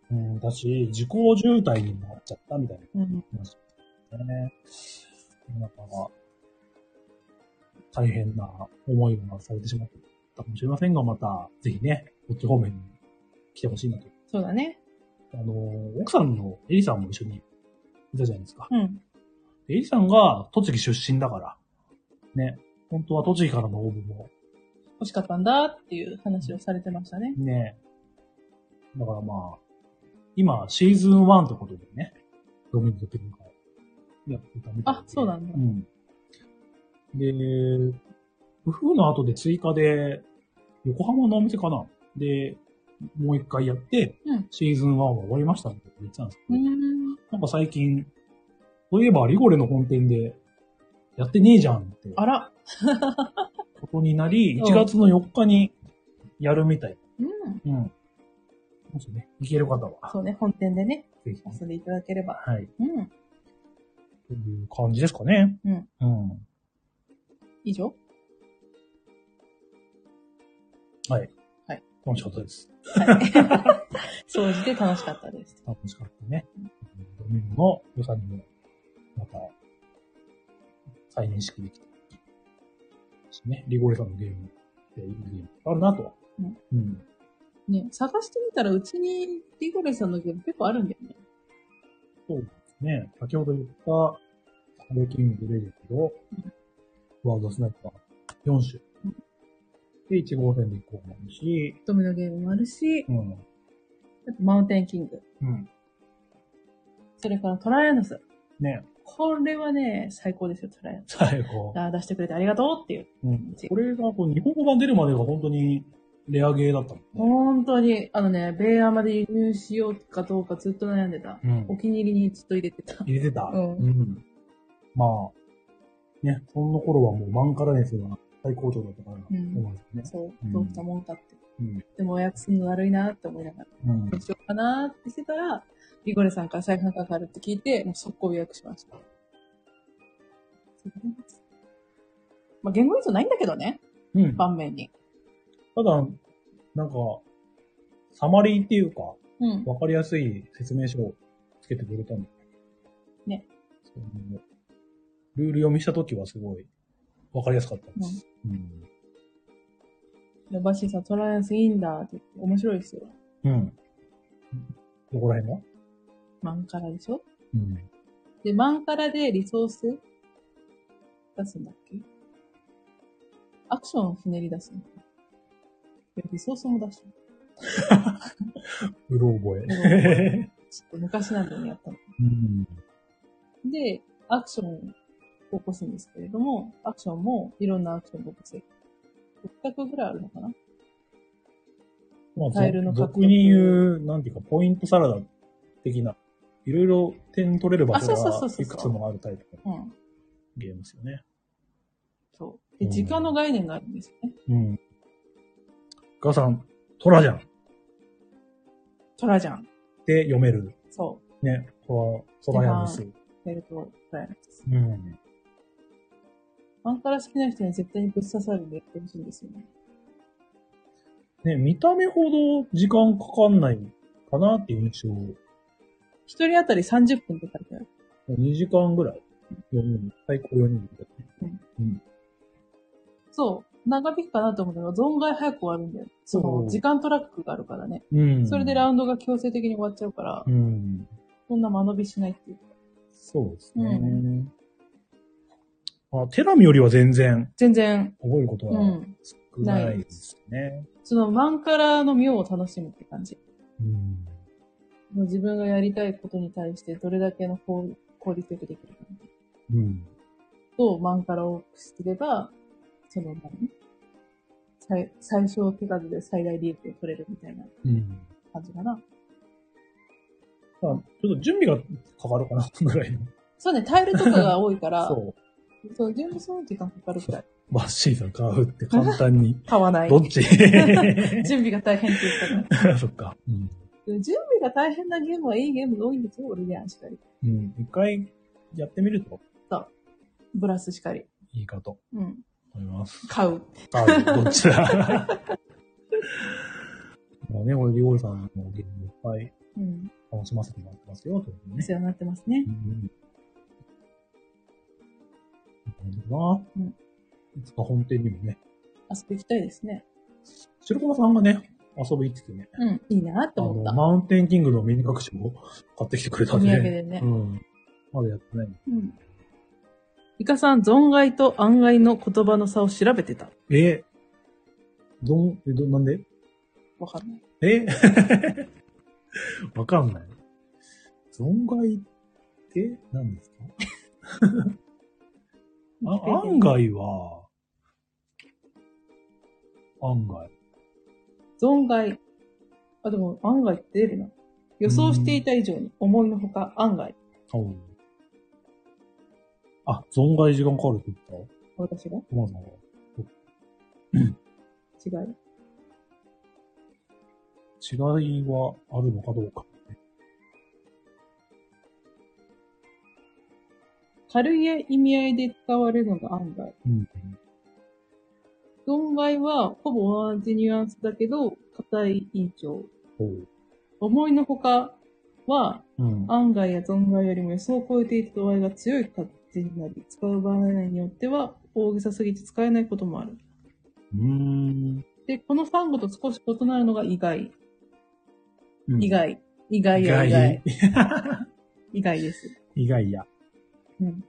S1: うん、だし、時効渋滞になっちゃったみたいな
S2: うん。
S1: 話だよね。なかなか、大変な思いがされてしまったかもしれませんが、また、ぜひね、こっち方面に来てほしいなと。
S2: そうだね。
S1: あの、奥さんのエリさんも一緒にいたじゃないですか。
S2: うん。
S1: でエリさんが栃木出身だから、ね、本当は栃木からの応募も
S2: 欲しかったんだっていう話をされてましたね。
S1: ねえ。だからまあ、今、シーズン1ってことでね、ドミノとピンがやってたみたいで
S2: あそうなんだ
S1: うん。で、夫婦の後で追加で、横浜のお店かなで、もう一回やって、
S2: うん
S1: シーズン1は終わりましたって言ってたんですけど、
S2: うん。
S1: なんか最近、そういえばリゴレの本店でやってねえじゃんって
S2: あら。
S1: ことになり、
S2: うん
S1: 1月の4日にやるみたい。
S2: うん。
S1: うん。もしね、行ける方は、
S2: そうね、本店でね、
S1: ぜひ。
S2: 遊んでいただければ。
S1: はい。
S2: うん。
S1: という感じですかね。
S2: うん。
S1: うん。
S2: 以上
S1: 楽しかったです。
S2: 掃除で楽しかったです。
S1: 楽しかったね。ドミノの予算にも、また、再認識できた。しね、リゴレさんのゲームでいいゲームあるなとは。
S2: うん。
S1: うん。
S2: ね、探してみたらうちにリゴレさんのゲーム結構あるんだよね。
S1: そうですね。先ほど言った、ハレキングレジェンド、ワールドスナイパー4種。で、1号線で1個もあるし、
S2: ドミノゲームもあるし、
S1: うん。
S2: ああとマウンテンキング。
S1: うん。
S2: それからトライアノス。
S1: ね。
S2: これはね、最高ですよ、トライアノス。
S1: 最後。
S2: あー出してくれてありがとうっていう。
S1: うん。これが、こう、日本語版出るまでが本当にレアゲーだったもんね。
S2: 本当に、あのね、ベイアーまで輸入しようかどうかずっと悩んでた。
S1: うん
S2: お気に入りにずっと入れてた。
S1: 入れてた。
S2: うん
S1: んまあ、ね、その頃はもうマンカラネスが最高潮だったから、
S2: うん
S1: 思うんですね。
S2: そうう、
S1: ん
S2: どうしたもんかって。
S1: うん
S2: でも、お約束悪いなって思いながら、
S1: うん
S2: どうしようかなってしてたら、リゴレさんから再販かかるって聞いて、もう速攻予約しました。まあ、言語依存ないんだけどね、
S1: うん。た
S2: 盤面に。
S1: だ、なんか、サマリーっていうか、
S2: うん。
S1: わかりやすい説明書をつけてくれたんだ
S2: ね。
S1: そのルール読みしたときはすごいわかりやすかったです。うん。
S2: で、バッシーさん、トライアンスいいんだって言って、面白いですよ。
S1: うん。どこら辺が
S2: マンカラでしょ
S1: うん。
S2: で、マンカラでリソース出すんだっけアクションをひねり出すのかでリソースも出すの
S1: うろ覚
S2: うろ
S1: え。
S2: ちょっと昔なんでね、やったの。
S1: *laughs* うん。
S2: で、アクションを起こすんですけれども、アクションもいろんなアクションを起こせる。6択ぐらいあるのかな
S1: まあ、
S2: タイルの
S1: 俗
S2: 獲得
S1: 俗に言う、なんていうか、ポイントサラダ的な、いろいろ点取れる場所
S2: あそうそ
S1: が
S2: うそうそう
S1: いくつもあるタイプの
S2: うん。
S1: ゲームですよね。
S2: そう。で、
S1: うん
S2: 時間の概念があるんですよね。
S1: うん。ガさん、トラじゃんっ
S2: トラジャン。
S1: て読める。
S2: そ
S1: ね。これは、トラやんです。
S2: う。やると、トライアンス。
S1: うん。
S2: マンカラ好きな人には絶対にぶっ刺さるんでやってほしいんですよね。
S1: ね、見た目ほど時間かかんないかなっていう印象。
S2: 一人当たり30分って書いてある。
S1: 2時間ぐらい。4人、最高4人だね。
S2: そう。長引くかなと思ったら、存外早く終わるんだよ。そ
S1: そう
S2: の、時間トラックがあるからね。
S1: うん。
S2: それでラウンドが強制的に終わっちゃうから、
S1: うん。
S2: そんな間延びしないっていうか。
S1: そうですね。
S2: う
S1: あ、テラミよりは全然
S2: 全然、
S1: 覚えること
S2: う
S1: は
S2: ん。
S1: 少ないですね。
S2: その、マンカラの妙を楽しむって感じ。
S1: うん。
S2: もう自分がやりたいことに対して、どれだけの効効率よくできるか。
S1: うん。
S2: と、マンカラを多くすれば、その、何最最小手数で最大利益を取れるみたいな
S1: うん。
S2: 感じかな。
S1: まあ、ちょっと準備がかかるかな、 *laughs* ぐらいの。
S2: そうね、タイルとかが多いから、
S1: *laughs* そ
S2: そう、準備するのに時間かかるくらい。
S1: う。バッシーさん買うって簡単に。
S2: 買わない。
S1: どっち
S2: *laughs* 準備が大変って言ったか
S1: *laughs*
S2: ら。
S1: そっか。うん。
S2: 準備が大変なゲームはいいゲームが多いんですよ、オルディアンしかり。
S1: うん。一回やってみると
S2: ブラスしかり。
S1: いいかと
S2: うん。
S1: 思います。
S2: 買う。
S1: あどっち *laughs* だまあね、俺、リオールさんのゲームいっぱい
S2: うん。
S1: 楽しませてもらってますよ、ということ
S2: お
S1: でね。
S2: 世話になってますね
S1: う。ん。なる
S2: うん
S1: いつか本店にもね、
S2: 遊び行きたいですね。
S1: 白駒さんがね、遊び行っててね、
S2: うん。いいなって
S1: あ
S2: 思っ
S1: の、
S2: た。
S1: マウンテンキングのミニ隠しも買ってきてくれた
S2: お
S1: ん
S2: 土
S1: で、
S2: 産でね
S1: う。ん。まだやってないの。
S2: うん。イカさん、存外と案外の言葉の差を調べてた。
S1: えどん、え、ど、なんで
S2: わかんない。
S1: え *laughs* わかんない。存外って何ですかあ案外は、案外。
S2: 存外。あ、でも案外って出るな。予想していた以上に思いのほか案外。
S1: おあ、存外時間かかるって言った
S2: 私が
S1: 小松さんは。
S2: 違う。
S1: 違いはあるのかどうか。
S2: 軽い意味合いで使われるのが案外。
S1: うん。
S2: 存外はほぼ同じニュアンスだけど、硬い印象。
S1: おう。
S2: 思いのほかは、
S1: うん。
S2: 案外や存外よりも予想を超えていた度合いが強い感じになり、使う場合によっては大げさすぎて使えないこともある。
S1: うーん。
S2: で、この単語と少し異なるのが意外。
S1: うん
S2: 意。外。意外
S1: 意
S2: や意
S1: 外
S2: 外。。意外です。
S1: 意外や。
S2: うん。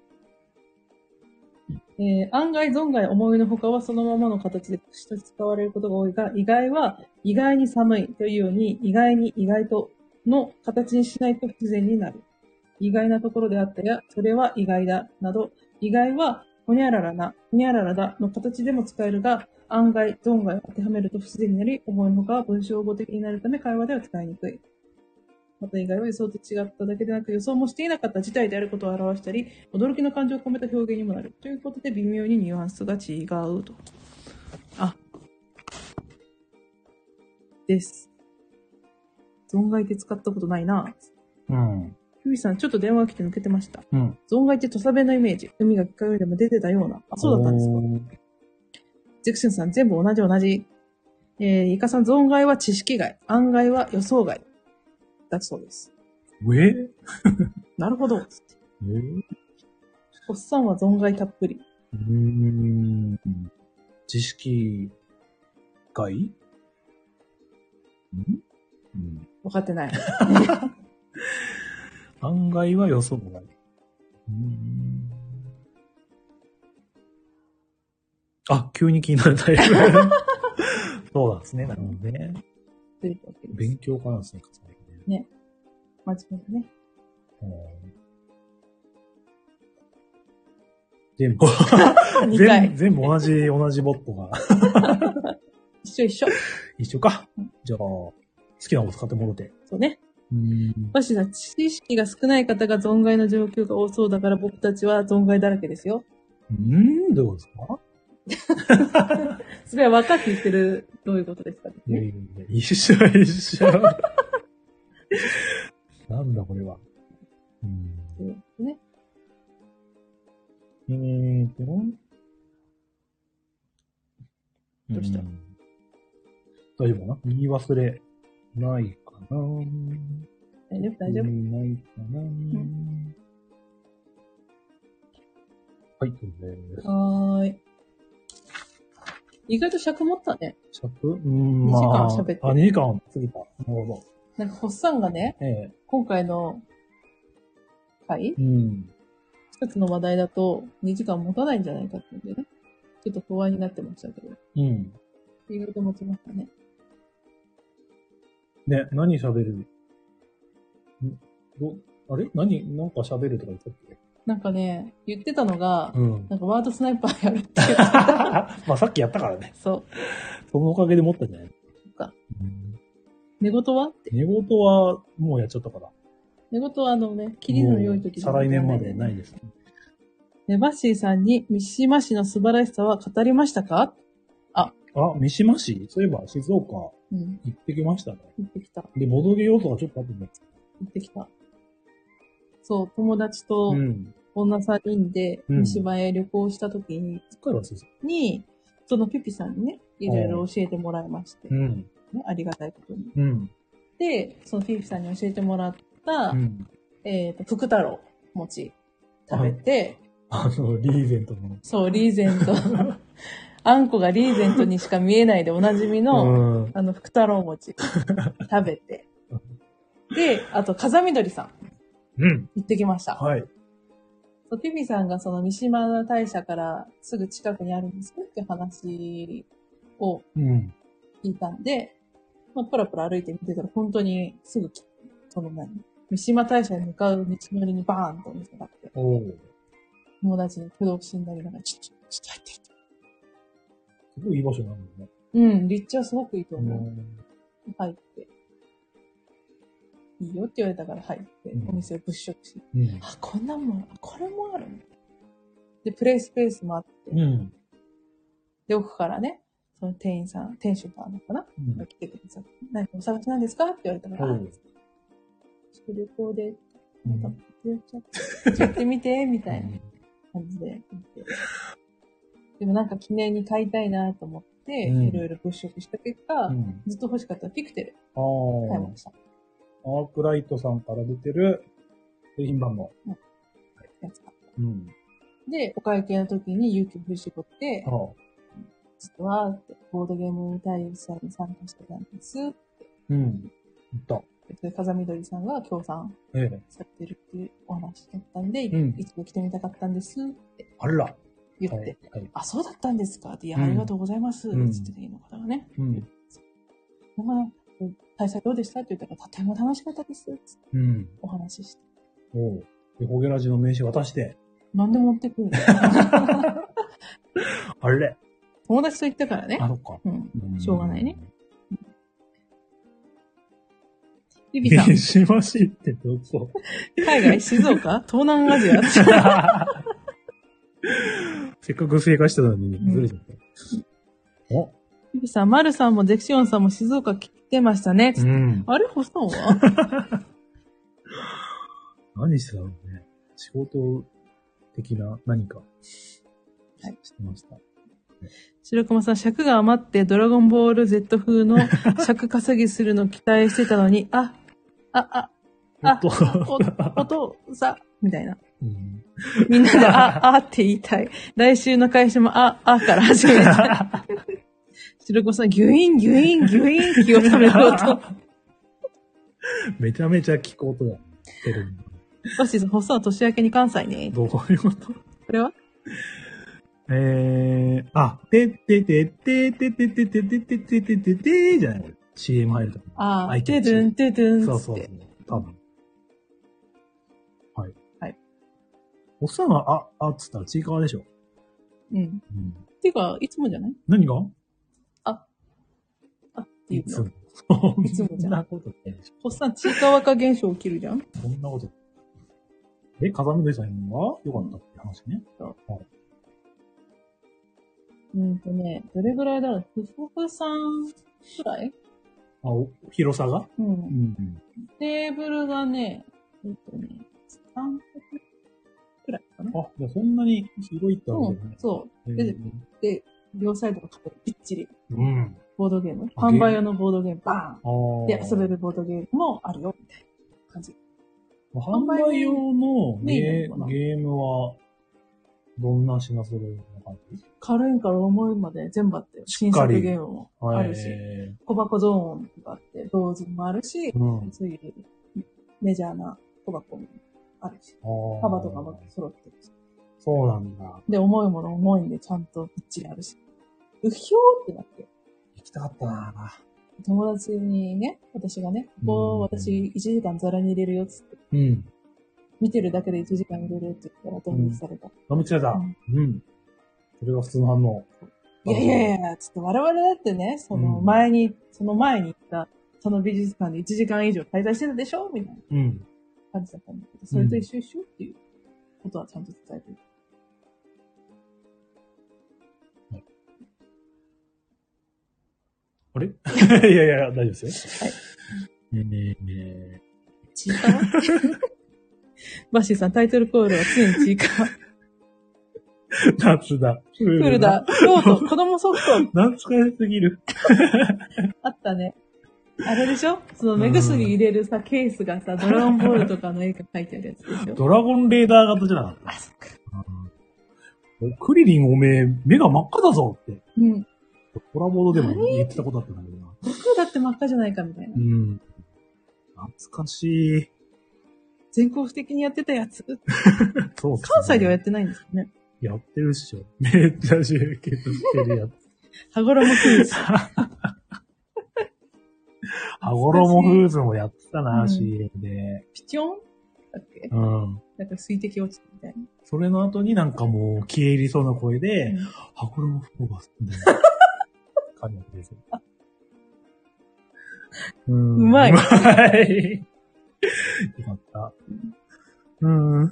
S2: ええー案外存外思いのほかはそのままの形で口として使われることが多いが、意外は意外に寒いというように、意外に意外との形にしないと不自然になる。意外なところであったや、それは意外だ、など、意外はほにゃららな、ほにゃららだの形でも使えるが、案外、存外を当てはめると不自然になり、思いのほかは文章語的になるため会話では使いにくい。また意外は予想と違っただけでなく、予想もしていなかった事態であることを表したり、驚きの感情を込めた表現にもなる。ということで、微妙にニュアンスが違うと。あ。です。存外って使ったことないな。
S1: うん。
S2: ゆいさん、ちょっと電話が来て抜けてました。
S1: うん。
S2: 存外って土佐弁のイメージ。海が聞かよりでも出てたような。あ、そうだったんですか。
S1: か
S2: ゼクションさん、全部同じ同じ。えー、イカさん、存外は知識外。案外は予想外。だそうです。
S1: ええ
S2: なるほど。
S1: ー
S2: おっさんは存外たっぷり。
S1: うーん。知識外んうん。
S2: 分かってない。
S1: 案外は予想外。うーん。あ、急に気になる
S2: *laughs*
S1: タイプ。 *laughs* そうなんですね。なるほどね。
S2: というわけです。
S1: 勉強家なんですね。勝間君ね
S2: 真面目だね。
S1: うん全 *laughs* 部、
S2: 2
S1: 全
S2: 回。
S1: 全部同じ、同じボットが。 *laughs*
S2: 一緒一緒。
S1: 一緒か。じゃあ、好きなこと使ってもろて。
S2: そうね。
S1: うん。
S2: 私さん、知識が少ない方が存外の状況が多そうだから僕たちは存外だらけですよ。
S1: うん、どういうことですか
S2: それは分かって言ってる、どういうことですか
S1: いやい
S2: ね。
S1: やいや、一緒一緒。 *laughs* なんだこれは。うん。
S2: ね。
S1: えーと。
S2: どうした
S1: ん大丈夫かな言い忘れないかな
S2: 大丈夫大丈夫。
S1: うんないかな、はい、ということです。
S2: はーい。意外と尺持ったね。
S1: 尺うん、
S2: 二時間
S1: まあ
S2: 喋ってる
S1: あ、2時間過ぎた。なるほ
S2: なんか、ホッサンがね、
S1: ど。え
S2: 今回の回
S1: えうん。
S2: 一つの話題だと2時間持たないんじゃないかっていうんでね。ちょっと不安になってましたけど。
S1: うん。
S2: 意外と持ちましたね。
S1: ね、何喋るんど、あれ何なんか喋るとか言ったっけ
S2: なんかね、言ってたのが、 *laughs*
S1: うん。
S2: なんかワードスナイパーやるっていう。
S1: まあさっきやったからね。
S2: そう。
S1: そのおかげで持ったんじゃない
S2: っか
S1: うん
S2: 寝言は
S1: 寝言はもうやっちゃったから。
S2: 寝言はあのね、キリの良い時
S1: もう再来年までないです、ね。
S2: ね、バッシーさんに三島市の素晴らしさは語りましたか
S1: あ、三島市そういえば静岡
S2: うん。
S1: 行ってきましたね。
S2: 行ってきた。
S1: で、ボドゲ用途がちょっとあったんだけ
S2: 行ってきた。そう、友達
S1: ど。
S2: と
S1: うん。
S2: 女3人で
S1: うん
S2: 三島へ旅行した時に、
S1: すっかり忘れてた。
S2: に、そのピピさんにね、いろいろ教えてもらいまして、
S1: う
S2: ね、
S1: ん。
S2: ありがたいことに。
S1: うん。
S2: で、そのピピさんに教えてもらった、
S1: うん。
S2: えっ、と、福太郎餅食べて、
S1: あの、リーゼントの。
S2: そう、リーゼン
S1: *laughs*
S2: ト、あんこがリーゼントにしか見えないでおなじみの、
S1: うん。
S2: あの、福太郎
S1: *laughs*
S2: 餅食べて。で、あと、風緑さん
S1: うん。
S2: 行ってきました。
S1: はい。
S2: そうピピさんがその三島大社からすぐ近くにあるんですよって話を
S1: うん。
S2: 聞いたんで、まあ、プラプラ歩いて見てたら本当にすぐ、その何三島大社に向かう道のりにバーンとお店があって、
S1: おお。
S2: 友達に不動心になりながら、ちょっと、ちょっと入ってきて。
S1: すごいいい場所なんだね。
S2: うん、立地はすごくいいと
S1: う
S2: 思う。
S1: ん。
S2: 入って。いいよって言われたから入って、
S1: うん
S2: お店を物色して。
S1: うん。
S2: あ、こんなんもある。これもある。で、プレイスペースもあって、
S1: うん。
S2: で、奥からね、その店員さん、店主さんのかな、
S1: うん
S2: が来てくれてさ、何かお探しなんですかって言われたから、
S1: う
S2: あ
S1: ん
S2: ちょっと旅行で、
S1: う
S2: なんか
S1: ん。
S2: ちょっとやってみて、みたいな感じで見て。でもなんか記念に買いたいなと思って、
S1: うん
S2: いろいろ物色した結果、
S1: うん。
S2: ずっと欲しかったピクテル
S1: あ
S2: 買い
S1: あ
S2: ま。した。
S1: アークライトさんから出てる製品番号。
S2: やつ買っ
S1: うん。
S2: たで、お会計の時に勇気を振り絞って
S1: あ、あ。
S2: ちょっとわーって、ボードゲーム大祭に参加してたんです。
S1: うん。いった。
S2: で、風緑さんが協賛
S1: ええ。
S2: されてるっていうお話だったんで、
S1: うん
S2: 一度来てみたかったんです。
S1: あら。
S2: 言って、
S1: はい。はい。
S2: あ、そうだったんですかって、いや、
S1: うん
S2: ありがとうございます。
S1: うん
S2: つって、芸の方がね。
S1: うん。
S2: だから、大祭どうでしたって言ったら、とても楽しかったです。つって
S1: うん。
S2: お話しして。
S1: おう。で、ホゲラジの名刺渡して、
S2: なんで
S1: *laughs*
S2: 持ってくるの
S1: あれ
S2: 友達と行ったからね
S1: あ、。そっか。
S2: うん。
S1: ん
S2: しょうがないね。ビビさん
S1: *laughs* 名、刺マシってどこ
S2: 海外、静岡、東南アジア。
S1: せっかく正解してたのに、ずれちゃった。お
S2: ビビさん、マルさんもゼクシオンさんも静岡来てましたね。つって
S1: ん。
S2: あれホさんは
S1: 何してたのね。仕事的な何か。はい。してました。
S2: 白熊さん、尺が余ってドラゴンボール Z
S1: *laughs*
S2: 風の尺稼ぎするの期待してたのに、あ、あ、あ、あ
S1: おっと
S2: お、おと、さ、みたいな。
S1: うん
S2: みんなで、あ、あって言いたい。来週の会社も、あ、あから始め
S1: *laughs*
S2: たい。白熊さん、ギュイン、ギュイン、ギュイン、気を止める音。
S1: めちゃめちゃ聞く音が出るんだ。
S2: そして、ホさん、年明けに関西ね。
S1: どういうこと
S2: これは
S1: えー、あ、てってててててててててててててじゃないこれ ?CM 入ると思う。
S2: ああ、
S1: iTunes
S2: てるん、てるん、
S1: そう
S2: つ
S1: そ
S2: っ
S1: う
S2: て。。
S1: 多分。はい。
S2: はい。
S1: おっさんは、あ、あっつったらちいかわでしょ。
S2: うん。
S1: うん。
S2: っていうか、いつもじゃない
S1: 何が
S2: あ、ってい
S1: いうつ
S2: の
S1: も。。そ
S2: いつもじゃ
S1: ん
S2: ん
S1: なことないでしょ。
S2: ホさん、ちいかわか現象起きるじゃん
S1: そんなこと。え、風見さんは良かったって話ね。
S2: うんとね、どれぐらいだろう不服さんくらい
S1: あ、お広さが
S2: う。
S1: うんん。
S2: テーブルがね、えっとね、三角くらいかな。
S1: あ、じゃあそんなに広いってわ
S2: う
S1: けじゃなんい、。
S2: そ
S1: うん
S2: でう。で、両サイドが壁びっちり。
S1: うん。
S2: ボードゲーム
S1: あ
S2: 販売用のボードゲーム、バ
S1: あ
S2: ー
S1: ー
S2: ンで、遊べるボードゲームもあるよ、みたいな感じ。
S1: 販売用の
S2: メイ
S1: ゲ
S2: ンなのかな
S1: ゲームは、どんな品揃えの感じ
S2: 軽いから重いまで全部あって、新
S1: か
S2: 作
S1: り
S2: ゲームもあるし、
S1: え
S2: 小箱ゾーンとかあって、ドーズもあるし
S1: ー、うん。
S2: そういうメジャーな小箱もあるし、
S1: 幅
S2: 幅とかも。揃ってるし。
S1: そうなんだ。
S2: で、重いもの重いんで、ちゃんとびっちりあるし。うひょーってなって、
S1: 行きたかったな
S2: 友達にね、私がね、ここ私1時間ザラに入れるよっつって、
S1: うん。
S2: 見てるだけで1時間入れるって言ったら、ドン引きされた。
S1: 飲みつれた。うん。それが普通の反応。
S2: いやいやいや、ちょっと我々だってね、その
S1: うん
S2: 前に、その前に行った、その美術館で1時間以上滞在してたでしょみたいな
S1: うん。
S2: 感じだったんだけど、それと一緒一緒っていうことはちゃんと伝えてる。
S1: あれ *laughs* いやいやいや、大丈夫ですよ。
S2: はい
S1: えー。
S2: チーカー *laughs* バッシーさん、タイトルコールは常にチーカー。
S1: 夏
S2: *laughs*
S1: だ。プ
S2: プール。だ。京都、子供ソフト。
S1: 懐かしすぎる。
S2: あったね。あれでしょその目薬入れるさ、ケースがさ、ドラゴンボールとかの絵が描いてあるやつでしょ
S1: ドラゴンレーダー型じゃなかった。
S2: あ、そっか。
S1: うんクリリンおめえ、目が真っ赤だぞって。
S2: うん。
S1: コラボードでも言ってたことだったんだけどな。
S2: 僕だって真っ赤じゃないかみたいな
S1: う。ん。懐かしい。
S2: 全国的にやってたやつ。
S1: そうっすね
S2: 関西ではやってないんですよね。
S1: やってるっしょ。めっちゃ集結してるやつ。
S2: 羽衣クイズ。
S1: 羽衣フ
S2: 懐かしい
S1: ーズもやってた
S2: う
S1: な、
S2: ん
S1: CM で。
S2: ピチョンだっけ
S1: うん。
S2: なんか水滴落ちたみたい
S1: それの後になんかもう消え入りそうな声で、
S2: な。
S1: 羽衣フーが好きだよ。感じだったですようん
S2: うまいう
S1: まい。よかった。うん。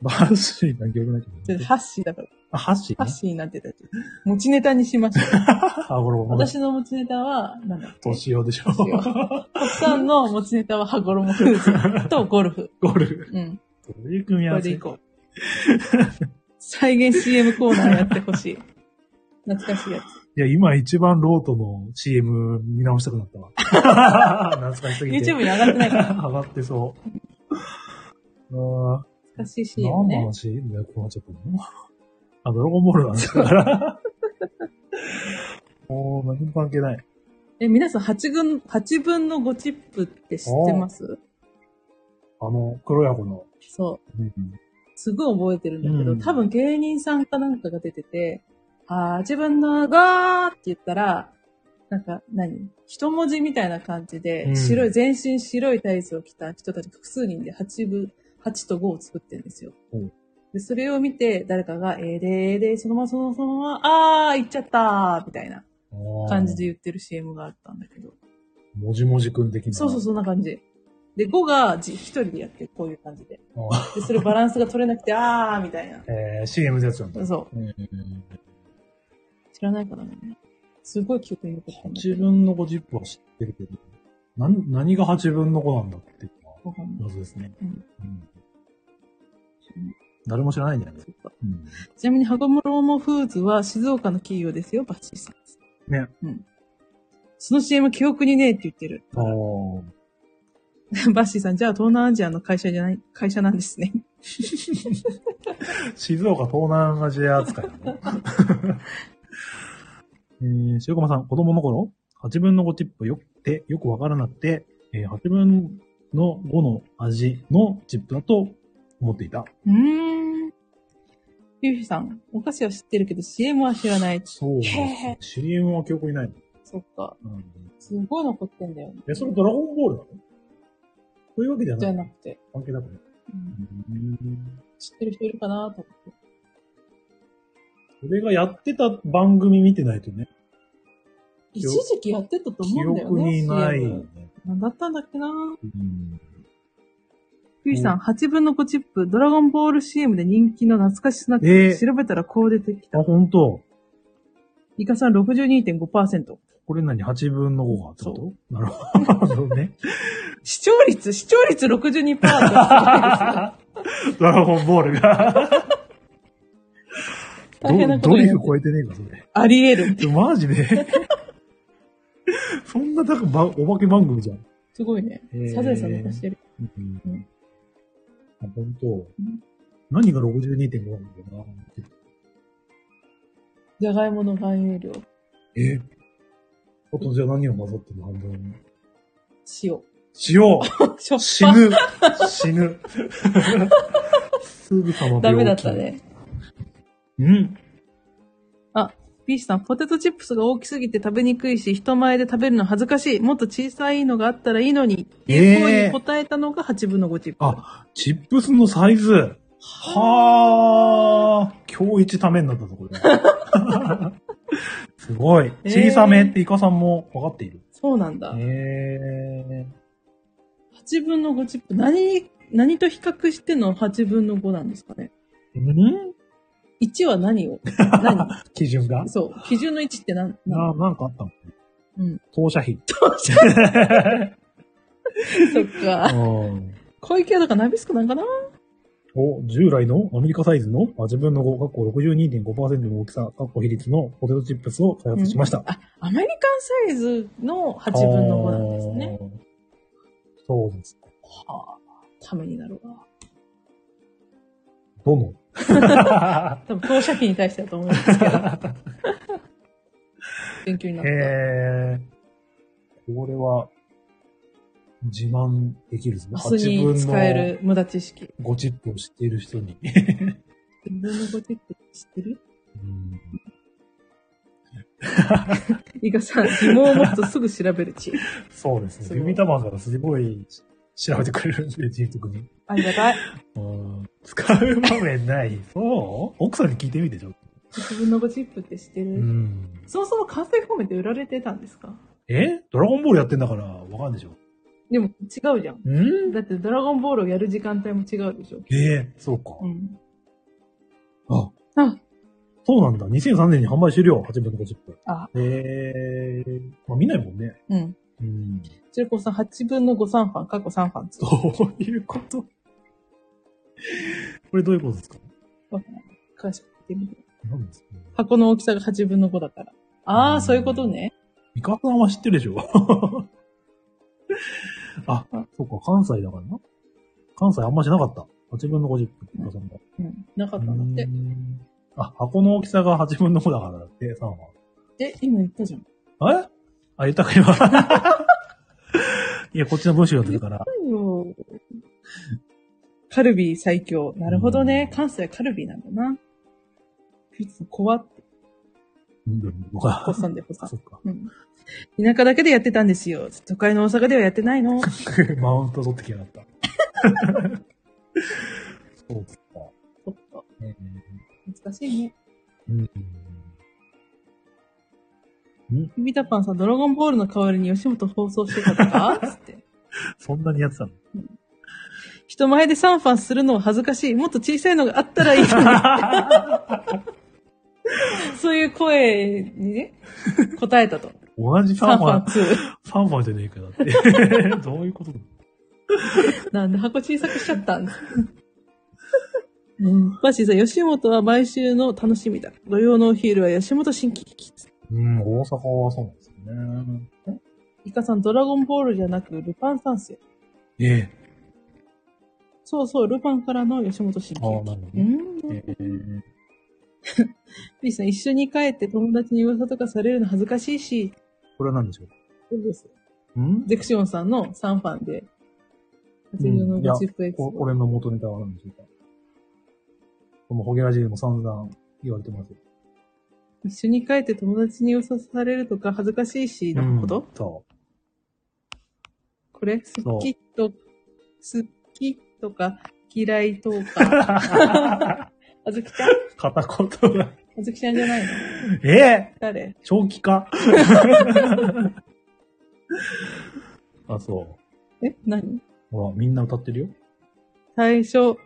S1: バッシーなんて呼ばなきゃい
S2: ち
S1: け
S2: ょっ
S1: ない。
S2: とハッシーだから、
S1: あ、ハッシー
S2: ハッ
S1: ね。
S2: シーになってたやつ。持ちネタにしま
S1: *laughs*
S2: した。
S1: 羽衣フー
S2: 私の持ちネタは、なんだっけ
S1: 年用でしょ。
S2: 年おっさんの持ちネタは羽衣クイズとゴルフ。
S1: ゴルフ。
S2: うん。
S1: どういう組み合
S2: こ
S1: わ
S2: れで
S1: せ
S2: いこう。再現 CM コーナーやってほしい。 *laughs* 懐かしいやつ。
S1: いや、今一番ロートの CM 見直したくなった
S2: *laughs*
S1: わ。懐かしすぎて。
S2: YouTube に上がってないから
S1: 上がってそう。あ
S2: 懐かし
S1: ー何
S2: い CM
S1: の
S2: ね。
S1: 話ね、こうなっちゃったのあ、ドラゴンボールなんだ
S2: *laughs*
S1: から。もう何も関係ない。
S2: え、皆さん8分、八分の5チップって知ってます
S1: あの、黒い箱の。
S2: そう。
S1: うん
S2: すごい覚えてるんだけど、
S1: うん
S2: 多分芸人さんかなんかが出てて、あー自分のがーって言ったら、なんか何一文字みたいな感じ
S1: う
S2: で、
S1: ん
S2: 白い、全身白いタイツを着た人たち複数人で8部、八と5を作ってるんですよ。
S1: うん
S2: でそれを見て、誰かが、えーでーでー、そのままそのそのまま、あー、行っちゃったー、みたいな感じで言ってる CM があったんだけど。
S1: もじもじくん的な。
S2: そうそう、そんな感じ。で、5がじ一人でやってる、こういう感じで。
S1: あ
S2: で、それバランスが取れなくて、あー、みたいな。
S1: ーえー、CM のやつなんだ。
S2: そう。
S1: うん
S2: 知らないからね。すごい記憶に残ってんだけ
S1: 自
S2: ど
S1: 分の子ジップは知ってるけど、なん何が8分の子なんだっていうのは
S2: わかんない。
S1: 謎ですね。
S2: うん
S1: うん誰も知らないんじゃないです
S2: そ
S1: か。
S2: っか
S1: うん
S2: ちなみに、箱室ロモフーズは静岡の企業ですよ、バッチリさん。
S1: ね。
S2: その CM 記憶にねえって言ってる。 *laughs*
S1: あー
S2: バッシーさん、じゃあ東南アジアの会社じゃない、会社なんですね。
S1: 静岡東南アジア扱いな *laughs* のえー、塩駒さん、子供の頃、8分の5チップよってよくわからなくて、えー、8分の5の味のチップだと思っていた。
S2: うーん。ゆうひさん、お菓子は知ってるけど CM は知らない。
S1: そうなんです
S2: へ
S1: ね。CM *laughs* は記憶にないの。
S2: そっか。
S1: うん、
S2: すごい残ってんだよね。
S1: え、それドラゴンボールなのそういうわけじゃ
S2: じ
S1: な
S2: ゃ
S1: い。
S2: なくて。
S1: 関係なくね。
S2: うん
S1: うん
S2: 知ってる人いるかなと思って。
S1: それがやってた番組見てないとね、
S2: 一時期やってたと
S1: 記
S2: 思うんだよ
S1: 憶
S2: ね。
S1: にないよ
S2: CM
S1: ね。
S2: なんだったんだっけな
S1: うん
S2: ゆうひさん、8分の5チップ、ドラゴンボール CM で人気の懐かしスナック、
S1: えー
S2: 調べたらこう出てきた
S1: あ、。ほんと。
S2: イカさん62.5%。
S1: これ何 ?8 分の5がってことなるほど
S2: *laughs*
S1: ね。
S2: 視聴率、視聴率62%だ
S1: *laughs* ドラゴンボールが。
S2: 大変な
S1: ど
S2: こ
S1: ド
S2: と
S1: リ
S2: になって
S1: フ超えてねえか、それ。
S2: あり得る。
S1: でもマジで。
S2: *laughs*
S1: そんな高くば、お化け番組じゃん。
S2: すごいね
S1: へー。
S2: サザエさん残してる。
S1: うん。あ、ほんと
S2: ん。
S1: 何が62.5なんだろうな。
S2: じゃがいもの含有量、
S1: えあとじゃあ何を混ざってるの半分。
S2: 塩。
S1: 塩
S2: しょっ
S1: 死
S2: ぱ
S1: ぬ死ぬすぐさま病気
S2: ダメだった。ね。
S1: うん。
S2: ビーチさん、ポテトチップスが大きすぎて食べにくいし、人前で食べるの恥ずかしい。もっと小さいのがあったらいいのに。っていう声に答えたのが8分の5チップ。
S1: あ、チップスのサイズ。はー。今日一ためになったぞ、これ。 *laughs* すごい。
S2: えー
S1: 小さめってイカさんも分かっている。
S2: そうなんだ。
S1: え
S2: 8分の5チップ、何、何と比較しての8分の5なんですかね。
S1: ー。ん
S2: 1は何を
S1: *laughs*
S2: 何
S1: 基準が
S2: そう。基準の1って何何
S1: な、なんかあったの
S2: うん。
S1: 投射費。 *laughs*
S2: そっ
S1: あ
S2: か。
S1: ー
S2: 小池はだからナビスコなんかな
S1: を従来のアメリカサイズの8分の5、かっこ62.5%の大きさ、かっこ比率のポテトチップスを開発しました。
S2: アメリカンサイズの8分の5なんですね。
S1: あー。そうです。
S2: はあ、ためになるわ。
S1: ど
S2: *laughs*
S1: の
S2: 多分、投射費に対してだと思うんですけど。勉強になった。
S1: へー。これは、自慢できるぞ。
S2: 明日に使える無駄知識。
S1: 8分の5チップを知っている
S2: *laughs*
S1: 人に。
S2: 自分のゴテック知ってる
S1: うん
S2: イカさん、疑問を持つとすぐ調べる知恵。
S1: そうです
S2: す
S1: ね。
S2: ごい
S1: ビビタマンからすごい調べてくれるんで、自由的に。
S2: ありがたい。
S1: うん使う場面ない。そう奥さんに聞いてみてちょっと。
S2: 自分のゴチップって知ってる、
S1: うん。
S2: そもそも関西方面って売られてたんですか
S1: えドラゴンボールやってんだから、わかんでしょ。
S2: でも違うじゃん。
S1: ん
S2: だってドラゴンボールをやる時間帯も違うでしょ。
S1: ええそうか。
S2: うん。
S1: あ、
S2: あ、
S1: そうなんだ。2003年に販売終了。8分の50分。
S2: あ、
S1: ええまあ見ないもんね。
S2: うん。
S1: うん。
S2: 中古さん8分の5、3ファン、過去3ファンつ。
S1: どういうことこれどういうことですか
S2: 詳しく聞いてみて。
S1: 何ですかね
S2: 箱の大きさが8分の5だから。ああ、そういうことね。
S1: ミカさんは知ってるでしょ *laughs* あ、そうか、関西だからな。関西あんましなかった。8分の50分、ミカさんが。
S2: うん。なかったんだっ
S1: う
S2: て。
S1: んあ、箱の大きさが8分の5だからだって、3は。
S2: え、今言ったじゃん。
S1: えあ、言ったか今。いや、こっちの文章読んでるから。
S2: そうよ。カルビー最強。なるほどね。関西はカルビーなんだな。いつも怖って、
S1: 緑のが。
S2: ほっさんでほっさん
S1: そ。っか。
S2: うん。田舎だけでやってたんですよ。都会の大阪ではやってない *laughs* の。
S1: マウント取ってきやがった。そうか。
S2: ちょっと、
S1: え
S2: 難しいね。
S1: ーうん。
S2: ビタパンさん、ドラゴンボールの代わりに吉本放送してた
S1: *laughs*
S2: とかつって。
S1: そんなにやってたの
S2: 人前でサンファンするのは恥ずかしい。もっと小さいのがあったらいいのにそういう声
S1: *laughs*
S2: にね、答えたと。
S1: 同じフ
S2: サ
S1: ァン
S2: ン
S1: フ
S2: フ
S1: ァン
S2: ァン、2。
S1: ファンファンじゃねえかだって。どういうことだ
S2: なんで箱小さくしちゃったんだ。バッシーさん、吉本は毎週の楽しみだ。土曜のお昼は吉本新喜劇。
S1: うん、大阪はそうなんですよね。
S2: イカさん、ドラゴンボールじゃなく、ルパン三世。
S1: ええ。
S2: そうそう、ルパンからの吉本新喜
S1: ああ、なる
S2: 劇。
S1: ほど
S2: う
S1: ね。
S2: ん。
S1: えー
S2: ピーさん、一緒に帰って友達に噂とかされるの恥ずかしいし、
S1: これは何でしょ
S2: そうです。
S1: ううん
S2: ゼクシオンさんのサンファンで、初めのゴシップエピソ
S1: こ
S2: ード。
S1: 俺の元ネタは何でしょうかこのホゲラジでも散々言われてますよ。
S2: 一緒に帰って友達に噂されるとか恥ずかしいし、のこと、
S1: うんそ
S2: これ
S1: そう
S2: 好きと、好きとか嫌いと
S1: *laughs*
S2: か。
S1: う。
S2: あずきちゃん
S1: 片言が。
S2: あずきちゃんじゃないの
S1: え
S2: 誰
S1: ー、長期化あ、そう。
S2: え何
S1: ほら、みんな歌ってるよ。
S2: 最初、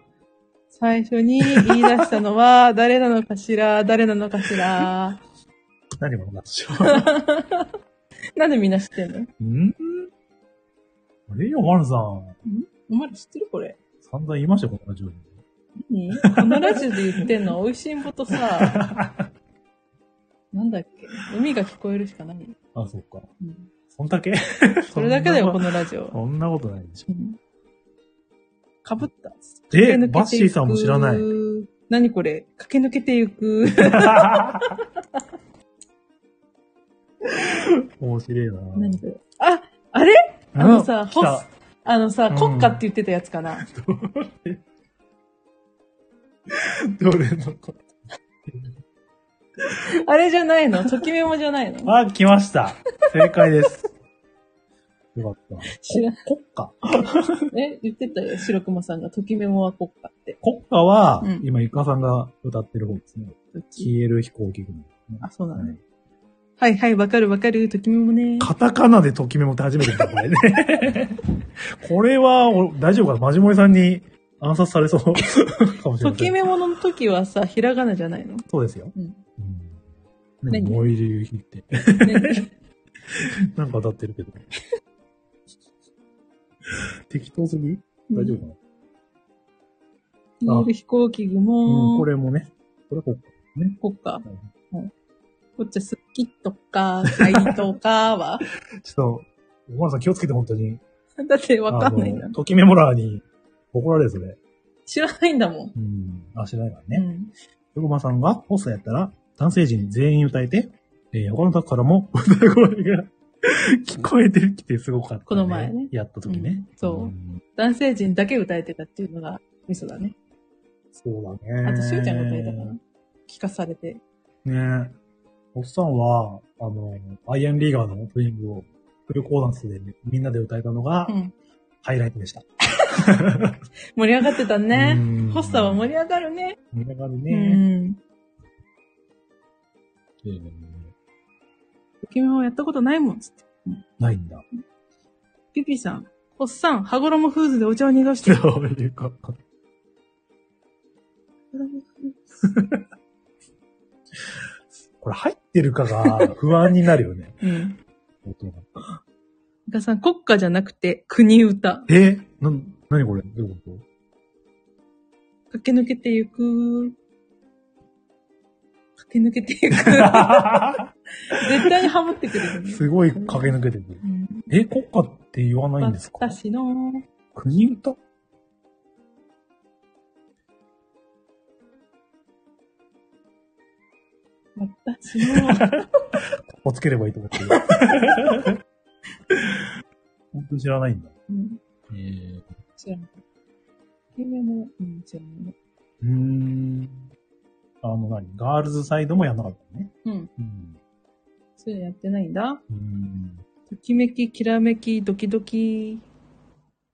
S2: 最初に言い出したのは、誰なのかしら誰なのかしら
S1: 何もなっちゃ
S2: なんでみんな知ってんの
S1: う。んあれよ、マルさん。
S2: お前ら知ってるこれ。
S1: 散々言いましたよ、このラジオに。
S2: 何このラジオで言ってんの、美味しいんぼとさ、 *laughs* なんだっけ、海が聞こえるしかない。う
S1: あ、そっか。
S2: ん、
S1: そんだけ
S2: それだけだよ、
S1: そ
S2: こ
S1: んな
S2: のラジオ。
S1: そんなことないでしょ。
S2: うんかぶっ
S1: え、
S2: た。駆け抜けていく
S1: バッシーさんも知ら
S2: *laughs*
S1: ない。。
S2: 何これ駆け抜けていく。
S1: 面白いな
S2: *laughs* 何これあ、あれあのさ、
S1: 来
S2: ホ
S1: た
S2: ス、あのさ、
S1: うん
S2: 国家って言ってたやつかな。
S1: どれのこ
S2: あれじゃないのときメモじゃないの
S1: あ、来ました。正解です。 *laughs* よかった。
S2: *laughs* 知ら
S1: こ国家
S2: え言ってたよ、白熊さんが。ときメモは国家って。
S1: 国家は、
S2: うん
S1: 今、イカさんが歌ってる方ですね。消える飛行機雲、
S2: あ、そうなの、
S1: はい。
S2: はいはい、わかるわかる。ときメモね。
S1: カタカナでときめもって初めて見た、これ
S2: *laughs*
S1: ね。これは、お大丈夫かマジモリさんに暗殺されそうかもしれません。
S2: ときめもの時はさ、ひらがなじゃな
S1: *laughs*
S2: いの
S1: そうですよ。
S2: うん
S1: うん。ね、
S2: 何
S1: 燃える夕日って。 *laughs*
S2: ね
S1: なんか当たって
S2: *laughs*
S1: るけど。適当すぎ大丈夫かな、
S2: 消える飛行機
S1: うん、
S2: 雲。
S1: これもね。これこ
S2: こっか。
S1: い
S2: うんこっちは好きとか、愛とかは。 *laughs*
S1: う。ちょっと、おまさん気をつけて本当に。
S2: だってわかんないん
S1: あ
S2: だ
S1: の。ときメモラーに怒られるそれ。
S2: 知らないんだもん。
S1: うん。あ、知らないから
S2: う
S1: ね。
S2: ん。
S1: 横間さんがホストやったら、男性陣全員歌えて、えー、横の卓からも歌声が *laughs* 聞こえてきてすごかった、
S2: この前ね
S1: やった時ね。
S2: うんそうん男性陣だけ歌えてたっていうのがミソだね。
S1: そうだね。
S2: あと、しゅうちゃんが歌えたかな。聞かされて。
S1: ねえ。おっさんは、あの、アイアンリーガーのオープニングをフルコーダンスでみんなで歌えたのが
S2: うん。
S1: ハイライトでした。
S2: 盛り上がってたね。ホストは盛
S1: り
S2: り上がるね。
S1: 盛り上がる
S2: う
S1: ね。
S2: ん。
S1: うん
S2: 君もやったことないもん。つって
S1: ないんだ。
S2: ピピさん、おっさん、羽衣フーズでお茶を濁し
S1: *laughs*
S2: てる。
S1: そういうこと。これ入ってるかが不安になるよね。
S2: うん。
S1: 音が
S2: イカさん、国家じゃなくて国歌。
S1: *laughs* えなん、なにこれどういうこ
S2: 駆け抜けてゆく。駆け抜けて
S1: *laughs*
S2: ゆく。絶対にハモってくるよ
S1: と
S2: ね。
S1: すごい駆け抜けてる。
S2: うん
S1: え、国歌って言わないんですか
S2: 私の、
S1: 国歌
S2: 私
S1: *laughs*
S2: の、
S1: をつければいいと *laughs* 思ってる。本当に知らないんだ。
S2: うん、
S1: え
S2: 知らない。君も、
S1: うーん。あの何ガールズサイドもやんなかったのね。
S2: うん。
S1: うん。
S2: それやってないんだ。
S1: うん。
S2: ときめき、きらめき、ドキドキ。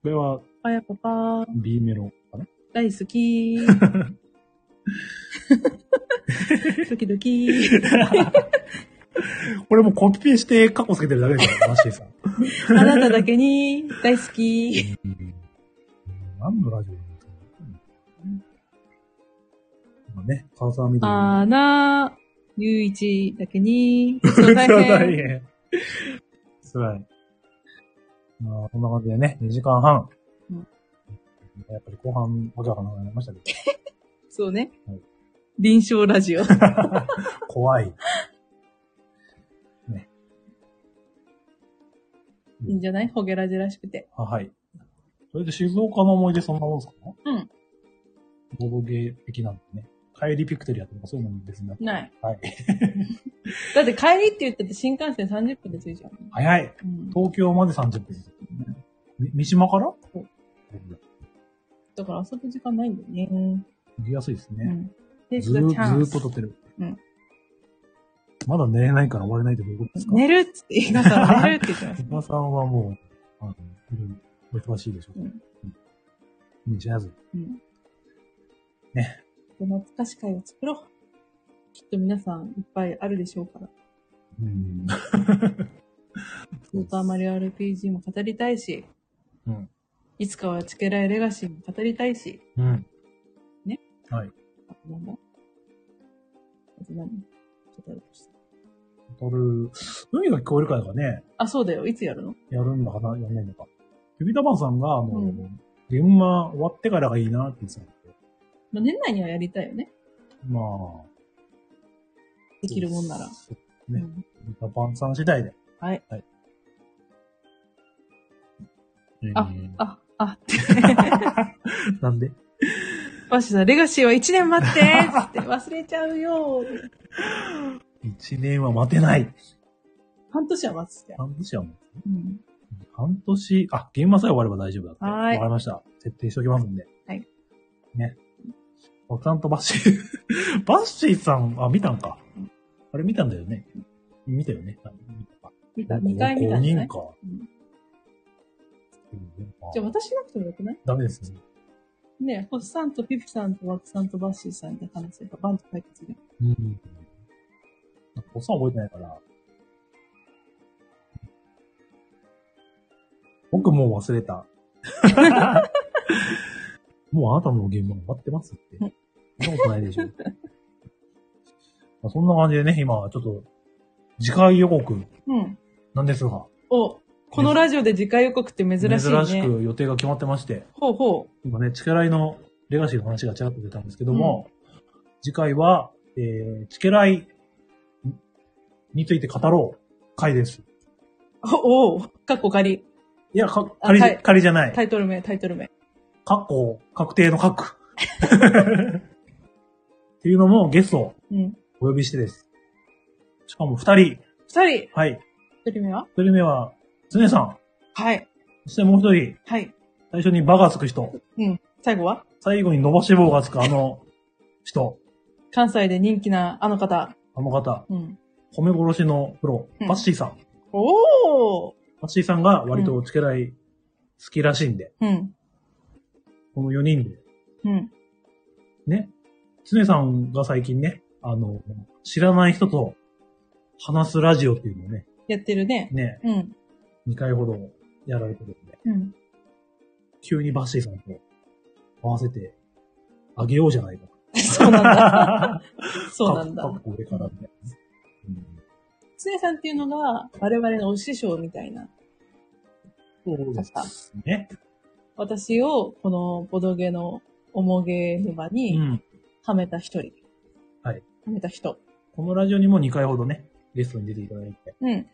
S1: これは
S2: あやパパ、
S1: B メロかな
S2: 大
S1: *laughs*
S2: 好き。 *laughs* ドキドキ。
S1: これもうコピペして過去つけてるだけですよ、マッシーさん。
S2: あなただけに、大好き。
S1: うん何のラジオだったのまあね、川沢みどりの。
S2: あな、ゆういちだけに、
S1: *laughs* そ
S2: そうう大変。
S1: 変。つらい。まあ、こんな感じでね、2時間半。
S2: うん
S1: やっぱり後半、わけわかんなくなりましたけ
S2: そうね
S1: はい。
S2: 臨床ラ
S1: *laughs*
S2: ジオ。
S1: ど、怖い。
S2: いいんじゃないホゲラジらしくて。
S1: あ、はい。それで静岡の思い出そんなもんですか
S2: うん。
S1: ボドゲ的なんでね。帰りピクテリアとかそういうのも別になって
S2: ない。
S1: はい。
S2: *laughs* だって帰りって言ったって新幹線30分で着いちゃう。
S1: 早い
S2: うん。
S1: 東京まで30分。み三島から
S2: う
S1: うんん。
S2: だから遊ぶ時間ないんだよね。
S1: 行きやすいです
S2: う
S1: ね。
S2: ん。で、
S1: ずーずーっと撮ってる。
S2: うん
S1: まだ寝れないから終われないってどういうことですか
S2: 寝るっつって、皆
S1: *laughs*
S2: さん寝るって言ってまし
S1: 今さんはもう、あの、いろいろお忙しいでしょう。
S2: うん
S1: うん。じゃあず、
S2: うん。
S1: ね。
S2: 懐かし会を作ろう。きっと皆さんいっぱいあるでしょうから。
S1: うん。
S2: スーパーマリオ RPG も語りたいし、
S1: うん。
S2: いつかはチケライレガシーも語りたいし、
S1: うん。
S2: ね。
S1: はい。
S2: あとなんだあと何語るとした
S1: 撮る、海が聞こえるからかね、
S2: あ、そうだよ。いつやるの
S1: やるんだかな、やんないのか。指玉さんが、あの、
S2: うん
S1: 電話終わってからがいいなって言ってたんで
S2: まあ、年内にはやりたいよね。
S1: まあ、
S2: できるもんなら。
S1: そうね
S2: うん
S1: ビタパンさん次第で。
S2: はい。
S1: はい。
S2: あ
S1: えー、
S2: あ、あって。
S1: なんで
S2: バッシュさん、レガシーは1年待
S1: *laughs*
S2: ってつって、忘れちゃうよ
S1: ?1 年は待てない。
S2: 半年は待つって。
S1: 半年はもう。
S2: うん。
S1: 半年、あ、ゲームマさえ終われば大丈夫だって。
S2: はい
S1: わかりました。設定しておきますんで。
S2: はい。
S1: ね。僕さんとバッシー、 *laughs* バッシーさん、あ、見たんか。あれ見たんだよね。見たよね。あ見たか
S2: 見た ?2 回見た
S1: 5
S2: んじゃ
S1: 人
S2: ない
S1: か。
S2: うん
S1: うん
S2: じゃあ私なくてもよくない
S1: ダメですね。
S2: ねえ、ホッさんとピピさんとワクさんとバッシーさんで話せばバンと解決できる。
S1: うん。おっさん覚えてないから。僕もう忘れ
S2: *laughs*
S1: た。もうあなたのゲームは終わってますって。
S2: うん
S1: そんなことないでしょ。まあそんな感じでね、今はちょっと、次回予告
S2: うん。
S1: なんですが、
S2: お、このラジオで次回予告って珍しいね。
S1: 珍しく予定が決まってまして、
S2: ほうほ
S1: 今ね、チケライのレガシーの話がちらっと出たんですけども、次回は、えー、チケライについて語ろう回です。
S2: う。お、お、かっこ仮。
S1: いや、か、
S2: あ
S1: 仮じ
S2: はい
S1: ゃ、仮じゃない。
S2: タイトル名、タイトル名。
S1: かっこ、確定の確。っていうのもゲストを
S2: うん。
S1: お呼びしてです。しかも二人。
S2: 二人、
S1: はい。
S2: 一人目は
S1: 一人目は、つねさん。
S2: はい。
S1: そしてもう一人、
S2: はい。
S1: 最初にバがつく人。
S2: うん。最後は
S1: 最後に伸ばし棒がつくあの人。
S2: 関西で人気なあの方。
S1: あの方。
S2: うん。
S1: 米殺しのプロ、
S2: うん
S1: バッシーさん。
S2: おー
S1: マッシーさんが割とチケライ好きらしいんで、
S2: うん。
S1: この4人で、
S2: うん。
S1: ね。つねさんが最近ね、あの、知らない人と話すラジオっていうのをね、
S2: やってるね。
S1: ね、
S2: うん。
S1: 2回ほどやられてるんで、
S2: うん。
S1: 急にバッシーさんと合わせてあげようじゃないか。
S2: *laughs* そうなん *laughs* だ。
S1: *laughs*
S2: そうなんだ
S1: か。っこ上からみたいな。うん
S2: つねさんっていうのが、我々のお師匠みたいな。
S1: そうですね。
S2: 私を、このボドゲのおもげ沼
S1: う
S2: に、
S1: ん。
S2: はめた一人。
S1: はい。
S2: はめた人。
S1: このラジオにも2回ほどね、ゲストに出ていただいて、
S2: うん。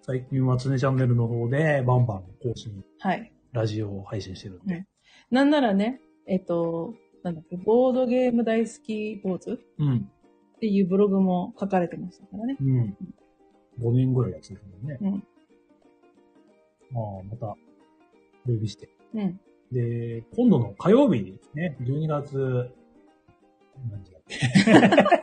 S1: 最近はつねチャンネルの方でバンバン更新、
S2: はい。
S1: ラジオを配信してるんで、
S2: なんならね、えっと、なんだっけ、ボードゲーム大好き坊主
S1: うん。
S2: っていうブログも書かれてましたからね。
S1: うん。5年ぐらいやってたもんね。
S2: うん
S1: まあ、また、ルービして。
S2: うん。
S1: で、今度の火曜日ですね、12月何時だっけ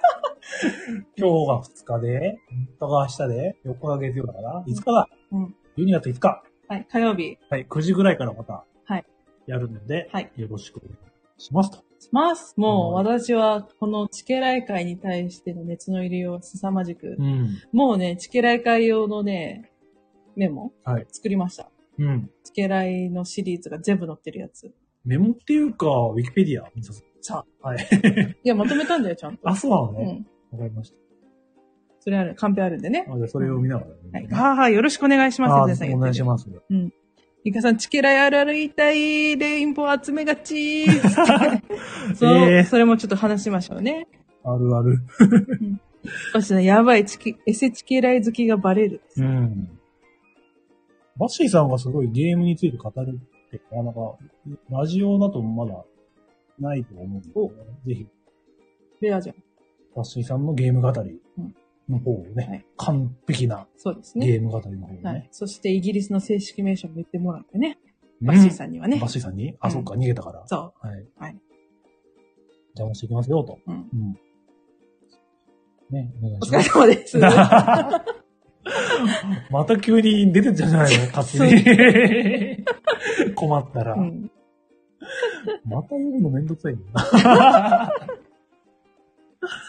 S1: *laughs* 今日が2日で、3日が明日で、4日が月曜だから、5日だ。
S2: うん
S1: 12月5日。
S2: はい、火曜日、
S1: はい、9時ぐらいからまた、
S2: はい
S1: やるので、
S2: はい
S1: よろしくお願いしますと。
S2: します。もう、
S1: うん
S2: 私は、このチケライ会に対しての熱の入りようは凄まじく、
S1: うん。
S2: もうね、チケライ会用のね、メモ、
S1: はい
S2: 作りました。
S1: うん。
S2: チケライのシリーズが全部載ってるやつ。い
S1: メモっていうか、ウィキペディア見させて。
S2: さ
S1: はい。
S2: や、まとめたんだよ、ちゃんと。
S1: あ、そうなの
S2: う
S1: ね。
S2: ん。
S1: わ、かりまし
S2: それある、カンペあるんでね
S1: た。。あじゃあそれを見ながら、
S2: はい
S1: ね。。
S2: はあはあ、よろしくお願いします。
S1: あ
S2: 皆さん言
S1: お
S2: って
S1: 願
S2: ね
S1: いします。
S2: イカさん、チケライあるある言いたい、レインボー集めがちーっつ
S1: *laughs*
S2: ってそう、
S1: えー
S2: それもちょっと話しましょうね。
S1: あるある。
S2: そしてね、やばいチキ、エセチケライ好きがバレる。
S1: うん。バッシーさんがすごいゲームについて語るって、なかなか、ラジオだとまだないと思うんで、ぜひ、
S2: レアじゃん。
S1: バッシーさんのゲーム語り
S2: うん
S1: の方をね、
S2: はい
S1: 完璧な
S2: そうですね。
S1: ゲーム語りの方をね。
S2: はい。そして、イギリスの正式名称も言ってもらってね。
S1: うん
S2: バッシーさんにはね
S1: バッ。シーさんにあ、
S2: うん
S1: そっか、逃げたから。
S2: そ
S1: はい。
S2: はい。
S1: 邪魔していきますよ、と。
S2: う。うん。
S1: うん。ね、お願い
S2: お
S1: し
S2: 疲れ
S1: ます。
S2: 様です。
S1: *laughs* また急に出てっちゃうじゃないの勝手に。困ったら。
S2: うん。
S1: また言うのめんどくさいんだよな。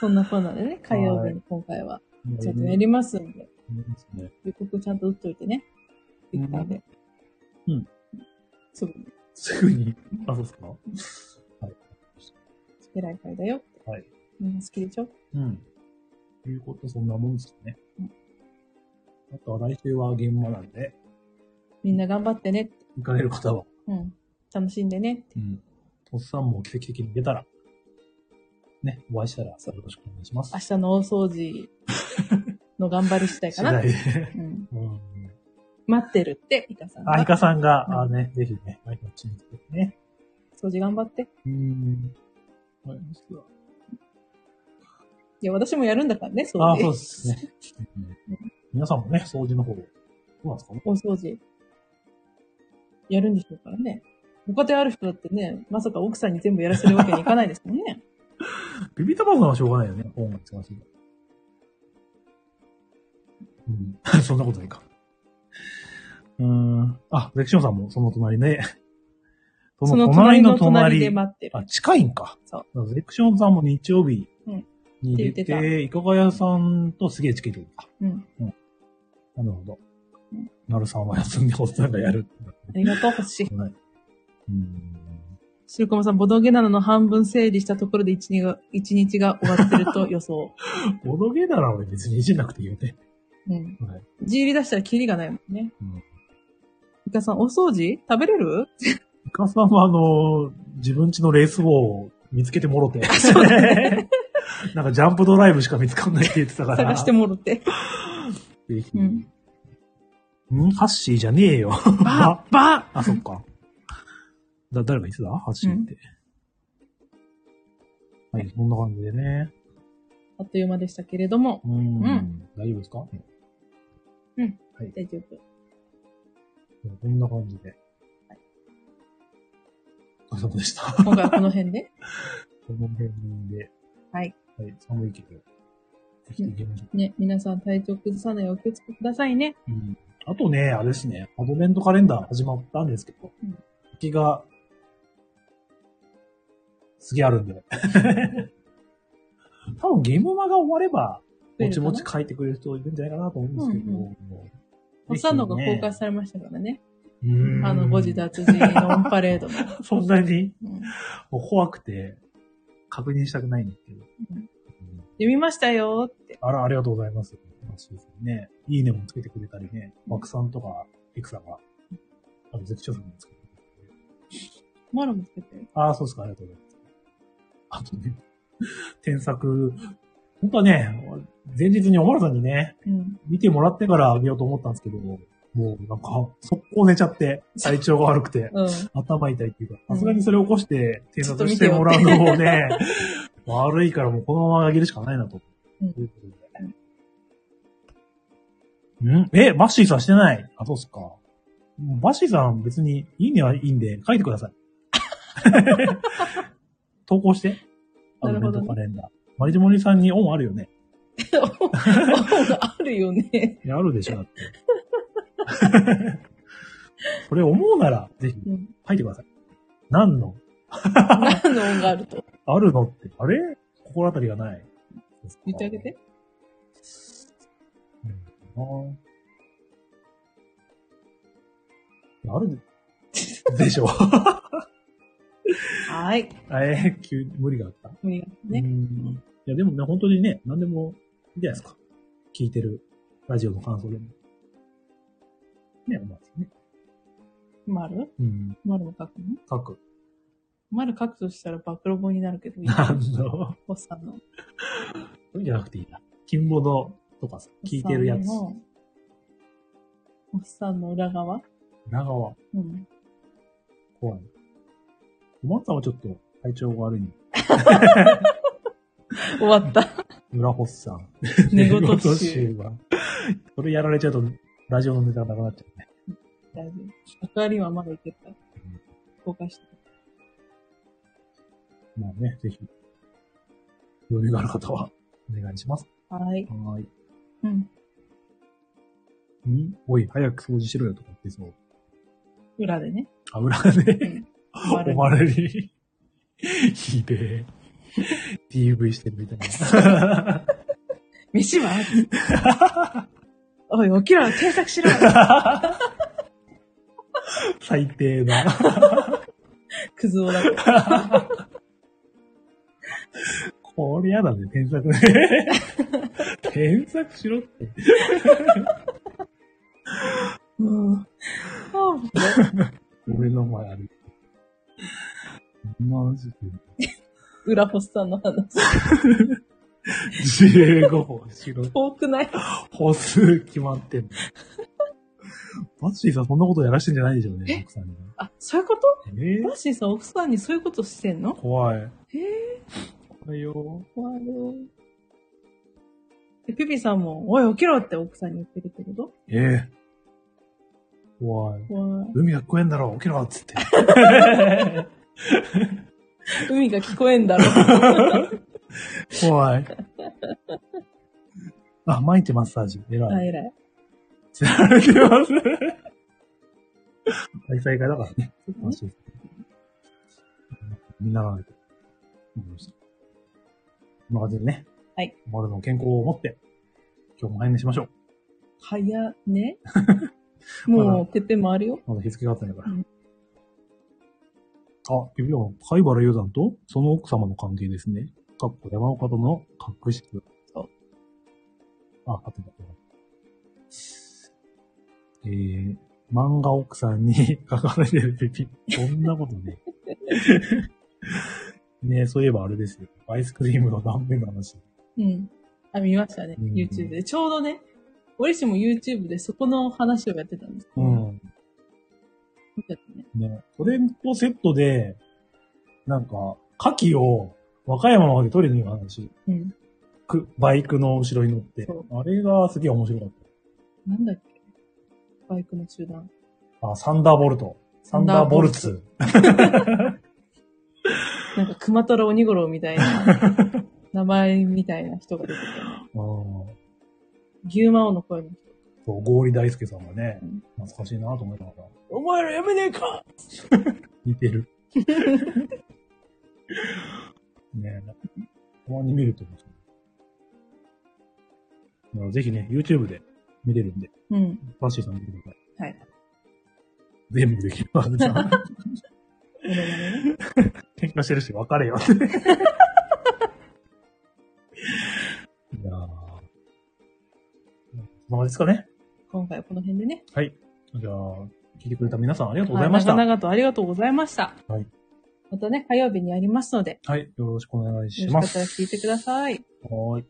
S2: そんなこんなでね、火曜日に今回は、ちょっとやりますんで、
S1: ね
S2: 予告ちゃんと打っといてね。ツイッターで。
S1: うんうん。
S2: すぐに、
S1: すぐに。あ、そうっすか
S2: チケライ会だよ。
S1: はい。
S2: みんな好きでしょ
S1: うん。ということ、そんなもんですかね
S2: うん。
S1: あとは来週は現場なんで、
S2: みんな頑張ってね。
S1: 行かれる方は、
S2: うん。楽しんでね。
S1: うん。おっさんも奇跡的に出たら、ね、お会いしたらよろしくお願いします
S2: 明。日の大掃除の頑張り次第か
S1: 次
S2: な。
S1: 第で。
S2: うん。
S1: *laughs* うん。
S2: 待ってるって、イカさんが。
S1: あ、イカさん
S2: うん
S1: が、あね、ぜひね、アイカチーム作ってね。
S2: 掃除頑張って。
S1: う
S2: い
S1: ん。わかりました
S2: や、私もやるんだからね、掃除。
S1: あ、そうですね。うん *laughs* 皆さんもね、掃除の方、どうなんですかね。
S2: 大掃除。やるんでしょうからね。ご家庭ある人だってね、まさか奥さんに全部やらせるわけにいかないですもんね。
S1: ビビタバさんはしょうがないよね、本が忙しいから。うん、そん *laughs* なことないか。うーん。あ、ゼクションさんもその隣ね。 *laughs* *laughs* そ
S2: そ
S1: の
S2: の
S1: 隣
S2: 隣
S1: の
S2: の
S1: 隣。
S2: 隣で待ってる。
S1: あ、近いんか。。
S2: そう
S1: ゼクションさんも日曜日
S2: うん
S1: に出、
S2: って言って
S1: いかが屋さんとすげえチケットか。
S2: うん。
S1: なるほど
S2: うん。
S1: なるさんは休んでおっさんがやるってなって
S2: ありがとう、星。
S1: ね。はい。うーん。
S2: シルコマさん、ボドゲなのの半分整理したところで一日が、一日が終わってると
S1: *laughs*
S2: 予想。
S1: ボドゲなら別にいじんなくていいよね。
S2: うん。
S1: はい。
S2: じり出したらキリがないもんね。
S1: うん
S2: イカさん、お掃除食べれる
S1: イカさんはあの、自分家のレース棒を見つけても *laughs* ろて。なんかジャンプドライブしか見つかんないって言ってたから。
S2: 探してもろて。
S1: ぜひ
S2: うん。
S1: んハッシーじゃねえよ。
S2: ば、ば
S1: *laughs* あ、そっか。だ、誰がいつだハッシーって。はい、こんな感じでね。
S2: あっという間でしたけれども、
S1: うん。
S2: うん
S1: 大丈夫ですか
S2: 大丈夫。
S1: こんな感じで。お疲れ様でした。
S2: 今回はこの辺で、
S1: この辺で。
S2: はい。
S1: はい、寒いけど。生きていきましょう。
S2: ね、皆さん体調崩さないようお気をつけくださいね。
S1: うん。あとね、あれですね、アドベントカレンダー始まったんですけど、
S2: うん
S1: 先が、すげえあるんで。 *laughs* 多分ゲームマが終われば、
S2: 増
S1: も
S2: える
S1: ち
S2: かな
S1: もち書いてくれる人いるんじゃないかなと思うんですけど。
S2: うんうおっ
S1: ぜひね
S2: さんのが公開されましたからね。
S1: うん
S2: あの、5時脱字のオンパレードの。
S1: そんなに
S2: うん
S1: もう怖くて、確認したくないんですけど。
S2: うん
S1: うん
S2: 読みましたよって。
S1: あら、ありがとうございます。楽しいですね。いいねもつけてくれたりね、
S2: うん
S1: 枠さんとか、エクさんが、あの、ゼクションさんもつけてくれたり
S2: マロもつけてる。
S1: ああ、そうですか、ありがとうございます。あとね、添削、本当はね、前日におまるさんにね、
S2: うん。
S1: 見てもらってからあげようと思ったんですけど、もうなんか、速攻寝ちゃって、体調が悪くて、
S2: うん。 *laughs*
S1: 頭痛いっていうか、
S2: うん
S1: さすがにそれを起こして添削してもらうのもね、 *laughs* 悪いからもうこのままあげるしかないなと。
S2: うん
S1: ということでうんえ、バッシーさんしてないあ、そうっすか。バッシーさん別 *laughs* にいいねはいいんで書いてください。投稿して。ア
S2: な
S1: ド
S2: る
S1: ベ
S2: ほ
S1: ント
S2: どね
S1: カレンダー。マリジモリさんに恩あるよね。
S2: あるよね。
S1: いや、あるでしょ、だって。 *laughs* それ思うなら、ぜひ
S2: うん。
S1: 書いてください。何の
S2: 何の音があると
S1: あるのって、あれ心当たりがない。
S2: 言ってあげて。
S1: うん。いやあるで
S2: *laughs*
S1: でしょ。
S2: はい。
S1: えー、急に無理があった。
S2: 無理がある
S1: う
S2: ね。
S1: んいや、でもね、本当にね、何でもいいじゃないですか。聞いてるラジオの感想でも。ね、思わずね。
S2: 丸
S1: うん。
S2: 丸も書くの
S1: 書く。 *laughs*
S2: 丸書くとしたら暴露本になるけどいい。
S1: なんの。
S2: おっさんの。
S1: そういうんじゃなくていいな。金物とかさ、聞いてるやつ。
S2: おっさんの裏側
S1: 長は
S2: うん。
S1: 怖い。おまんさんはちょっと体調が悪いの。
S2: 終わった。
S1: 村星さん。
S2: 寝
S1: *laughs*
S2: 言
S1: 寝
S2: 集。
S1: は。それやられちゃうと、ラジオのネタなくなっちゃうね。
S2: 大丈夫。アクアリウムはまだいけた。公開して
S1: まあね、ぜひ、余裕がある方は、お願いします。
S2: た。はい。
S1: はーい。
S2: うん。
S1: んおい、早く掃除しろよとか言ってそう。
S2: 裏でね。
S1: 油が
S2: う
S1: ね、
S2: ん。
S1: おまれに、ひでえ。DV してるみたいな。
S2: 飯は *laughs* おい、起きろ検索 *laughs* しろ
S1: 最低な。
S2: クズ男だから。
S1: これやだね、添削ね。添削しろって。
S2: うん。ああ
S1: 俺の前ある。こんな話してる
S2: 裏ホスさんの話。
S1: 15本しろ。
S2: 遠くない
S1: 歩数決ま *laughs* ってんの。バッシーさんそんなことやらしてんじゃないでしょうね
S2: え、
S1: 奥さんに。
S2: あ、そういうこと
S1: え
S2: バッシーさん、奥さんにそういうことしてんの
S1: 怖い。
S2: へえ、
S1: 怖いよ。
S2: 怖いよ。で、ピピさんも、おい、起きろって奥さんに言ってるってこと
S1: ええ怖い。
S2: 怖い。
S1: 海が聞こえんだろ、起きろっつ *laughs* って。
S2: 海が聞こえん *laughs* だろ。
S1: 怖い。あ、毎日マッサージ。偉
S2: あ、
S1: *laughs* い。
S2: 偉い。
S1: 知られてます。 *laughs* 開催会だからね。楽しいですみんながれて。わかりましたこんな感じでね。
S2: はい。
S1: 丸の健康を持って、今日も早寝しましょう。
S2: 早
S1: *laughs*
S2: ね。
S1: ま
S2: も
S1: だ
S2: う、てっぺんもあるよ。
S1: まだ日付があったんだから。
S2: うん
S1: あ、指輪、貝原雄山とその奥様の関係ですね。かっこ山岡との確執。
S2: そう
S1: あ、あってた。えー、漫画奥さんに *laughs* 書かれてるピピ。そんなことね。 *laughs* ねそういえばあれですよ。アイスクリームの断面の話。
S2: うん。あ、見ましたね。
S1: うん
S2: YouTube で。ちょうどね、俺氏も YouTube でそこの話をやってたんですけ
S1: う
S2: ど。
S1: ん。
S2: 見ちゃったね。
S1: ね、それとセットで、なんか、牡蠣を和歌山まで取りに行く話。
S2: うん。
S1: くバイクの後ろに乗って
S2: そう。
S1: あれがすげえ面白かっ
S2: なんだっけバイクの集団。
S1: た。あ、サンダーボルト。サンダーボルツ。
S2: なんか、熊太郎鬼五郎みた
S1: *laughs*
S2: いな、名前みたいな人が出てたよね。
S1: あー
S2: 牛魔王の声の人。
S1: そう、ゴーリ大輔さんがね
S2: うん、
S1: 懐かしいなと思いながら、
S2: お前らやめねえ
S1: *laughs*
S2: か
S1: 似て *laughs* る。ねたまに見ると思う。だからぜひね、YouTube で見れるんで、
S2: うん。
S1: バッシーさん見てください。
S2: はい。
S1: 全部できるはずじゃん。
S2: 俺がね。
S1: 喧嘩してるし、別れよって。いやーそんな感じですかね。
S2: 今回はこの辺でね。
S1: はい。じゃあ、聞いてくれた皆さんありがとうございました。
S2: は
S1: はい。
S2: い長々とありがとうございました。
S1: はい。
S2: またね、火曜日にやりますので、
S1: よろしくお願いし
S2: よ
S1: ま
S2: ろしかったら
S1: す。
S2: 聞いてください。
S1: はーい。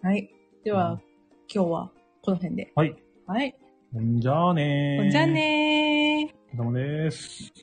S2: はい。では、
S1: うん
S2: 今日はこの辺で。
S1: はい。
S2: はい。
S1: ほんじゃあね
S2: ほ
S1: ー。
S2: んじゃあねー。
S1: お疲れ様です。